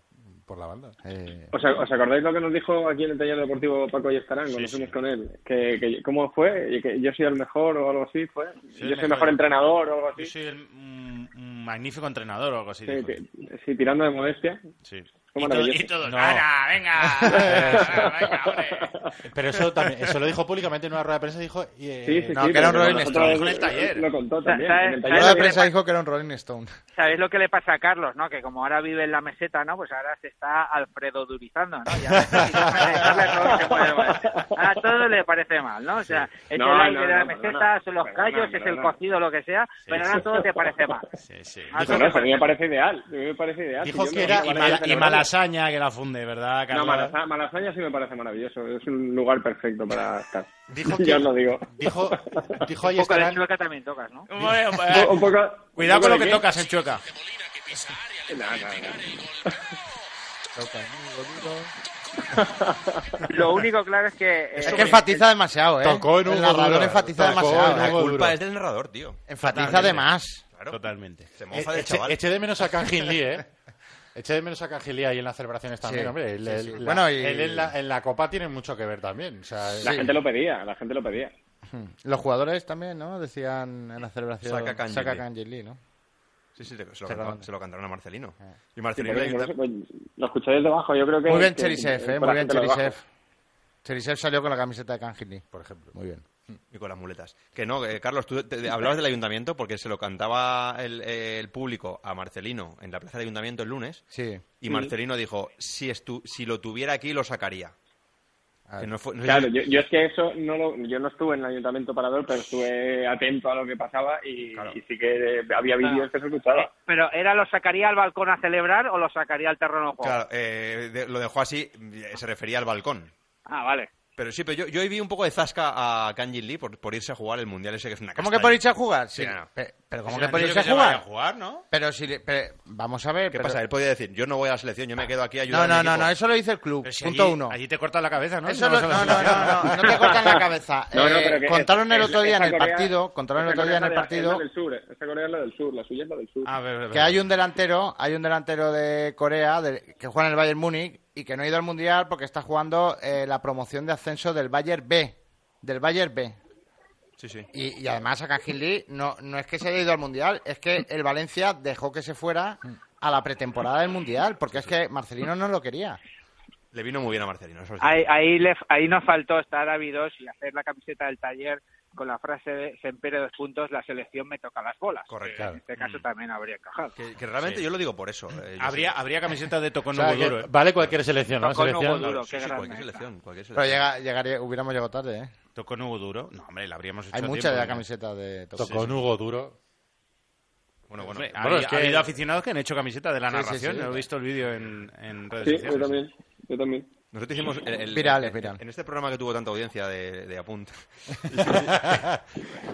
Speaker 1: por la banda.
Speaker 3: Eh,
Speaker 4: ¿Os, ac- os acordáis lo que nos dijo aquí en el taller deportivo Paco Yescarán cuando fuimos con él? Que, que- ¿Cómo fue? Y Que yo soy el mejor o algo así, ¿fue?
Speaker 5: el
Speaker 4: yo soy el
Speaker 5: mejor.
Speaker 4: mejor entrenador o algo así.
Speaker 5: Yo soy el- un, un magnífico entrenador o algo así.
Speaker 4: Sí,
Speaker 5: dijo.
Speaker 4: que- sí, tirando de modestia.
Speaker 5: Sí.
Speaker 4: Fue
Speaker 5: Y, todo,
Speaker 4: maravilloso.
Speaker 5: y todos,
Speaker 1: No.
Speaker 5: "Ana, venga! venga, venga, ole".
Speaker 1: Pero eso también, eso lo dijo públicamente en una rueda de prensa. Dijo, y, eh,
Speaker 4: Sí, sí,
Speaker 3: no,
Speaker 4: sí,
Speaker 3: que era un
Speaker 4: pero
Speaker 3: Rolling
Speaker 4: nosotros
Speaker 5: Stone, en el taller.
Speaker 4: Lo contó
Speaker 7: Sa-
Speaker 4: también.
Speaker 7: ¿sabes-
Speaker 4: en
Speaker 3: la
Speaker 4: el
Speaker 7: sabes
Speaker 3: rueda de
Speaker 4: taller
Speaker 7: que
Speaker 4: de-
Speaker 7: le
Speaker 3: prensa
Speaker 7: pa-
Speaker 3: dijo que era un Rolling Stone.
Speaker 7: ¿Sabéis lo que le pasa a Carlos, no? Que como ahora vive en la meseta, ¿no? Pues ahora se está Alfredo durizando, ¿no? Y a veces, si no puede darle todo lo que puede, bueno. a todo le parece mal, ¿no? O sea, es
Speaker 4: No,
Speaker 7: el aire
Speaker 4: no,
Speaker 7: de la
Speaker 4: no,
Speaker 7: meseta,
Speaker 4: perdona.
Speaker 7: son los
Speaker 4: Perdona,
Speaker 7: callos, es el
Speaker 4: perdona.
Speaker 7: cocido, lo que sea, pero ahora todo te parece
Speaker 4: (laughs)
Speaker 7: mal.
Speaker 5: Sí, sí.
Speaker 7: Ah,
Speaker 4: No, no, a mí me parece ideal. A mí me parece ideal.
Speaker 1: Dijo
Speaker 4: Si Ah, yo
Speaker 1: que
Speaker 4: me-
Speaker 1: era-
Speaker 4: me
Speaker 5: Y,
Speaker 4: parece
Speaker 5: mala- y
Speaker 4: fenomenal.
Speaker 5: Malasaña que la funde,
Speaker 4: No,
Speaker 5: ¿verdad, Carlos?
Speaker 4: Malaza- Malasaña sí me parece maravilloso. Es un lugar perfecto para estar. (laughs)
Speaker 1: Dijo
Speaker 4: Yo
Speaker 1: que-
Speaker 4: os lo digo.
Speaker 1: Dijo, dijo
Speaker 7: Un poco de
Speaker 1: Ayestarán-
Speaker 7: chueca también tocas, ¿no?
Speaker 5: Bueno, pues,
Speaker 4: Un poco-
Speaker 5: Cuidado
Speaker 4: un poco
Speaker 5: con lo
Speaker 4: de
Speaker 5: que
Speaker 4: qué.
Speaker 5: tocas en Chueca.
Speaker 4: No, no, no.
Speaker 7: (laughs) Lo único claro es que... eh,
Speaker 3: Es que enfatiza demasiado, ¿eh?
Speaker 1: Tocó en un
Speaker 3: El narrador
Speaker 1: gorro.
Speaker 3: enfatiza
Speaker 1: Tocó en
Speaker 3: demasiado.
Speaker 1: un
Speaker 3: ¿eh?
Speaker 2: La
Speaker 1: Algo duro.
Speaker 2: culpa es del narrador, tío.
Speaker 3: Enfatiza de más.
Speaker 2: Claro.
Speaker 5: Totalmente.
Speaker 2: Se
Speaker 1: Eh,
Speaker 2: mofa del
Speaker 1: eche,
Speaker 2: chaval.
Speaker 1: eche de menos a Kangin Lee, ¿eh? Eche de menos a Kangin Lee ahí en las celebraciones también,
Speaker 3: Sí,
Speaker 1: hombre. Él,
Speaker 3: sí,
Speaker 1: él-
Speaker 3: sí.
Speaker 1: la-
Speaker 3: Bueno, y-
Speaker 1: él en, la, en la copa tiene mucho que ver también. O sea,
Speaker 4: La
Speaker 1: sí.
Speaker 4: gente lo pedía, la gente lo pedía.
Speaker 3: Los jugadores también, ¿no? Decían en la celebración.
Speaker 2: Saca Kangin Lee".
Speaker 3: Kangin Lee, ¿no?
Speaker 2: Sí, sí, se lo,
Speaker 3: Seguramente.
Speaker 2: se lo cantaron a Marcelino.
Speaker 3: Ah.
Speaker 2: Y
Speaker 4: Sí,
Speaker 2: Marcelino
Speaker 4: por
Speaker 2: le
Speaker 4: eso, por
Speaker 2: grita-
Speaker 4: eso, pues, lo escucháis debajo, yo creo que...
Speaker 1: Pues,
Speaker 3: Muy bien
Speaker 4: que-
Speaker 3: Cherisev,
Speaker 4: que
Speaker 3: ¿eh?
Speaker 4: por
Speaker 3: Muy
Speaker 4: la
Speaker 3: bien
Speaker 4: gente lo baja.
Speaker 3: Cherisev. Cherisev salió con la camiseta de Kangin Lee.
Speaker 1: Por ejemplo.
Speaker 3: Muy bien.
Speaker 2: y con las muletas. Que no, eh, Carlos, tú te- te- hablabas del ayuntamiento porque se lo cantaba el, eh, el público a Marcelino en la plaza del ayuntamiento el lunes.
Speaker 3: Sí.
Speaker 2: Y Marcelino dijo, si, estu- si lo tuviera aquí, lo sacaría.
Speaker 3: Ah.
Speaker 2: Que no fue- no-
Speaker 4: Claro, yo, yo es que eso no lo... Yo no estuve en el ayuntamiento parador, pero estuve atento a lo que pasaba y, y sí que eh, había vídeos que se escuchaba.
Speaker 7: eh, Pero era lo sacaría al balcón a celebrar o lo sacaría al terreno de juego.
Speaker 2: Claro, eh, de- lo dejó así, eh, se refería al balcón.
Speaker 7: Ah, vale.
Speaker 2: Pero sí, pero yo, yo hoy vi un poco de zasca a Kanjin Lee por, por irse a jugar el mundial ese que es una
Speaker 3: ¿Cómo
Speaker 2: castaña.
Speaker 3: que por irse a jugar? Sí.
Speaker 2: Sí, no.
Speaker 3: Pe- Pero ¿cómo
Speaker 5: Pues
Speaker 3: que
Speaker 5: han
Speaker 3: por
Speaker 5: dicho
Speaker 3: irse a
Speaker 5: que se vaya
Speaker 3: jugar?
Speaker 5: ¿no?
Speaker 3: Pero si le- pero- vamos a ver.
Speaker 2: ¿Qué
Speaker 3: pero- Ah.
Speaker 2: pasa? Él podía decir, yo no voy a la selección, yo me quedo aquí
Speaker 3: No,
Speaker 2: ayudando.
Speaker 3: no,
Speaker 2: al
Speaker 3: no,
Speaker 2: equipo".
Speaker 3: no, eso lo dice el club.
Speaker 5: Pero si
Speaker 3: punto
Speaker 5: allí-
Speaker 3: uno.
Speaker 5: Allí te cortan la cabeza, ¿no?
Speaker 3: Eso
Speaker 5: No
Speaker 3: lo- no,
Speaker 5: vas a la
Speaker 3: no,
Speaker 5: selección.
Speaker 3: no, no, no te cortan la cabeza.
Speaker 4: No, no,
Speaker 3: Eh,
Speaker 4: pero que-
Speaker 3: contaron el
Speaker 4: es-
Speaker 3: otro
Speaker 4: es-
Speaker 3: día en
Speaker 4: esa
Speaker 3: el
Speaker 4: Corea-
Speaker 3: partido, contaron el
Speaker 4: esa
Speaker 3: otro día en
Speaker 4: Corea
Speaker 3: el
Speaker 4: es la- es la
Speaker 3: partido
Speaker 4: del sur, esa Corea es la del sur, la suya es la del sur.
Speaker 5: A ver, a ver,
Speaker 3: que
Speaker 5: a ver.
Speaker 3: hay un delantero, hay un delantero de Corea de- que juega en el Bayern Múnich y que no ha ido al Mundial porque está jugando eh, la promoción de ascenso del Bayern B, del Bayern B.
Speaker 2: Sí, sí.
Speaker 3: Y, y además a Kangin Lee no, no es que se haya ido al Mundial, es que el Valencia dejó que se fuera a la pretemporada del Mundial, porque es que Marcelino no lo quería.
Speaker 2: Le vino muy bien a Marcelino. Eso sí.
Speaker 3: Ah,
Speaker 7: Ahí, ahí, le, ahí nos faltó estar ávidos y hacer la camiseta del taller con la frase de Sempere dos puntos, la selección me toca las bolas.
Speaker 2: Correcto.
Speaker 7: Que En este caso también habría encajado.
Speaker 2: Que, que realmente yo lo digo por eso. eh, yo
Speaker 5: Habría,
Speaker 2: sí.
Speaker 5: habría camisetas de
Speaker 1: O
Speaker 5: Tocón
Speaker 1: sea, que
Speaker 5: Duro. ¿eh?
Speaker 1: vale cualquier selección, ¿no?
Speaker 7: Tocó Novo
Speaker 1: Selección.
Speaker 7: Duro.
Speaker 2: Sí,
Speaker 7: qué
Speaker 2: sí,
Speaker 7: grande ¿eh?
Speaker 2: cualquier
Speaker 7: está.
Speaker 2: selección, cualquier
Speaker 3: Pero
Speaker 2: selección.
Speaker 3: llega, llegaría, hubiéramos llegado tarde, ¿eh?
Speaker 5: Tocón Hugo Duro. No, hombre, la habríamos hecho
Speaker 3: Hay
Speaker 5: a
Speaker 3: mucha
Speaker 5: tiempo,
Speaker 3: de la
Speaker 5: ¿no?
Speaker 3: camiseta de Tokio.
Speaker 1: Tocó un Hugo duro.
Speaker 2: Bueno, bueno.
Speaker 5: Hombre, ha,
Speaker 1: Bueno, es
Speaker 5: ha
Speaker 1: que-
Speaker 5: habido aficionados que han hecho camisetas de la
Speaker 3: Sí, sí,
Speaker 5: narración.
Speaker 3: sí.
Speaker 5: He visto el vídeo en, en redes
Speaker 4: Sí,
Speaker 5: sociales.
Speaker 4: yo también, yo también.
Speaker 2: Nosotros hicimos el, el-
Speaker 3: Viral, es
Speaker 2: en-
Speaker 3: viral.
Speaker 2: En este programa que tuvo tanta audiencia de, de
Speaker 3: (laughs)
Speaker 2: Apunt.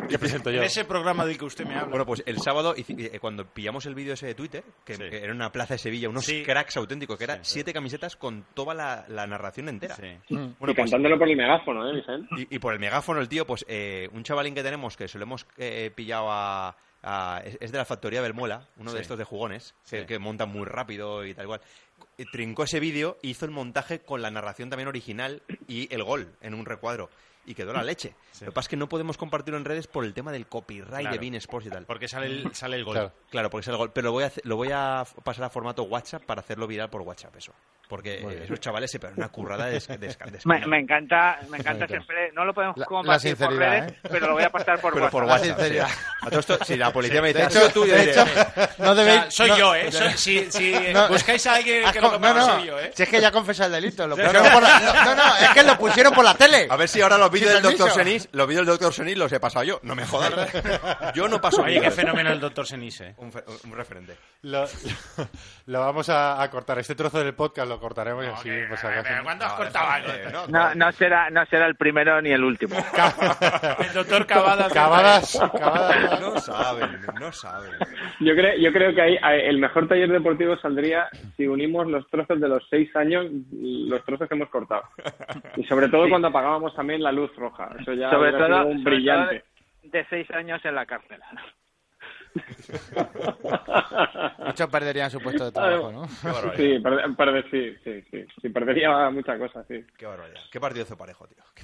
Speaker 1: ¿Qué presento yo?
Speaker 5: En ese programa del que usted me habla.
Speaker 2: Bueno, pues el sábado, hici- eh, cuando pillamos el vídeo ese de Twitter, que
Speaker 5: Sí.
Speaker 2: que era en una plaza de Sevilla, unos
Speaker 5: Sí.
Speaker 2: cracks auténticos, que eran siete camisetas con toda la, la narración entera.
Speaker 5: Sí.
Speaker 4: y cantándolo por el megáfono, ¿eh, Vicente?
Speaker 2: Y, y por el megáfono, el tío, pues eh, un chavalín que tenemos que se lo hemos eh, pillado a. a- es, es de la factoría Belmuela, uno
Speaker 5: Sí.
Speaker 2: de estos de jugones, que-
Speaker 5: Sí.
Speaker 2: que montan muy rápido y tal cual. Y Trincó ese vídeo, hizo el montaje con la narración también original y el gol en un recuadro. Y quedó la leche.
Speaker 5: Sí.
Speaker 2: Lo que pasa es que no podemos compartirlo en redes por el tema del copyright de
Speaker 5: Claro.
Speaker 2: Bean Sports y tal.
Speaker 5: Porque sale el, sale el gol.
Speaker 1: Claro.
Speaker 2: Claro, porque es el gol. Pero lo voy, a, hacer- lo voy a f- pasar a formato WhatsApp para hacerlo viral por WhatsApp, eso. Porque eh, esos chavales se pegan una currada de, de,
Speaker 5: (laughs)
Speaker 7: Me, me encanta, me encanta
Speaker 1: Ahí está.
Speaker 7: siempre. No lo podemos
Speaker 3: La- la
Speaker 7: compartir por
Speaker 3: sinceridad,
Speaker 7: redes,
Speaker 3: ¿eh?
Speaker 7: pero lo voy a pasar por
Speaker 2: Pero por
Speaker 7: WhatsApp.
Speaker 2: WhatsApp.
Speaker 3: Sinceridad.
Speaker 2: sí. A todo esto, si la policía me dice,
Speaker 3: De
Speaker 2: "Ha sido
Speaker 3: hecho,
Speaker 2: tú", yo
Speaker 3: de
Speaker 2: diré,
Speaker 3: hecho, no
Speaker 5: O
Speaker 3: debéis...
Speaker 5: sea, soy
Speaker 3: no-
Speaker 5: yo,
Speaker 3: (laughs)
Speaker 5: ¿eh? Soy- si si eh,
Speaker 3: No.
Speaker 5: buscáis a alguien
Speaker 3: Has
Speaker 5: que
Speaker 3: com-
Speaker 5: lo
Speaker 3: no,
Speaker 5: comparta,
Speaker 3: no,
Speaker 5: soy yo, ¿eh?
Speaker 3: si es que ya confesó el delito. Lo pusieron por la-
Speaker 5: (laughs)
Speaker 3: no, no, es que lo pusieron por la (laughs) tele.
Speaker 2: "Eh, A ver si ahora los vídeos
Speaker 3: Sin
Speaker 2: del doctor
Speaker 3: permiso.
Speaker 2: Senís, los vídeos del doctor Senís los he pasado yo. No me jodas. Yo no paso
Speaker 5: Oye, qué
Speaker 2: vídeos.
Speaker 5: fenómeno el doctor Senise.
Speaker 2: Un, fe- un referente.
Speaker 1: Lo, (laughs) lo vamos a, a cortar. Este trozo del podcast lo cortaremos y así. pues, acaso-
Speaker 5: Pero ¿cuándo has
Speaker 2: No,
Speaker 5: cortado algo?
Speaker 2: eh, no,
Speaker 7: No, no será, no será el primero ni el último.
Speaker 5: El doctor Cavadas.
Speaker 1: (laughs)
Speaker 5: (laughs)
Speaker 1: Cavadas, cavadas.
Speaker 2: no saben, no saben.
Speaker 4: Yo creo, yo creo que ahí ahí el mejor taller deportivo saldría si unimos los trozos de los seis años, los trozos que hemos cortado. Y sobre todo cuando apagábamos también la luz roja. Eso ya
Speaker 7: Sobre
Speaker 4: hubiera sido
Speaker 7: todo,
Speaker 4: un
Speaker 7: sobre
Speaker 4: brillante.
Speaker 7: Eh, todo de seis años en la cárcel.
Speaker 3: Muchos perderían su puesto de trabajo, ¿no?
Speaker 2: Qué barbaridad.
Speaker 4: Sí, perder, perder- sí, sí, sí, sí, perdería muchas cosas, sí.
Speaker 2: Qué barbaridad. Qué partidazo parejo, tío. Qué,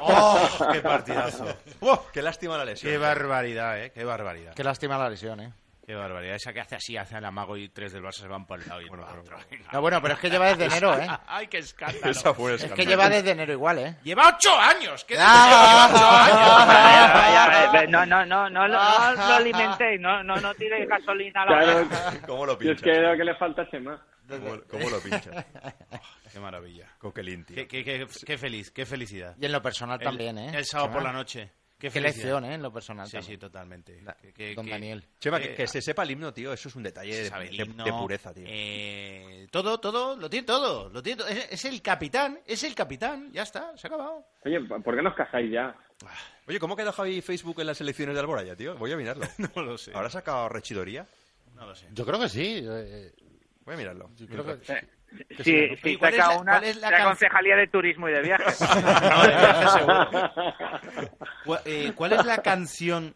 Speaker 5: ¡Oh!
Speaker 2: qué partidazo. (laughs) Uf, Oh, qué lástima la lesión.
Speaker 5: Qué barbaridad, eh. Qué barbaridad.
Speaker 3: Qué lástima la lesión, ¿eh?
Speaker 5: Qué barbaridad. Esa que hace así, hace el amago y tres del Barça se van por el lado y bueno, otro.
Speaker 3: No, bueno, pero es que lleva desde enero, ¿eh?
Speaker 5: Ay, qué
Speaker 2: (laughs)
Speaker 5: escándalo.
Speaker 2: Esa fue
Speaker 3: Es que lleva desde enero igual, ¿eh?
Speaker 5: Lleva ocho años. ¿Qué
Speaker 3: Ah.
Speaker 5: dices? Lleva ocho años.
Speaker 7: Ah, eh, eh, No, no, no, no, lo- no lo alimentéis, no, no, no tiréis gasolina a la
Speaker 4: Claro,
Speaker 2: (laughs) ¿Cómo lo
Speaker 4: y es
Speaker 2: pinchas?
Speaker 4: que lo que le falta es más.
Speaker 2: ¿Cómo, cómo lo pinchas?
Speaker 3: ah.
Speaker 5: Qué maravilla.
Speaker 2: Coquelín, tío.
Speaker 5: Qué, qué- qué- qué feliz, qué felicidad.
Speaker 3: Y en lo personal
Speaker 5: El-
Speaker 3: también, ¿eh?
Speaker 5: El sábado por la
Speaker 3: Chema,
Speaker 5: noche. Qué,
Speaker 3: Qué
Speaker 5: felicidad.
Speaker 3: lección, ¿eh? En lo personal
Speaker 5: Sí, sí,
Speaker 3: también.
Speaker 5: totalmente.
Speaker 3: Da-
Speaker 5: Qué- qué-
Speaker 3: Don
Speaker 5: qué-
Speaker 3: Daniel.
Speaker 2: Chema,
Speaker 5: qué-
Speaker 2: que, que se sepa el himno, tío. Eso es un detalle de,
Speaker 5: sabe el
Speaker 2: de-
Speaker 5: himno,
Speaker 2: de pureza, tío.
Speaker 5: eh, todo, todo, lo tiene todo. Lo tiene todo. Es, es el capitán, es el capitán. Ya está,
Speaker 2: (laughs)
Speaker 5: se ha acabado.
Speaker 4: Oye, ¿por qué no os casáis ya?
Speaker 2: Oye, ¿cómo queda Javi Facebook en las elecciones de Alboraya, tío? Voy a mirarlo.
Speaker 5: No lo sé.
Speaker 2: ¿Habrá sacado rechidoría?
Speaker 5: No lo sé.
Speaker 1: Yo creo que sí. eh,
Speaker 2: Voy a mirarlo.
Speaker 1: yo creo que-
Speaker 7: Si,
Speaker 1: sí, ¿no?
Speaker 5: ¿Y
Speaker 7: si
Speaker 5: cuál es
Speaker 7: saca
Speaker 5: la-
Speaker 7: una,
Speaker 5: cuál es la
Speaker 7: la
Speaker 5: can-
Speaker 7: concejalía de turismo y de viajes.
Speaker 5: No,
Speaker 2: (laughs)
Speaker 5: de viaje seguro. ¿Cuál, eh, cuál es la canción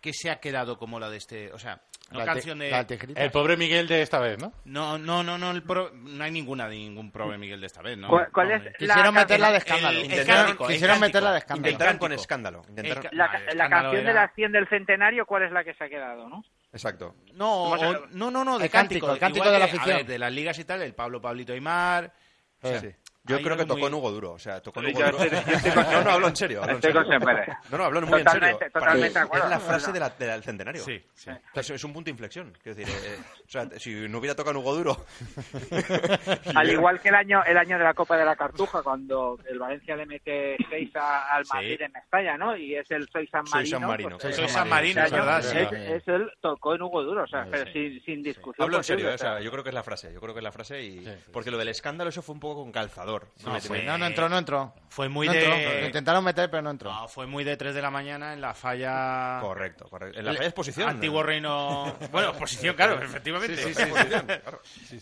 Speaker 5: que se ha quedado como la de este? O sea, no
Speaker 3: La te-
Speaker 5: canción de.
Speaker 3: la tijerita.
Speaker 1: El pobre Miguel de esta vez, ¿no?
Speaker 5: No, no, no, no, el pro- no hay ninguna de ningún problema Miguel de esta vez, ¿no?
Speaker 7: ¿Cuál- cuál
Speaker 5: No, eh,
Speaker 7: es
Speaker 5: no,
Speaker 3: Quisieron
Speaker 7: la
Speaker 3: meterla de
Speaker 7: canción-
Speaker 3: escándalo.
Speaker 5: el- el
Speaker 3: Intentaron-
Speaker 5: cántico, el
Speaker 3: Quisieron
Speaker 5: cántico.
Speaker 3: meterla de escándalo.
Speaker 5: Intenta-
Speaker 2: Intentaron con
Speaker 5: cántico.
Speaker 2: escándalo. Intentaron-
Speaker 5: ca-
Speaker 7: La,
Speaker 5: No, el
Speaker 7: la canción
Speaker 5: escándalo
Speaker 7: de
Speaker 5: era-
Speaker 7: las 100 del centenario, ¿cuál es la que se ha
Speaker 5: (laughs)
Speaker 7: quedado, no?
Speaker 2: Exacto.
Speaker 5: No,
Speaker 7: Vamos a ver.
Speaker 5: o- no, no, no, de
Speaker 3: El cántico,
Speaker 5: cántico.
Speaker 3: el cántico
Speaker 5: igual
Speaker 3: de la
Speaker 5: que, a
Speaker 3: afición.
Speaker 5: ver, de las ligas y tal, el Pablo Pablito Aymar. o sea,
Speaker 2: Sí. Yo
Speaker 5: hay
Speaker 2: creo que
Speaker 5: algo
Speaker 2: tocó
Speaker 5: muy-
Speaker 2: en Hugo Duro. O sea, tocó en
Speaker 7: Yo
Speaker 2: Hugo Duro.
Speaker 7: estoy-
Speaker 2: (laughs)
Speaker 7: yo estoy con-
Speaker 2: no, no, hablo en serio. hablo en
Speaker 7: Estoy
Speaker 2: serio.
Speaker 7: con Sempere.
Speaker 2: No, no, hablo muy en serio.
Speaker 7: Totalmente, totalmente de acuerdo.
Speaker 2: es la
Speaker 7: No,
Speaker 2: frase
Speaker 7: no.
Speaker 2: de la- de la- del centenario.
Speaker 5: Sí, sí.
Speaker 2: Es, es un punto de inflexión. Quiero decir, eh, eh, o sea, si no hubiera tocado en Hugo Duro.
Speaker 7: (laughs)
Speaker 2: (laughs)
Speaker 7: Al igual que el año el año de la Copa de la Cartuja, cuando el Valencia le mete 6 al
Speaker 5: Sí.
Speaker 7: Madrid en Mestalla, ¿no? Y es el Soy San Marino.
Speaker 2: Soy San Marino.
Speaker 7: pues,
Speaker 5: Soy
Speaker 7: eh,
Speaker 5: San Marino,
Speaker 7: ese
Speaker 5: es verdad,
Speaker 7: año
Speaker 5: sí.
Speaker 7: Es, es el tocó en Hugo Duro, o sea, pero sin, sin discusión.
Speaker 2: Hablo en
Speaker 7: posible,
Speaker 2: serio, eh,
Speaker 7: o
Speaker 2: o
Speaker 7: sea.
Speaker 2: sea, yo creo que es la frase, yo creo que es la frase y... Porque lo del escándalo eso fue un poco con calzador.
Speaker 5: No, fue-
Speaker 3: Pues No, no entró, no entró.
Speaker 5: Fue muy
Speaker 3: No
Speaker 5: de-
Speaker 3: entró. Lo intentaron meter, pero no entró.
Speaker 5: No, fue muy de 3 de la mañana en la falla.
Speaker 2: Correcto, correcto. En la falla exposición.
Speaker 5: Antiguo reino. Bueno, posición, claro, efectivamente.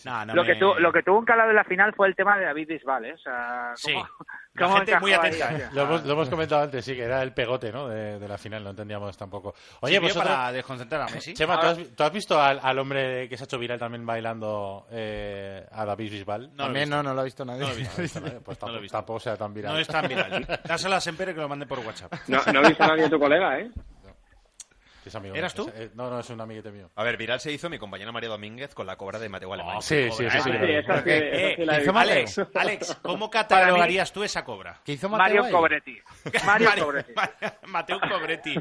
Speaker 5: No, no
Speaker 7: lo,
Speaker 5: me-
Speaker 7: que tuvo, lo que tuvo un calado en la final fue el tema de David Bisbal, ¿eh? O sea,
Speaker 5: Sí.
Speaker 7: ¿cómo-
Speaker 5: La
Speaker 7: cómo
Speaker 5: gente
Speaker 7: encajó
Speaker 5: muy
Speaker 7: ahí?
Speaker 5: atenta,
Speaker 7: O
Speaker 5: ¿eh?
Speaker 7: sea,
Speaker 1: Lo hemos, lo hemos comentado antes, sí, que era el pegote, ¿no? De, de la final, no entendíamos tampoco. Oye,
Speaker 5: Oye, pues
Speaker 1: vosotros...
Speaker 5: para desconcentrar a Messi.
Speaker 1: Chema, ¿tú has, tú has visto al, al hombre que se ha hecho viral también bailando eh, a David Bisbal?
Speaker 5: No lo he
Speaker 3: También
Speaker 5: visto.
Speaker 3: no, no lo ha visto nadie.
Speaker 5: No lo he visto.
Speaker 1: Pues tampoco,
Speaker 5: (laughs) No lo he visto.
Speaker 1: tampoco sea tan viral.
Speaker 5: No es tan viral. (laughs) Dáselo a Sempere que lo mande por WhatsApp.
Speaker 4: No, no he visto a nadie de tu colega, ¿eh?
Speaker 1: Es amigo
Speaker 5: ¿Eras
Speaker 1: mío,
Speaker 5: tú?
Speaker 1: es- eh, no, no, es un amiguete mío.
Speaker 2: A ver, viral se hizo mi compañera María Domínguez con la cobra de Mateo Alemán.
Speaker 1: sí, sí, sí,
Speaker 4: Ah,
Speaker 1: sí.
Speaker 4: sí,
Speaker 1: claro.
Speaker 4: esa sí, esa sí la
Speaker 3: ¿qué
Speaker 4: he visto.
Speaker 3: más?
Speaker 5: Alex, Eh,
Speaker 4: (laughs)
Speaker 5: Alex, ¿cómo catalogarías tú esa cobra?
Speaker 3: ¿Qué hizo Mateo
Speaker 7: Mario
Speaker 3: ahí?
Speaker 7: Cobretti.
Speaker 5: (laughs)
Speaker 7: Mario Cobretti.
Speaker 5: Mateo Cobretti.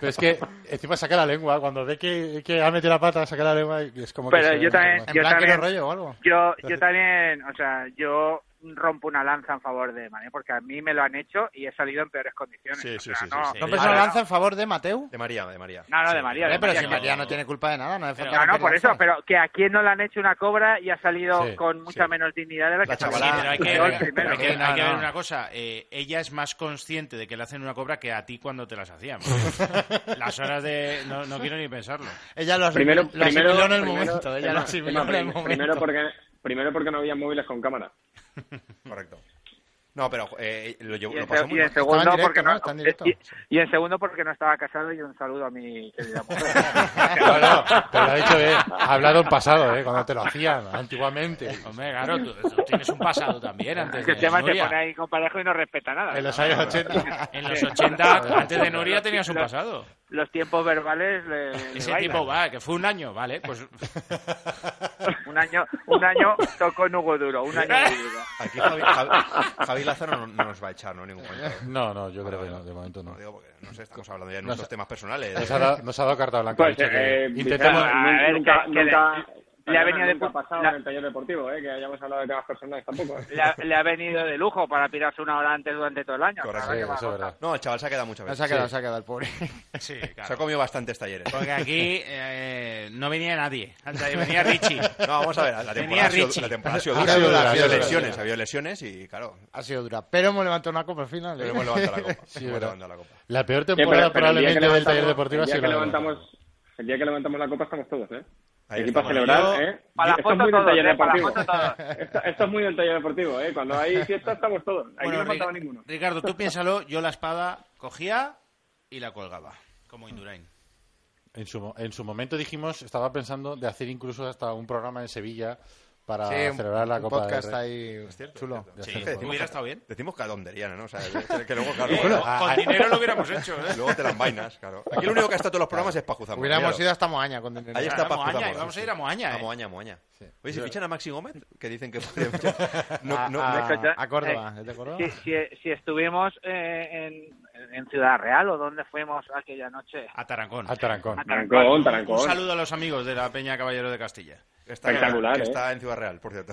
Speaker 1: Pero es que encima saca la lengua. Cuando ve que, que ha metido la pata, saca la lengua y es como que...
Speaker 7: Pero
Speaker 1: se-
Speaker 7: yo también-
Speaker 3: En
Speaker 7: Yo
Speaker 3: plan, quiero
Speaker 7: también-
Speaker 3: rollo o algo.
Speaker 7: Yo, yo también, o sea, yo rompo una lanza en favor de Mané, porque a mí me lo han hecho y he salido en peores condiciones.
Speaker 2: Sí,
Speaker 7: o
Speaker 2: sí,
Speaker 7: sea,
Speaker 2: sí, sí,
Speaker 7: no,
Speaker 2: sí.
Speaker 3: No,
Speaker 7: no,
Speaker 3: pero se
Speaker 7: no,
Speaker 3: lo lanza en favor de Mateu.
Speaker 2: De María, de María.
Speaker 7: No, no, de María. de
Speaker 3: Eh, pero si
Speaker 7: María,
Speaker 3: María no tiene culpa de nada, no hace falta
Speaker 7: Ah, No, no,
Speaker 3: romper
Speaker 7: por eso,
Speaker 3: lanzas.
Speaker 7: pero que a quien no le han hecho una cobra y ha salido
Speaker 1: Sí,
Speaker 7: con mucha
Speaker 2: sí.
Speaker 7: menos dignidad de la que
Speaker 2: La
Speaker 7: salió
Speaker 5: Sí,
Speaker 2: chavalada.
Speaker 5: pero hay
Speaker 7: el
Speaker 5: que,
Speaker 7: primero.
Speaker 5: hay
Speaker 3: Sí,
Speaker 5: que-
Speaker 3: no,
Speaker 4: Ah,
Speaker 5: hay que ver
Speaker 3: no.
Speaker 5: una cosa. eh, ella es más consciente de que le hacen una cobra que a ti cuando te las hacían.
Speaker 1: (laughs)
Speaker 5: las horas de... No, no quiero ni pensarlo.
Speaker 3: Ella lo, asimil-
Speaker 4: Primero,
Speaker 3: lo
Speaker 4: primero,
Speaker 3: asimiló en el
Speaker 4: primero-
Speaker 3: momento. Ella lo
Speaker 4: Emma,
Speaker 3: asimiló
Speaker 4: Emma,
Speaker 3: en el momento.
Speaker 4: primero porque primero porque no había móviles con cámara.
Speaker 2: Correcto. No, pero eh, lo, llevó,
Speaker 7: Y
Speaker 2: lo
Speaker 7: en,
Speaker 2: pasó
Speaker 7: se-
Speaker 2: muy
Speaker 7: y en
Speaker 2: mal.
Speaker 3: en
Speaker 7: segundo
Speaker 3: directo,
Speaker 7: porque
Speaker 3: ¿no?
Speaker 7: no,
Speaker 3: Está en directo.
Speaker 7: y, y en segundo porque no estaba casado y un saludo a mi
Speaker 2: (laughs)
Speaker 7: querida mujer.
Speaker 1: (laughs) No, no, pero lo ha dicho bien. Ha hablado en pasado, ¿eh? Cuando te lo hacían, antiguamente.
Speaker 5: Hombre, claro, tú, tú tienes un pasado también antes de
Speaker 7: que el tema se
Speaker 5: Nuria.
Speaker 7: pone ahí con parejo y no respeta nada.
Speaker 1: En los años 80.
Speaker 5: En los 80, antes de Nuria, tenías un pasado.
Speaker 7: Los tiempos verbales le, le
Speaker 5: Ese
Speaker 7: bailan.
Speaker 5: tipo va, que fue un año, vale, pues...
Speaker 7: Un año, un año tocó en Hugo Duro, un
Speaker 2: (laughs)
Speaker 7: año Hugo Duro.
Speaker 2: Aquí Javi, Javi- Javi Lázaro no, no nos va a echar, ¿no? En Ningún momento.
Speaker 1: No, no, yo creo que no, de momento no.
Speaker 2: No digo porque, no sé, estamos hablando ya de nuestros temas personales.
Speaker 1: Nos ha dado, nos ha dado carta blanca.
Speaker 4: Pues
Speaker 1: ha dicho que
Speaker 4: eh,
Speaker 1: intentemos...
Speaker 4: Vicente,
Speaker 7: A ver,
Speaker 4: nunca,
Speaker 7: que- que
Speaker 4: nunca-
Speaker 7: le- le ha venido de
Speaker 4: nunca
Speaker 7: pu-
Speaker 4: ha pasado
Speaker 7: la-
Speaker 4: en el taller deportivo, eh, que hayamos hablado de temas personales
Speaker 1: (laughs)
Speaker 4: tampoco.
Speaker 1: Pues
Speaker 4: eh.
Speaker 7: Le ha, le ha venido de lujo para pirarse una hora antes durante todo el año.
Speaker 2: Correcto.
Speaker 7: Claro que
Speaker 1: Sí,
Speaker 7: va a
Speaker 1: eso es
Speaker 7: contar.
Speaker 1: verdad.
Speaker 2: No, el chaval se ha quedado muchas
Speaker 3: No
Speaker 2: veces.
Speaker 3: se ha quedado, se ha quedado el pobre.
Speaker 5: Sí,
Speaker 2: Se ha
Speaker 5: claro.
Speaker 2: comido bastantes talleres.
Speaker 5: Porque aquí eh, no venía nadie. Antes
Speaker 1: (laughs)
Speaker 5: de- Venía Richie.
Speaker 2: No, vamos a ver, la temporada,
Speaker 5: Venía
Speaker 2: ha sido,
Speaker 5: Richie.
Speaker 2: la temporada ha sido
Speaker 3: Ha
Speaker 2: dura, ha habido
Speaker 3: sido dura, ha sido dura.
Speaker 2: lesiones, ha habido lesiones y claro,
Speaker 3: (laughs) Ha sido dura. Pero hemos levantado una copa al final. ¿eh?
Speaker 2: pero hemos levantado la copa.
Speaker 1: Sí,
Speaker 2: hemos
Speaker 1: verdad.
Speaker 2: levantado la copa.
Speaker 1: La peor
Speaker 4: Sí, pero-
Speaker 1: temporada
Speaker 4: pero el día que
Speaker 1: probablemente del taller
Speaker 4: levantamos-
Speaker 1: deportivo ha
Speaker 4: el día
Speaker 1: sido
Speaker 4: que
Speaker 1: la de-
Speaker 4: levantamos el día que levantamos la copa estamos todos, ¿eh?
Speaker 2: Ahí
Speaker 4: Aquí para
Speaker 2: estamos.
Speaker 4: celebrar,
Speaker 5: Yo-
Speaker 4: ¿eh?
Speaker 7: Para la
Speaker 4: Esto es
Speaker 7: foto
Speaker 4: muy del
Speaker 7: todos,
Speaker 4: taller
Speaker 7: ¿eh? Para la
Speaker 4: deportivo.
Speaker 7: foto
Speaker 4: (laughs)
Speaker 7: todos.
Speaker 4: Esto, esto es muy del taller deportivo, ¿eh? Cuando hay fiesta estamos todos. Aquí
Speaker 5: Bueno,
Speaker 4: no faltaba
Speaker 5: Rica-
Speaker 4: ninguno.
Speaker 5: Ricardo, tú piénsalo, yo la espada cogía y la colgaba.
Speaker 1: (laughs)
Speaker 5: Como Indurain.
Speaker 1: En su, mo- en su momento dijimos, estaba pensando de hacer incluso hasta un programa en Sevilla para
Speaker 3: Sí, un-
Speaker 1: celebrar la
Speaker 3: un
Speaker 1: Copa del
Speaker 3: podcast
Speaker 1: Rey.
Speaker 3: ahí chulo.
Speaker 1: Ya
Speaker 5: Sí,
Speaker 1: está,
Speaker 2: decimos que-
Speaker 5: hubiera estado bien.
Speaker 2: Decimos calonderiana, ¿no? O sea, que que luego, claro,
Speaker 5: Eh,
Speaker 2: bueno,
Speaker 5: con dinero lo hubiéramos hecho, ¿eh?
Speaker 2: luego te las vainas, claro. Aquí lo único que ha estado en todos los programas es Pajuzamo.
Speaker 3: Hubiéramos ido hasta Moaña con dinero.
Speaker 2: Ahí
Speaker 5: Claro,
Speaker 2: está
Speaker 5: a Moaña,
Speaker 2: Pajuzamo.
Speaker 5: y vamos a ir a Moaña,
Speaker 2: A
Speaker 5: ¿eh?
Speaker 2: Moaña, a Moaña.
Speaker 1: Sí.
Speaker 2: Oye, si
Speaker 1: Yo- Ah.
Speaker 2: fichan a Maxi Gómez, que dicen
Speaker 1: (laughs)
Speaker 2: que puede fichar. No,
Speaker 3: a,
Speaker 2: no,
Speaker 3: a-
Speaker 2: no.
Speaker 7: no.
Speaker 3: a Córdoba, ¿es de Córdoba?
Speaker 7: Si, si- si estuvimos eh, en, en Ciudad Real o donde fuimos aquella noche.
Speaker 5: A Tarancón.
Speaker 1: Al Tarancón.
Speaker 7: A
Speaker 4: Tarancón,
Speaker 5: Un
Speaker 4: Tarancón.
Speaker 5: saludo a los amigos de la Peña Caballero de Castilla.
Speaker 2: Está-
Speaker 4: Espectacular,
Speaker 2: que
Speaker 4: ¿eh?
Speaker 2: está en Ciudad Real, por cierto.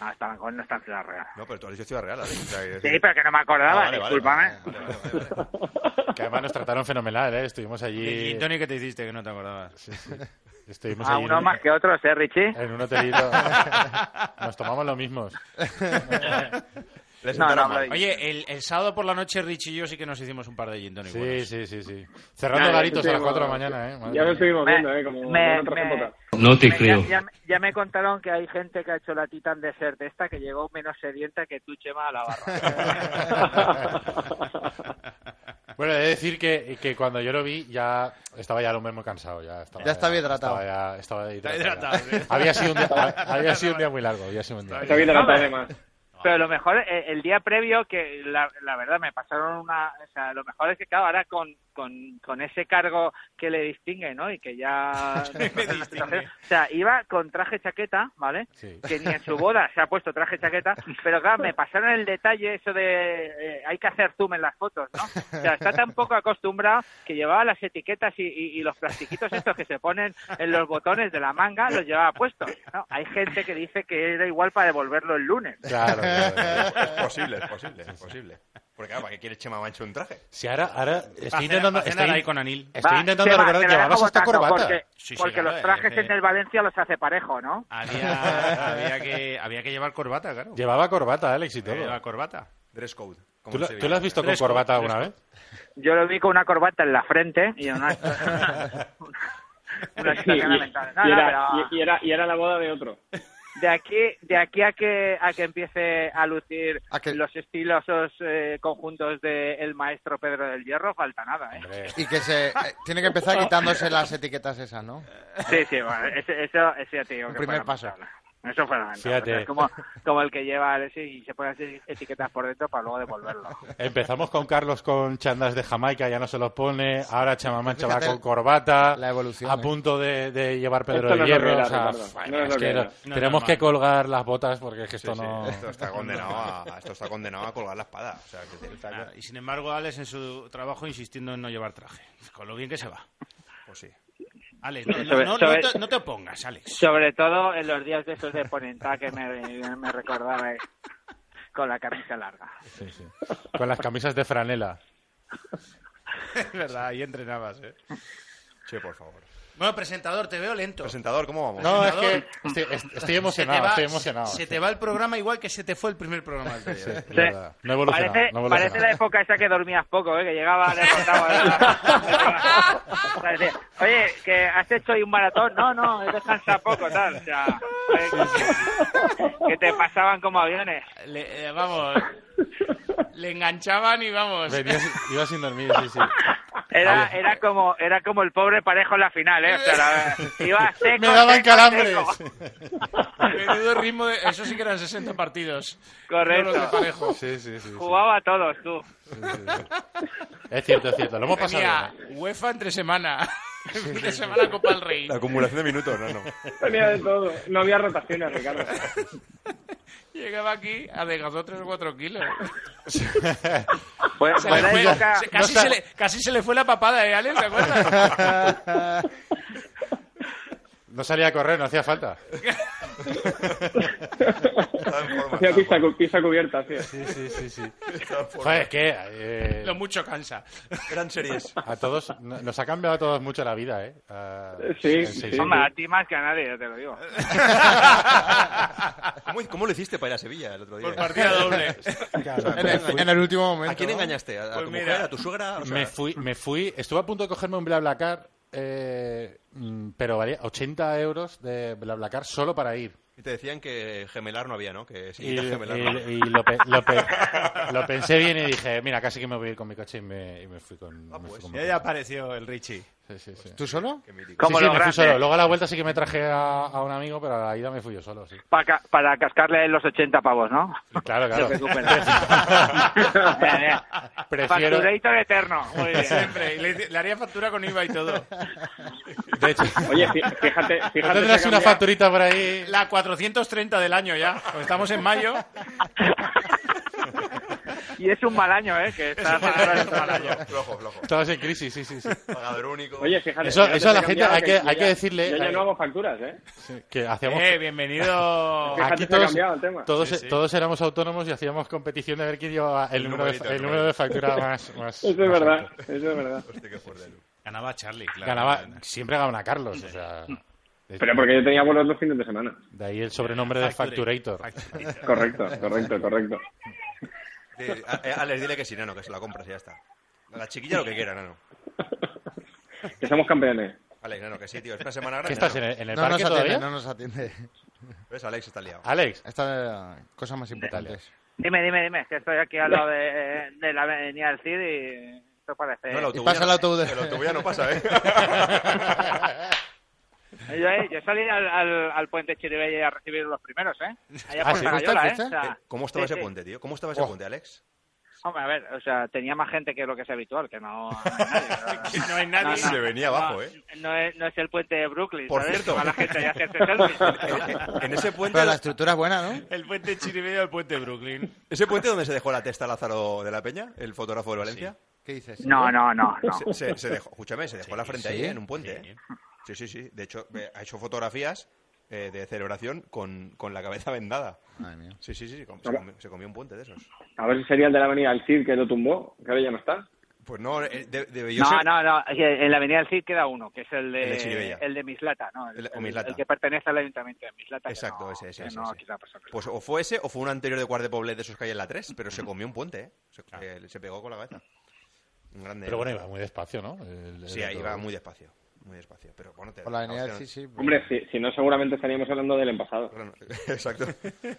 Speaker 7: Ah, Tarancón no está en Ciudad Real.
Speaker 2: No, pero tú has dicho Ciudad Real. Alex. O sea, que-
Speaker 7: Sí, pero que no me acordaba,
Speaker 2: Ah, vale, vale,
Speaker 7: discúlpame.
Speaker 2: vale, vale, vale, vale.
Speaker 1: Que además nos trataron fenomenal, ¿eh? Estuvimos allí.
Speaker 5: Y Tony, ¿qué te hiciste que no te acordabas?
Speaker 1: Estuvimos
Speaker 7: A
Speaker 1: allí
Speaker 7: Ah, uno
Speaker 1: en-
Speaker 7: más que otros, ¿eh, Richie?
Speaker 1: en un
Speaker 7: (laughs)
Speaker 1: hotelito. nos tomamos lo mismos.
Speaker 2: Le
Speaker 7: No,
Speaker 2: sentaron
Speaker 7: no,
Speaker 2: mal.
Speaker 7: hombre,
Speaker 5: Oye, el, el sábado por la noche Rich y yo sí que nos hicimos un par de gin tonic
Speaker 1: Sí,
Speaker 5: buenos.
Speaker 1: sí, sí, sí. Cerrando
Speaker 4: Ya, ya
Speaker 1: garitos a las
Speaker 4: estuvimos-
Speaker 1: 4 de la mañana, ¿eh? Madre
Speaker 4: Ya lo
Speaker 1: mía.
Speaker 4: estuvimos
Speaker 7: Me-
Speaker 4: viendo, ¿eh? Como
Speaker 7: me-
Speaker 4: en otras
Speaker 7: me-
Speaker 4: épocas.
Speaker 6: No te
Speaker 7: Me-
Speaker 6: creo.
Speaker 7: Ya, ya- ya me contaron que hay gente que ha hecho la Titan Desert esta que llegó menos sedienta que tú, Chema, a la barra.
Speaker 1: (laughs) Bueno, he de decir que, que cuando yo lo vi ya estaba ya lo mismo cansado. Ya estaba,
Speaker 3: Ya estaba hidratado.
Speaker 1: Estaba ya- estaba hidratado. ya.
Speaker 5: Está hidratado,
Speaker 2: ¿eh?
Speaker 5: sí.
Speaker 1: (laughs) había, sido un día, había sido un día muy largo. Había sido un día.
Speaker 4: Está bien de la tarde
Speaker 7: (laughs)
Speaker 4: más.
Speaker 7: Pero lo mejor, eh, el día previo, que la, la verdad me pasaron una... O sea, lo mejor es que, claro, ahora con, con, con ese cargo que le distingue, ¿no? Y que ya... O sea, iba con traje chaqueta, ¿vale?
Speaker 1: Sí.
Speaker 7: Que ni en su boda se ha puesto traje chaqueta, pero claro, me pasaron el detalle eso de eh, hay que hacer zoom en las fotos, ¿no? O sea, está tan poco acostumbrado que llevaba las etiquetas y, y- y los plastiquitos estos que se ponen en los botones de la manga, los llevaba puestos, ¿no? Hay gente que dice que era igual para devolverlo el lunes.
Speaker 1: Claro, claro, claro.
Speaker 2: Es posible, es posible, es posible. Porque claro, ¿para qué quiere Chema Mancho un traje?
Speaker 1: Si ahora, ahora
Speaker 5: Para
Speaker 1: estoy
Speaker 5: cenar-
Speaker 1: intentando.
Speaker 5: para cenar
Speaker 1: Estoy,
Speaker 5: ahí con Anil.
Speaker 1: estoy
Speaker 7: Va,
Speaker 1: intentando
Speaker 7: Chema,
Speaker 1: recordar
Speaker 7: te
Speaker 1: que
Speaker 7: la
Speaker 1: llevabas
Speaker 7: dejo
Speaker 1: hasta
Speaker 7: votando,
Speaker 1: corbata.
Speaker 7: Porque,
Speaker 5: Sí, sí,
Speaker 7: porque
Speaker 5: claro,
Speaker 7: los trajes
Speaker 5: es que-
Speaker 7: en el Valencia los hace parejo, ¿no?
Speaker 5: Había, había, que, había que llevar corbata, claro.
Speaker 1: Llevaba corbata,
Speaker 2: Eh,
Speaker 1: Alex, y todo.
Speaker 5: Llevaba corbata.
Speaker 2: Dress code. como
Speaker 1: ¿Tú
Speaker 2: en
Speaker 1: lo,
Speaker 2: Sevilla.
Speaker 1: tú lo has visto con
Speaker 5: Fresco,
Speaker 1: corbata alguna vez?
Speaker 7: Yo lo vi con una corbata en la frente y en una... (laughs) una
Speaker 4: Y, y-
Speaker 7: situación lamentable. No,
Speaker 4: y
Speaker 7: no,
Speaker 4: era,
Speaker 7: pero-
Speaker 4: y- y era, y era la boda de otro.
Speaker 7: De aquí, de aquí a que a que empiece a lucir
Speaker 3: A que-
Speaker 7: los estilosos eh, conjuntos del el maestro Pedro del Hierro, falta nada, ¿eh?
Speaker 1: Hombre,
Speaker 3: Y que se eh, tiene que empezar quitándose las etiquetas esas, ¿no?
Speaker 7: Sí, (laughs) sí, bueno, ese, eso, ese ya te digo
Speaker 3: Un
Speaker 7: que
Speaker 3: primer
Speaker 7: fue
Speaker 3: paso.
Speaker 7: lamentable. Eso fue lamentable.
Speaker 1: Fíjate.
Speaker 7: O sea, Es como, como el que lleva sí, y se pone así etiquetas por dentro para luego devolverlo.
Speaker 1: Empezamos con Carlos con chandas de Jamaica, ya no se los pone. Ahora Chema Mancha va
Speaker 3: Pues Fíjate
Speaker 1: con corbata.
Speaker 3: la evolución,
Speaker 1: A
Speaker 3: eh.
Speaker 1: punto de, de llevar Pedro
Speaker 4: Esto
Speaker 1: de
Speaker 4: no es lo que
Speaker 1: Hierro.
Speaker 4: era,
Speaker 1: o sea,
Speaker 4: Ricardo.
Speaker 1: fua,
Speaker 4: No es
Speaker 1: es
Speaker 4: lo
Speaker 1: que
Speaker 4: que era.
Speaker 1: no-
Speaker 5: No,
Speaker 1: tenemos
Speaker 5: normal.
Speaker 1: que colgar las botas porque es que
Speaker 2: Sí,
Speaker 1: esto
Speaker 2: sí,
Speaker 1: no. (laughs)
Speaker 2: Esto está condenado a, esto está condenado a colgar la espada. O sea, que te-
Speaker 5: Ah, Y sin embargo, Alex en su trabajo insistiendo en no llevar traje. Con lo bien que se va.
Speaker 2: pues sí.
Speaker 5: Alex, no,
Speaker 7: Sobre-
Speaker 5: no- no
Speaker 7: sobre-
Speaker 5: te, no te opongas, Alex.
Speaker 7: Sobre todo en los días de esos de ponentá que me, me recordabais con la camisa larga.
Speaker 1: Sí, sí. Con las camisas de franela.
Speaker 5: Es verdad, ahí entrenabas, ¿eh?
Speaker 2: Che, por favor.
Speaker 5: Bueno, presentador, te veo lento.
Speaker 2: Presentador, ¿cómo vamos?
Speaker 1: No, es
Speaker 5: Entrenador.
Speaker 1: que estoy, est- estoy
Speaker 5: Se te
Speaker 1: emocionado,
Speaker 5: va-
Speaker 1: estoy emocionado.
Speaker 5: Se te va el programa igual que se te fue el primer programa del
Speaker 1: Sí,
Speaker 5: día. (laughs)
Speaker 1: es verdad. No he evolucionado.
Speaker 7: Parece,
Speaker 1: no he
Speaker 7: parece
Speaker 1: evolucionado.
Speaker 7: la época esa que dormías poco, ¿eh? que llegaba, le contaba, ¿eh? Parecía, Oye, que has hecho hoy un maratón. No, no, he descansado poco, tal. O sea, eh, que te pasaban como aviones.
Speaker 5: Le- eh, vamos, le enganchaban y vamos.
Speaker 1: Venía sin- iba sin dormir, sí, sí.
Speaker 7: Era,
Speaker 1: Oye.
Speaker 7: era como era como el pobre parejo en la final, ¿eh? O sea, la-
Speaker 1: (laughs)
Speaker 7: iba seco,
Speaker 1: Me daban
Speaker 7: seco,
Speaker 1: calambres.
Speaker 7: seco.
Speaker 1: (laughs)
Speaker 5: Menudo ritmo de- Eso sí que eran 60 partidos.
Speaker 7: Correcto.
Speaker 5: No los de parejo.
Speaker 1: Sí, sí, sí, sí.
Speaker 7: Jugaba a todos, tú.
Speaker 1: Es cierto, es cierto. Lo hemos pasado.
Speaker 5: Venía
Speaker 1: bien, ¿eh?
Speaker 5: UEFA entre semana. (laughs) entre semana Copa del Rey.
Speaker 2: La acumulación de minutos, no, no.
Speaker 4: Tenía de todo. No había rotaciones, Ricardo.
Speaker 5: Llegaba aquí, adelgazó 3 o 4 kilos.
Speaker 7: Fue,
Speaker 5: Se
Speaker 7: fue
Speaker 5: le
Speaker 7: la
Speaker 5: fue-
Speaker 7: época-
Speaker 5: se- casi,
Speaker 1: no
Speaker 5: se
Speaker 1: está-
Speaker 5: le, casi se le fue la papada, ¿eh, Alex? ¿Te acuerdas? (laughs)
Speaker 1: No salía a correr, no hacía falta.
Speaker 2: Estaba en forma.
Speaker 4: Hacía pista, cu- pista cubierta, sí.
Speaker 1: Sí, sí, sí, sí.
Speaker 2: estaba en forma.
Speaker 1: Joder, es que eh,
Speaker 5: Lo mucho cansa.
Speaker 2: Gran series.
Speaker 1: a todos no- nos ha cambiado a todos mucho la vida, ¿eh? Ah,
Speaker 4: Sí,
Speaker 1: en
Speaker 4: sí.
Speaker 1: seis
Speaker 7: Hombre, a ti más que a nadie, yo te lo digo.
Speaker 2: ¿Cómo, cómo lo hiciste para ir a Sevilla el otro día?
Speaker 5: Por Pues partida doble.
Speaker 3: En el, en el último momento.
Speaker 2: ¿A quién
Speaker 3: ¿no?
Speaker 2: engañaste? ¿A, a
Speaker 5: Pues
Speaker 2: tu
Speaker 5: mira.
Speaker 2: mujer? ¿A tu suegra? O sea,
Speaker 1: me fui, me fui, estuve a punto de cogerme un BlaBlaCar, eh, mm, pero valía 80 euros de BlaBlaCar solo para ir.
Speaker 2: Y te decían que gemelar no había, ¿no? Que sí,
Speaker 1: Y,
Speaker 2: gemelar.
Speaker 1: y-
Speaker 2: no había.
Speaker 1: y lo, pe- lo pe- lo pensé bien y dije, mira, casi que me voy a ir con mi coche y me, y me fui con...
Speaker 3: Ah,
Speaker 1: me fui
Speaker 2: (laughs) pues,
Speaker 1: con mi
Speaker 6: Y ahí
Speaker 1: coche.
Speaker 6: apareció el Richie.
Speaker 1: Sí, sí, sí.
Speaker 3: ¿Tú solo?
Speaker 2: Qué mítico.
Speaker 7: Como
Speaker 1: Sí, sí,
Speaker 7: los
Speaker 1: me fui
Speaker 7: grandes.
Speaker 1: solo. Luego a la vuelta sí que me traje a, a un amigo, pero a la ida me fui yo solo,
Speaker 4: (laughs)
Speaker 1: sí.
Speaker 7: Pa ca- para cascarle los 80 pavos, ¿no?
Speaker 1: Claro, claro.
Speaker 7: Se recupera. Bien, bien.
Speaker 1: (laughs) Prefiero...
Speaker 7: Facturator eterno. Muy bien.
Speaker 6: Siempre. Y le, hice- le haría factura con IVA y todo.
Speaker 1: De hecho,
Speaker 4: Oye, fí- fíjate, fíjate.
Speaker 1: ¿no tendrás
Speaker 4: se
Speaker 1: una
Speaker 4: cambia-
Speaker 1: facturita por ahí?
Speaker 6: La 430 del año ya. Pues estamos en mayo.
Speaker 7: Y es un mal año, ¿eh? Que está
Speaker 2: Flojo, flojo.
Speaker 1: Estabas en crisis, sí, sí, sí.
Speaker 2: Pagador único.
Speaker 4: Oye, fíjate.
Speaker 1: Eso-
Speaker 4: fíjate
Speaker 1: eso a la
Speaker 4: se ha
Speaker 1: gente
Speaker 4: cambiado,
Speaker 1: hay que-
Speaker 4: yo
Speaker 1: hay que
Speaker 4: ya-
Speaker 1: decirle-
Speaker 4: Yo ya
Speaker 1: hay-
Speaker 4: no hago facturas, ¿eh.
Speaker 1: Sí, Que hacíamos...
Speaker 6: Eh, bienvenido.
Speaker 4: Fíjate,
Speaker 1: Aquí
Speaker 4: se ha
Speaker 1: todos,
Speaker 4: cambiado el tema.
Speaker 1: todos, e-
Speaker 6: Sí, sí.
Speaker 1: todos éramos autónomos y hacíamos competición de ver quién llevaba el,
Speaker 2: El
Speaker 1: número, de,
Speaker 2: numerito,
Speaker 1: el
Speaker 2: el
Speaker 1: número de factura
Speaker 3: (laughs)
Speaker 1: más, más-
Speaker 4: Eso es
Speaker 1: más
Speaker 4: verdad,
Speaker 1: alto.
Speaker 4: eso es verdad.
Speaker 2: Hostia, qué fuerte.
Speaker 6: Ganaba Charlie, claro.
Speaker 1: Ganaba, siempre ganaba Carlos. O sea, de,
Speaker 4: Pero porque yo tenía bolos los fines de semana.
Speaker 1: de ahí el sobrenombre de Facturator.
Speaker 4: Correcto, correcto, correcto.
Speaker 2: Sí, a- a- Alex, dile que sí, nano, que se la compras y ya está. A la chiquilla lo que quiera, nano.
Speaker 4: Que somos campeones.
Speaker 2: Alex, nano, que sí, tío. Es una semana grande.
Speaker 1: ¿Qué estás en
Speaker 2: nano.
Speaker 1: el, en el
Speaker 3: No nos
Speaker 1: parque todavía?
Speaker 3: atiende, no nos atiende.
Speaker 2: ¿Ves? Alex está liado.
Speaker 1: Alex,
Speaker 3: Esta eh, cosas más importantes.
Speaker 7: Dime, dime, dime, que estoy aquí al lado de, de la avenida del Cid y esto parece...
Speaker 2: No, el autobús.
Speaker 3: Eh, Y pasa
Speaker 2: ya
Speaker 3: el autobús de-
Speaker 2: El autobús ya no pasa, ¿eh?
Speaker 3: (laughs)
Speaker 7: yo, eh, yo salí al, al, al puente Chiribella a recibir los primeros, ¿eh? Allá
Speaker 1: Ah,
Speaker 7: por
Speaker 1: ¿sí?
Speaker 7: Sarayola, ¿eh?
Speaker 3: ¿Fuiste?
Speaker 7: O sea,
Speaker 2: ¿Cómo estaba
Speaker 7: sí,
Speaker 2: ese
Speaker 7: sí.
Speaker 2: puente, tío? ¿Cómo estaba ese
Speaker 1: Oh.
Speaker 2: puente, Alex?
Speaker 7: Hombre, a ver, o sea, tenía más gente que lo que es habitual, que no, no
Speaker 2: (laughs)
Speaker 7: hay nadie.
Speaker 6: (laughs)
Speaker 7: pero-
Speaker 6: No hay nadie.
Speaker 2: Se venía abajo, ¿eh?
Speaker 7: No es, no es el puente de Brooklyn,
Speaker 2: Por
Speaker 7: ¿sabes?
Speaker 2: cierto.
Speaker 7: Que va la gente ahí a
Speaker 2: (laughs)
Speaker 7: hacerse
Speaker 2: En,
Speaker 7: selfies.
Speaker 2: en- en ese puente...
Speaker 3: Pero la estructura es buena, ¿no?
Speaker 6: El puente Chiribello el puente Brooklyn.
Speaker 2: ¿Ese puente donde se dejó la testa Lázaro de la Peña, el fotógrafo de Valencia?
Speaker 3: ¿Qué dices?
Speaker 7: No, no, no, no.
Speaker 2: Se, se- se dejó, escúchame, se dejó la frente ahí
Speaker 3: sí.
Speaker 2: en un puente, ¿eh? Sí, sí, sí. De hecho, eh, ha hecho fotografías eh, de celebración con, con la cabeza vendada.
Speaker 3: Madre mía.
Speaker 2: Sí, sí, sí. sí, com- Se comió, se comió un puente de esos.
Speaker 4: A ver si sería el de la avenida del Cid que lo tumbó, que ahora ya no está.
Speaker 2: Pues no, eh, de- debió
Speaker 7: No,
Speaker 2: ser-
Speaker 7: no, no. En la avenida del Cid queda uno, que es el
Speaker 2: El de
Speaker 7: de,
Speaker 2: Chirivella.
Speaker 7: el de Mislata, ¿no? El,
Speaker 2: El- o Mislata.
Speaker 7: el que pertenece al ayuntamiento de Mislata. que
Speaker 2: Exacto,
Speaker 7: no-
Speaker 2: ese, ese,
Speaker 7: que
Speaker 2: ese,
Speaker 7: no
Speaker 2: ese.
Speaker 7: quita la persona.
Speaker 2: Pues o fue ese o fue un anterior de Guardia Poblet de esos que hay en la 3, pero se comió un puente, ¿eh? Se, eh, se pegó con la cabeza. Un grande. ¿eh?
Speaker 1: pero bueno, iba muy despacio, ¿no? El- el
Speaker 2: Sí, ahí
Speaker 1: otro-
Speaker 2: va muy despacio. Muy despacio. Pero bueno, te.
Speaker 3: Por la avenida
Speaker 2: hostia,
Speaker 3: sí, sí.
Speaker 4: Hombre, si, si no, seguramente estaríamos hablando del en pasado.
Speaker 2: no- (laughs) Exacto.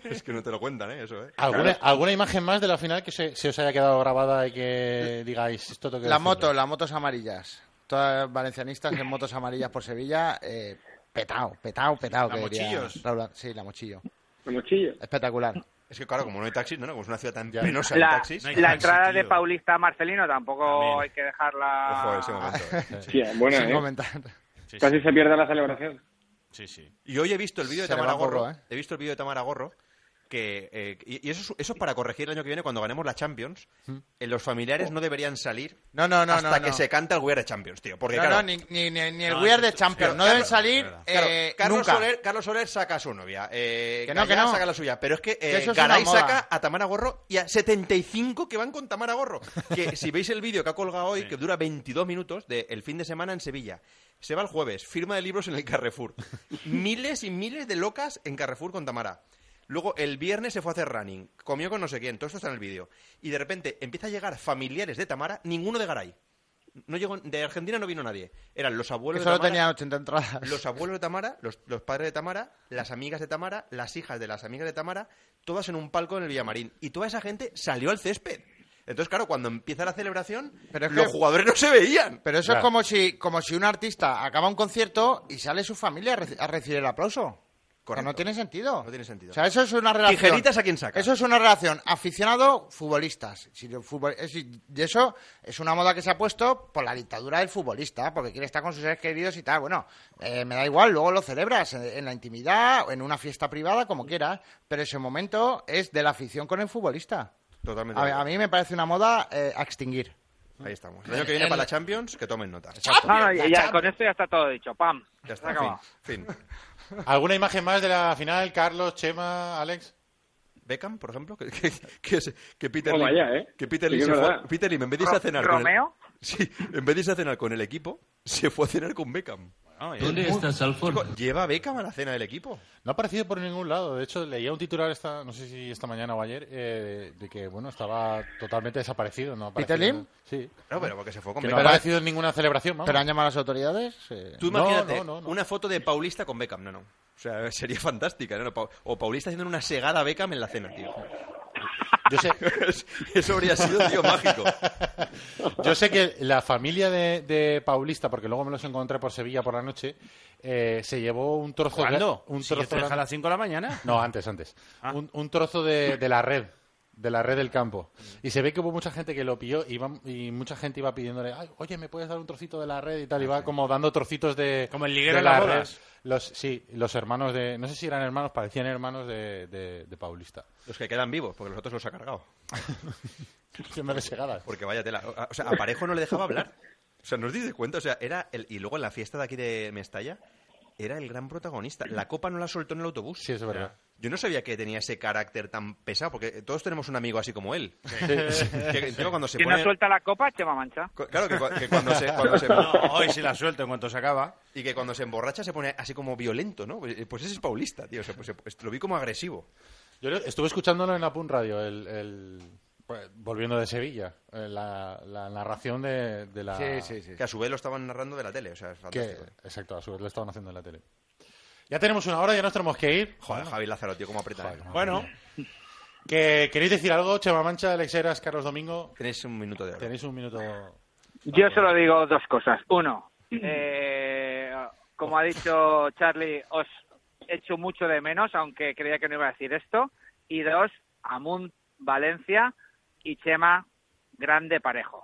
Speaker 2: es que no te lo cuentan, ¿eh? Eso, ¿eh?
Speaker 1: ¿Alguna, ¿Alguna imagen más de la final que se, se os haya quedado grabada y que digáis esto tengo que
Speaker 3: La
Speaker 1: decirlo"?
Speaker 3: moto, las motos amarillas. Todas valencianistas en motos amarillas por Sevilla. Eh, petao, petao, petao.
Speaker 6: ¿La
Speaker 3: que diría
Speaker 6: Mochillos?
Speaker 3: Raúl- sí, la mochillo.
Speaker 4: El mochillo.
Speaker 3: Espectacular.
Speaker 2: Es que claro, como no hay taxis, ¿no? Como es una ciudad tan penosa de
Speaker 7: La,
Speaker 2: taxis.
Speaker 6: no hay
Speaker 7: la
Speaker 6: taxi,
Speaker 7: entrada de
Speaker 6: tío.
Speaker 7: Paulista a Marcelino tampoco
Speaker 6: También.
Speaker 7: hay que dejarla.
Speaker 2: Ojo, ese momento. ¿eh?
Speaker 3: (laughs)
Speaker 4: Hostia, bueno,
Speaker 3: Sin
Speaker 4: ¿eh?
Speaker 3: comentar. (laughs)
Speaker 6: Sí,
Speaker 4: Casi
Speaker 6: sí.
Speaker 4: se pierde la celebración.
Speaker 6: sí, sí.
Speaker 2: Y hoy he visto el vídeo de
Speaker 3: Se le
Speaker 2: Tamara
Speaker 3: va un poco,
Speaker 2: Gorro.
Speaker 3: ¿eh?
Speaker 2: He visto el vídeo de Tamara Gorro. Que, eh, y y eso, es- eso es para corregir el año que viene cuando ganemos la Champions.
Speaker 3: Mm.
Speaker 2: eh, los
Speaker 7: Oh.
Speaker 2: familiares no deberían salir
Speaker 3: No, no, no,
Speaker 2: hasta
Speaker 3: no,
Speaker 2: que
Speaker 3: no.
Speaker 2: se canta el We Are Champions, tío. Porque
Speaker 3: No,
Speaker 2: claro,
Speaker 3: no, ni, ni, ni, ni el
Speaker 6: No,
Speaker 3: We Are
Speaker 6: eso-
Speaker 3: de
Speaker 6: claro,
Speaker 3: Champions. no deben
Speaker 6: claro,
Speaker 3: salir
Speaker 6: claro.
Speaker 2: Claro,
Speaker 3: eh,
Speaker 2: Carlos,
Speaker 3: nunca.
Speaker 2: Soler, Carlos Soler saca a su novia. Eh,
Speaker 3: Que no, que
Speaker 2: Gallá
Speaker 3: no.
Speaker 2: saca la suya. Pero es que, eh,
Speaker 3: Que eso es
Speaker 2: Garay
Speaker 3: una moda.
Speaker 2: saca a Tamara Gorro y a 75 que van con Tamara Gorro.
Speaker 3: (laughs)
Speaker 2: Que si veis el vídeo que ha colgado hoy, que dura 22 minutos, del fin de semana en Sevilla. Se va el jueves, firma de libros en el Carrefour.
Speaker 3: (laughs)
Speaker 2: Miles y miles de locas en Carrefour con Tamara. Luego el viernes se fue a hacer running, comió con no sé quién, todo esto está en el vídeo. Y de repente empieza a llegar familiares de Tamara, ninguno de Garay. No llegó, de Argentina no vino nadie. Eran los
Speaker 3: Que
Speaker 2: abuelos de
Speaker 3: solo
Speaker 2: Tamara,
Speaker 3: tenían 80 entradas.
Speaker 2: los abuelos de Tamara, los, los padres de Tamara, las amigas de Tamara, las hijas de las amigas de Tamara, todas en un palco en el Villamarín. Y toda esa gente salió al césped. Entonces, claro, cuando empieza la celebración,
Speaker 3: Pero es
Speaker 2: los
Speaker 3: que-
Speaker 2: jugadores no se veían.
Speaker 3: Pero eso
Speaker 1: Ya.
Speaker 3: es como si, como si un artista acaba un concierto y sale su familia a, reci- a recibir el aplauso. Que
Speaker 2: Correcto.
Speaker 3: no tiene sentido.
Speaker 2: No tiene sentido.
Speaker 3: O sea, eso es una relación.
Speaker 2: Tijeritas a quién saca.
Speaker 3: Eso es una relación aficionado-futbolistas. Si el futbol- es decir, Y eso es una moda que se ha puesto por la dictadura del futbolista, porque quiere estar con sus seres queridos y tal. Bueno, eh, me da igual, luego lo celebras en, en la intimidad, o en una fiesta privada, como quieras. Pero ese momento es de la afición con el futbolista.
Speaker 2: Totalmente. de
Speaker 3: A, a
Speaker 2: acuerdo.
Speaker 3: mí me parece una moda eh, a extinguir.
Speaker 2: Ahí estamos. El año que viene para la Champions, que tomen nota.
Speaker 7: No, no, ya, ya, con esto ya está todo dicho. ¡Pam!
Speaker 2: Ya
Speaker 7: Se ha
Speaker 2: está,
Speaker 7: acabado.
Speaker 2: fin. fin.
Speaker 1: ¿Alguna imagen más de la final, Carlos, Chema, Alex?
Speaker 2: Beckham, por ejemplo, que, que, que se- que Peter
Speaker 4: Toma
Speaker 2: Lim-
Speaker 4: ya, ¿eh?
Speaker 2: que Peter
Speaker 4: Sí
Speaker 2: Lim
Speaker 4: que
Speaker 2: se
Speaker 4: es
Speaker 2: fue-
Speaker 4: verdad.
Speaker 2: Peter Lim, en vez de irse a cenar con el,
Speaker 7: ¿Romeo?
Speaker 2: sí, en vez de irse a cenar con el equipo, se fue a cenar con Beckham.
Speaker 6: Bueno, ya-
Speaker 8: ¿Dónde está Salford?
Speaker 2: Chico, lleva a Beckham a la cena del equipo.
Speaker 1: No ha aparecido por ningún lado. De hecho, leía un titular esta, no sé si esta mañana o ayer, eh, de que bueno estaba totalmente desaparecido. No ha
Speaker 3: ¿Peter
Speaker 1: aparecido-
Speaker 3: Lim?
Speaker 1: Sí.
Speaker 2: No, pero porque se fue con
Speaker 1: Que no ha
Speaker 2: Beckham.
Speaker 1: aparecido en ninguna celebración, vamos.
Speaker 3: ¿Pero han llamado a las autoridades? Eh,
Speaker 2: Tú
Speaker 1: No,
Speaker 2: imagínate
Speaker 1: no, no, no.
Speaker 2: una foto de Paulista con Beckham, no, no. O sea, (laughs) sería fantástica, ¿no? Pa- O Paulista haciendo una segada a Beckham en la cena, tío.
Speaker 1: Yo sé,
Speaker 2: (laughs) Eso habría sido, tío, mágico.
Speaker 1: Yo sé que la familia de, de Paulista, porque luego me los encontré por Sevilla por la noche, eh, se llevó un trozo.
Speaker 5: ¿Cuándo?
Speaker 1: Un
Speaker 5: Si yo
Speaker 1: trozo
Speaker 5: te dejo a
Speaker 1: grande-
Speaker 5: las 5 de la mañana.
Speaker 1: No, antes, antes. Un, un trozo de, de la red, de la red del campo. Y se ve que hubo mucha gente que lo pilló y, va- y mucha gente iba pidiéndole, "Ay, oye, ¿me puedes dar un trocito de la red y tal? Y va como dando trocitos de.
Speaker 6: Como el liguero
Speaker 1: de
Speaker 6: en las
Speaker 1: red.
Speaker 6: bodas.
Speaker 1: Los, sí, los hermanos de. No sé si eran hermanos, parecían hermanos de, de- de Paulista. (laughs)
Speaker 2: Los que quedan vivos, porque los otros los ha cargado.
Speaker 1: Siempre de segadas.
Speaker 2: Porque vaya tela. O sea, a Parejo no le dejaba hablar. O sea, ¿no os dais cuenta? O sea, era el... Y luego en la fiesta de aquí de Mestalla, era el gran protagonista. La copa no la soltó en el autobús.
Speaker 1: Sí, eso es verdad.
Speaker 2: Yo no sabía que tenía ese carácter tan pesado, porque todos tenemos un amigo así como él. (laughs) Que encima cuando se
Speaker 7: ¿Quién no
Speaker 2: pone...
Speaker 7: suelta la copa? Chema Mancha.
Speaker 2: cu- Claro, que, cua- que cuando se...
Speaker 6: (laughs)
Speaker 2: Cuando se...
Speaker 6: No, hoy sí la suelto en cuanto se acaba.
Speaker 2: Y que cuando se emborracha se pone así como violento, ¿no? Pues pues ese es paulista, tío. O sea, pues se- lo vi como agresivo.
Speaker 1: Yo lo- estuve escuchándolo en la PUN Radio, el, el- pues, volviendo de Sevilla, eh, la, la narración de, de la...
Speaker 3: Sí, sí, sí.
Speaker 2: Que a su vez lo estaban narrando de la tele. O sea, es
Speaker 1: Que,
Speaker 2: fantástico.
Speaker 1: exacto, a su vez lo estaban haciendo en la tele. Ya tenemos una hora, ya nos tenemos que ir.
Speaker 2: Joder, Javi Lázaro, tío, cómo aprieta. ¿eh?
Speaker 6: Bueno,
Speaker 1: ¿Que, ¿Queréis decir algo, Chema Mancha, Alex Heras, Carlos Domingo?
Speaker 2: ¿eh? Tenéis un minuto de oro.
Speaker 1: Tenéis un minuto...
Speaker 7: Yo solo digo dos cosas. Uno, eh, como ha dicho Charlie, os echo mucho de menos, aunque creía que no iba a decir esto. Y dos, Amun Valencia y Chema Grande Parejo.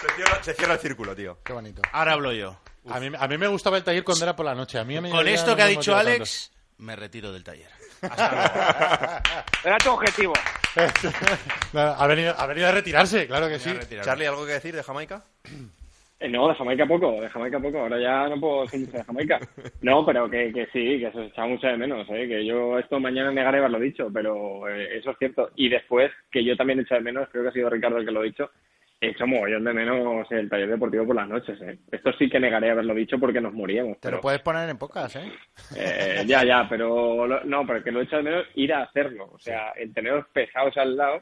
Speaker 2: Se cierra, se cierra el círculo, tío.
Speaker 3: Qué bonito.
Speaker 6: ahora hablo yo.
Speaker 1: A mí, a mí me gustaba el taller cuando era por la noche. A mí a mí
Speaker 5: Con
Speaker 1: ya
Speaker 5: esto
Speaker 1: no
Speaker 5: que ha
Speaker 1: me
Speaker 5: dicho
Speaker 1: motiva
Speaker 5: Alex, me retiro del taller.
Speaker 7: Era tu objetivo.
Speaker 1: tanto. No, ha, venido, ha venido a retirarse, claro que sí.
Speaker 2: Charlie, ¿algo que decir de Jamaica?
Speaker 4: Eh, no, de Jamaica poco, de Jamaica poco. Ahora ya no puedo decir mucho de Jamaica. No, pero que, que sí, que se os echaba mucho de menos. ¿eh? Que yo esto mañana negaré haberlo dicho, pero eh, eso es cierto. Y después, que yo también he hecho de menos, creo que ha sido Ricardo el que lo ha dicho, he hecho mogollón de menos el taller deportivo por las noches. ¿eh? Esto sí que negaré haberlo dicho porque nos moríamos.
Speaker 3: Te
Speaker 4: pero,
Speaker 3: lo puedes poner en pocas, ¿eh?
Speaker 4: eh, ya, ya, pero lo- no, pero que lo he hecho de menos ir a hacerlo. O sea, el teneros pesados al lado,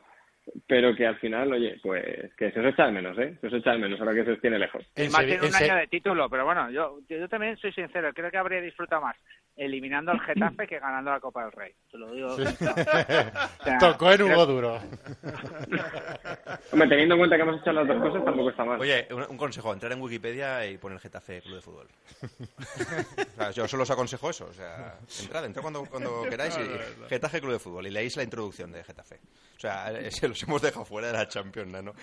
Speaker 4: pero que al final, oye, pues que se os echa de menos, ¿eh? Se os echa de menos ahora que se os tiene lejos.
Speaker 1: En
Speaker 7: más
Speaker 1: Sevi-
Speaker 7: tiene un
Speaker 1: en Se-
Speaker 7: año de título, pero bueno, yo, yo, yo también soy sincero, creo que habría disfrutado más eliminando al Getafe que ganando la Copa del Rey. Te lo digo. O sea, (laughs)
Speaker 1: Tocó en
Speaker 7: creo-
Speaker 1: Hugo
Speaker 4: (laughs)
Speaker 1: Duro.
Speaker 4: Hombre, teniendo en cuenta que hemos hecho las dos cosas, tampoco está mal.
Speaker 2: Oye, un, un consejo, entrar en Wikipedia y poner Getafe Club de Fútbol. O sea, yo solo os aconsejo eso. O sea, entrad, entrad cuando, cuando queráis y Getafe Club de Fútbol y leéis la introducción de Getafe. O sea, (laughs) eh, se los hemos dejado fuera de la Champions, ¿no?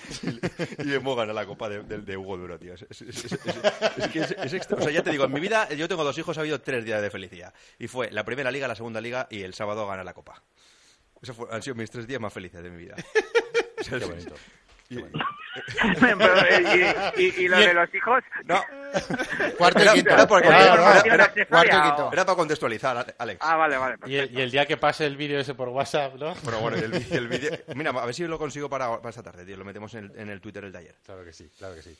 Speaker 2: Y, y hemos ganado la Copa de, de- de Hugo Duro, tío. Es, es- es- es- es que es- es extra- O sea, ya te digo, en mi vida yo tengo dos hijos, ha habido tres días de felicidad. Y fue la primera liga, la segunda liga y el sábado ganar la Copa. Esos fue- han sido mis tres días más felices de mi vida. O sea, es- y-
Speaker 7: Pero, eh, y, y- y lo de los hijos,
Speaker 2: no,
Speaker 3: Cuarto y
Speaker 2: Era-
Speaker 3: quinto.
Speaker 2: era porque-
Speaker 3: Cuarto y
Speaker 2: era-
Speaker 3: quinto.
Speaker 7: era- era-
Speaker 3: Cuarto y quinto.
Speaker 2: Era para contextualizar, Ale- Alex.
Speaker 7: Ah, vale, vale.
Speaker 1: Y el, y el día que pase el vídeo ese por WhatsApp, ¿no?
Speaker 2: Pero bueno, el, vi- el vídeo. Mira, a ver si lo consigo para, para esta tarde, tío. Lo metemos en el, en el Twitter el taller.
Speaker 1: Claro que sí, claro que sí.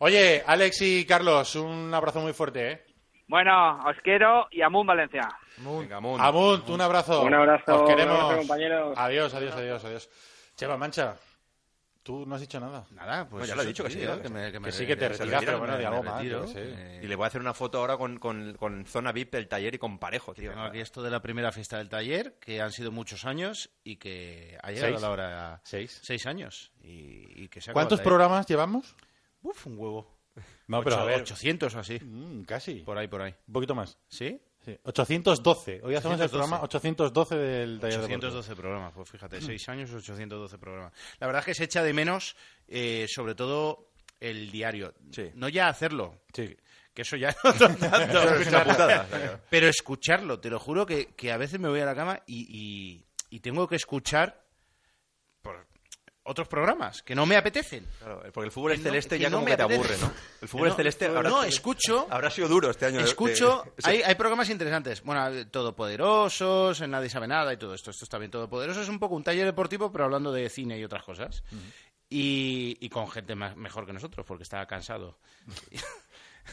Speaker 1: Oye, Alex y Carlos, un abrazo muy fuerte, ¿eh?
Speaker 7: Bueno, os quiero y Amun Valencia.
Speaker 2: Venga, Mundo.
Speaker 5: Ah,
Speaker 1: Amunt, un abrazo.
Speaker 4: Un abrazo,
Speaker 1: Os queremos.
Speaker 4: un abrazo, compañeros.
Speaker 1: Adiós, adiós, adiós, adiós. Chema Mancha, tú no has dicho nada.
Speaker 5: Nada, pues.
Speaker 2: No, ya lo he
Speaker 5: eso,
Speaker 2: dicho que sí,
Speaker 5: tío,
Speaker 2: ya lo he
Speaker 5: me- me
Speaker 1: Que sí, que te
Speaker 5: me
Speaker 1: retiras,
Speaker 5: retiro,
Speaker 1: pero bueno,
Speaker 5: me-
Speaker 1: de
Speaker 5: me
Speaker 1: algo más,
Speaker 5: retiro,
Speaker 1: yo qué sé.
Speaker 5: eh,
Speaker 2: Y le voy a hacer una foto ahora con, con- con zona VIP del taller y con parejo, tío.
Speaker 5: Tengo aquí esto de la primera fiesta del taller, que han sido muchos años y que ha llegado
Speaker 1: ¿Seis?
Speaker 5: la hora.
Speaker 1: ¿Seis?
Speaker 5: Seis años. Y, y que se ha
Speaker 1: ¿Cuántos
Speaker 5: acabado el
Speaker 1: programas llevamos?
Speaker 5: taller. Uf, un huevo.
Speaker 1: No, pero
Speaker 5: Ocho-
Speaker 1: a ver.
Speaker 5: 800 o así.
Speaker 1: Mm, casi.
Speaker 5: Por ahí, por ahí.
Speaker 1: Un poquito más.
Speaker 5: ¿Sí?
Speaker 1: Sí, 812. Hoy hacemos el
Speaker 5: 812.
Speaker 1: programa 812 del taller de
Speaker 5: 812 programas, pues fíjate, 6 años, 812 programas. La verdad es que se echa de menos, eh, sobre todo, el diario.
Speaker 2: Sí.
Speaker 5: No ya hacerlo,
Speaker 1: Sí.
Speaker 5: que eso ya no
Speaker 2: (laughs)
Speaker 5: tanto.
Speaker 2: Es una putada.
Speaker 5: Pero escucharlo, te lo juro que, que a veces me voy a la cama y, y- y tengo que escuchar por otros programas que no me apetecen.
Speaker 2: Claro, porque el fútbol es
Speaker 5: Que no-
Speaker 2: celeste
Speaker 5: que
Speaker 2: ya
Speaker 5: no
Speaker 2: como
Speaker 5: me
Speaker 2: que te aburre,
Speaker 5: apetece.
Speaker 2: ¿no? El fútbol
Speaker 5: No,
Speaker 2: es celeste
Speaker 5: no,
Speaker 2: habrá,
Speaker 5: no, escucho.
Speaker 2: habrá sido duro este
Speaker 1: Eh,
Speaker 2: año. de-
Speaker 5: Escucho,
Speaker 2: de- sí.
Speaker 5: hay, hay programas interesantes. Bueno, eh, Todopoderosos, en Nadie sabe nada y todo esto. Esto está bien. Todopoderosos es un poco un taller deportivo, pero hablando de cine y otras cosas. y, y con gente más, mejor que nosotros, porque estaba cansado.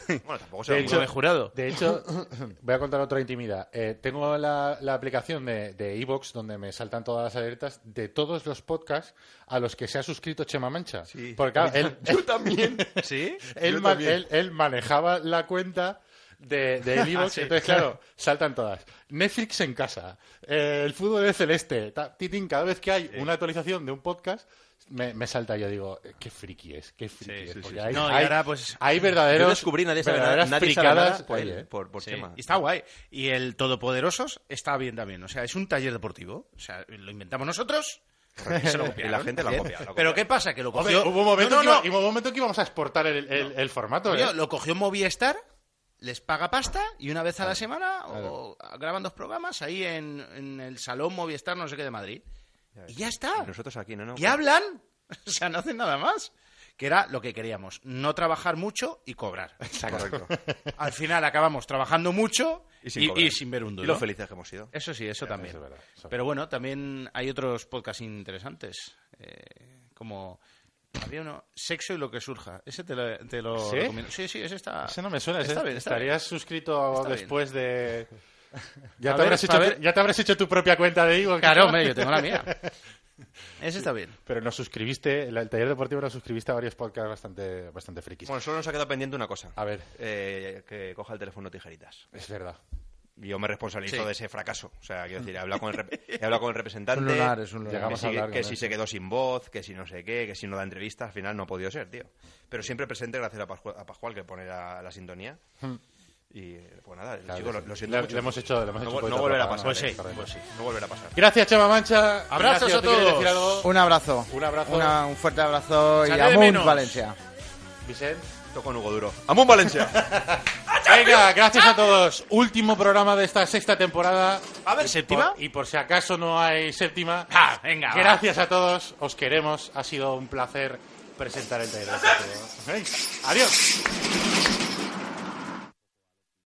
Speaker 2: Bueno, tampoco se
Speaker 1: De
Speaker 2: lo
Speaker 1: hecho,
Speaker 5: he jurado.
Speaker 1: De hecho, voy a contar otra intimidad. Eh, tengo la, la aplicación de de Evox donde me saltan todas las alertas de todos los podcasts a los que se ha suscrito Chema Mancha.
Speaker 2: Sí.
Speaker 1: Porque claro, él,
Speaker 2: (laughs) Yo
Speaker 1: (laughs)
Speaker 2: también. ¿Sí?
Speaker 1: él
Speaker 2: Yo
Speaker 1: ma-
Speaker 2: también. Ah,
Speaker 1: él- él manejaba la cuenta de,
Speaker 2: (laughs)
Speaker 1: de el iVoox, entonces claro, saltan todas. Netflix en casa, eh, el fútbol de celeste, ta- titín, cada vez que hay una actualización de un podcast, me, me salta yo digo, eh, qué friki es, qué friki
Speaker 2: Sí,
Speaker 1: es.
Speaker 2: sí,
Speaker 1: porque
Speaker 2: sí,
Speaker 1: Hay,
Speaker 2: sí.
Speaker 5: No, y
Speaker 1: hay-
Speaker 5: ahora, pues,
Speaker 1: hay verdaderos,
Speaker 2: Yo descubrí, nadie sabe nada,
Speaker 1: verdaderas
Speaker 2: nadie sabe nada
Speaker 1: fricadas
Speaker 2: por,
Speaker 1: ahí,
Speaker 2: él,
Speaker 1: ¿eh?
Speaker 2: por, por
Speaker 5: Sí,
Speaker 2: Chema.
Speaker 5: y está guay. Y el Todopoderosos está bien también. O sea, es un taller deportivo. O sea, lo inventamos
Speaker 1: (laughs)
Speaker 5: nosotros. y se lo
Speaker 2: Y
Speaker 5: copiaron.
Speaker 2: la gente la copia. la copia.
Speaker 5: Pero ¿qué pasa? Que lo
Speaker 1: Hombre,
Speaker 5: cogió...
Speaker 1: hubo, un momento
Speaker 5: No,
Speaker 1: que
Speaker 5: no,
Speaker 1: iba-
Speaker 5: no.
Speaker 1: hubo un momento que íbamos a exportar el, el- el formato.
Speaker 5: Coño,
Speaker 1: ¿eh?
Speaker 5: lo cogió Movistar, les paga pasta y una vez a la semana o graban dos programas ahí en, en el Salón Movistar, no sé qué de Madrid. Y ya
Speaker 1: Ah.
Speaker 5: está.
Speaker 2: Y Nosotros aquí, no, no.
Speaker 5: Y hablan. (laughs) O sea, no hacen nada más. Que era lo que queríamos, no trabajar mucho y cobrar.
Speaker 2: Correcto.
Speaker 1: (laughs)
Speaker 5: Al final acabamos trabajando mucho
Speaker 2: Y sin,
Speaker 5: y-
Speaker 2: cobrar.
Speaker 5: y sin ver un duro.
Speaker 2: Y lo felices que hemos sido.
Speaker 5: Eso sí, eso también.
Speaker 1: es verdad, Eh, eso es verdad.
Speaker 5: Pero bueno, también hay otros podcasts interesantes. eh, como. Había uno. Sexo y lo que surja. Ese te lo, te lo
Speaker 1: ¿Sí?
Speaker 5: recomiendo. Sí, sí, ese está.
Speaker 1: Ese no me suena, ¿eh?
Speaker 5: Está
Speaker 1: ese-
Speaker 5: bien, está
Speaker 1: estarías suscrito
Speaker 5: Está bien.
Speaker 1: después de... Ya
Speaker 5: A
Speaker 1: te,
Speaker 5: ver,
Speaker 1: habrás
Speaker 5: a
Speaker 1: hecho,
Speaker 5: ver.
Speaker 1: ya te habrás hecho tu propia cuenta de Evox.
Speaker 5: Claro, hombre, yo tengo la mía. Ese está bien.
Speaker 1: Pero nos suscribiste, el, el taller deportivo nos suscribiste a varios podcasts bastante, bastante frikis.
Speaker 2: Bueno, solo nos ha quedado pendiente una cosa.
Speaker 1: A ver.
Speaker 2: Eh, que coja el teléfono tijeritas.
Speaker 1: es verdad.
Speaker 2: Y Yo me responsabilizo
Speaker 5: Sí.
Speaker 2: de ese fracaso. O sea, quiero decir, he hablado con el,
Speaker 1: (laughs)
Speaker 2: rep- he hablado con el representante.
Speaker 3: Un lunar, es un lunar.
Speaker 2: Que,
Speaker 1: Llegamos a
Speaker 2: si,
Speaker 1: hablar
Speaker 2: que
Speaker 1: con
Speaker 2: si
Speaker 1: él.
Speaker 2: se quedó sin voz, que si no sé qué, que si no da entrevista, al final no ha podido ser, tío. Pero siempre presente gracias a Pascual, a Pascual, que pone la, la sintonía. Y eh, pues nada,
Speaker 1: Hmm. Claro que
Speaker 2: chicos, lo,
Speaker 1: sí.
Speaker 2: lo siento
Speaker 1: Le-
Speaker 2: mucho.
Speaker 1: le hemos hecho- le hemos
Speaker 2: no,
Speaker 1: hecho
Speaker 2: vo-
Speaker 1: un poquito
Speaker 2: no volverá a
Speaker 1: de
Speaker 2: pasar.
Speaker 1: propaganda,
Speaker 2: eh,
Speaker 1: correcto.
Speaker 2: pues sí, no volverá a pasar.
Speaker 1: Gracias, Chema Mancha.
Speaker 5: Abrazos
Speaker 1: Ignacio,
Speaker 5: a
Speaker 1: ¿tú quieres
Speaker 5: todos.
Speaker 1: decir algo?
Speaker 3: Un abrazo.
Speaker 1: Un abrazo.
Speaker 3: Una- un fuerte abrazo y
Speaker 5: Sale de
Speaker 3: amunt
Speaker 5: menos.
Speaker 3: Valencia.
Speaker 1: Vicent.
Speaker 2: Esto con Hugo Duro. ¡Amón (laughs) Valencia!
Speaker 1: Venga, gracias a todos. Último programa de esta sexta temporada.
Speaker 5: A ver, séptima.
Speaker 1: Por- y por si acaso no hay séptima,
Speaker 5: Ah, venga, va.
Speaker 1: gracias a todos, os queremos, ha sido un placer presentar el taller. deportivo. Venga, Adiós.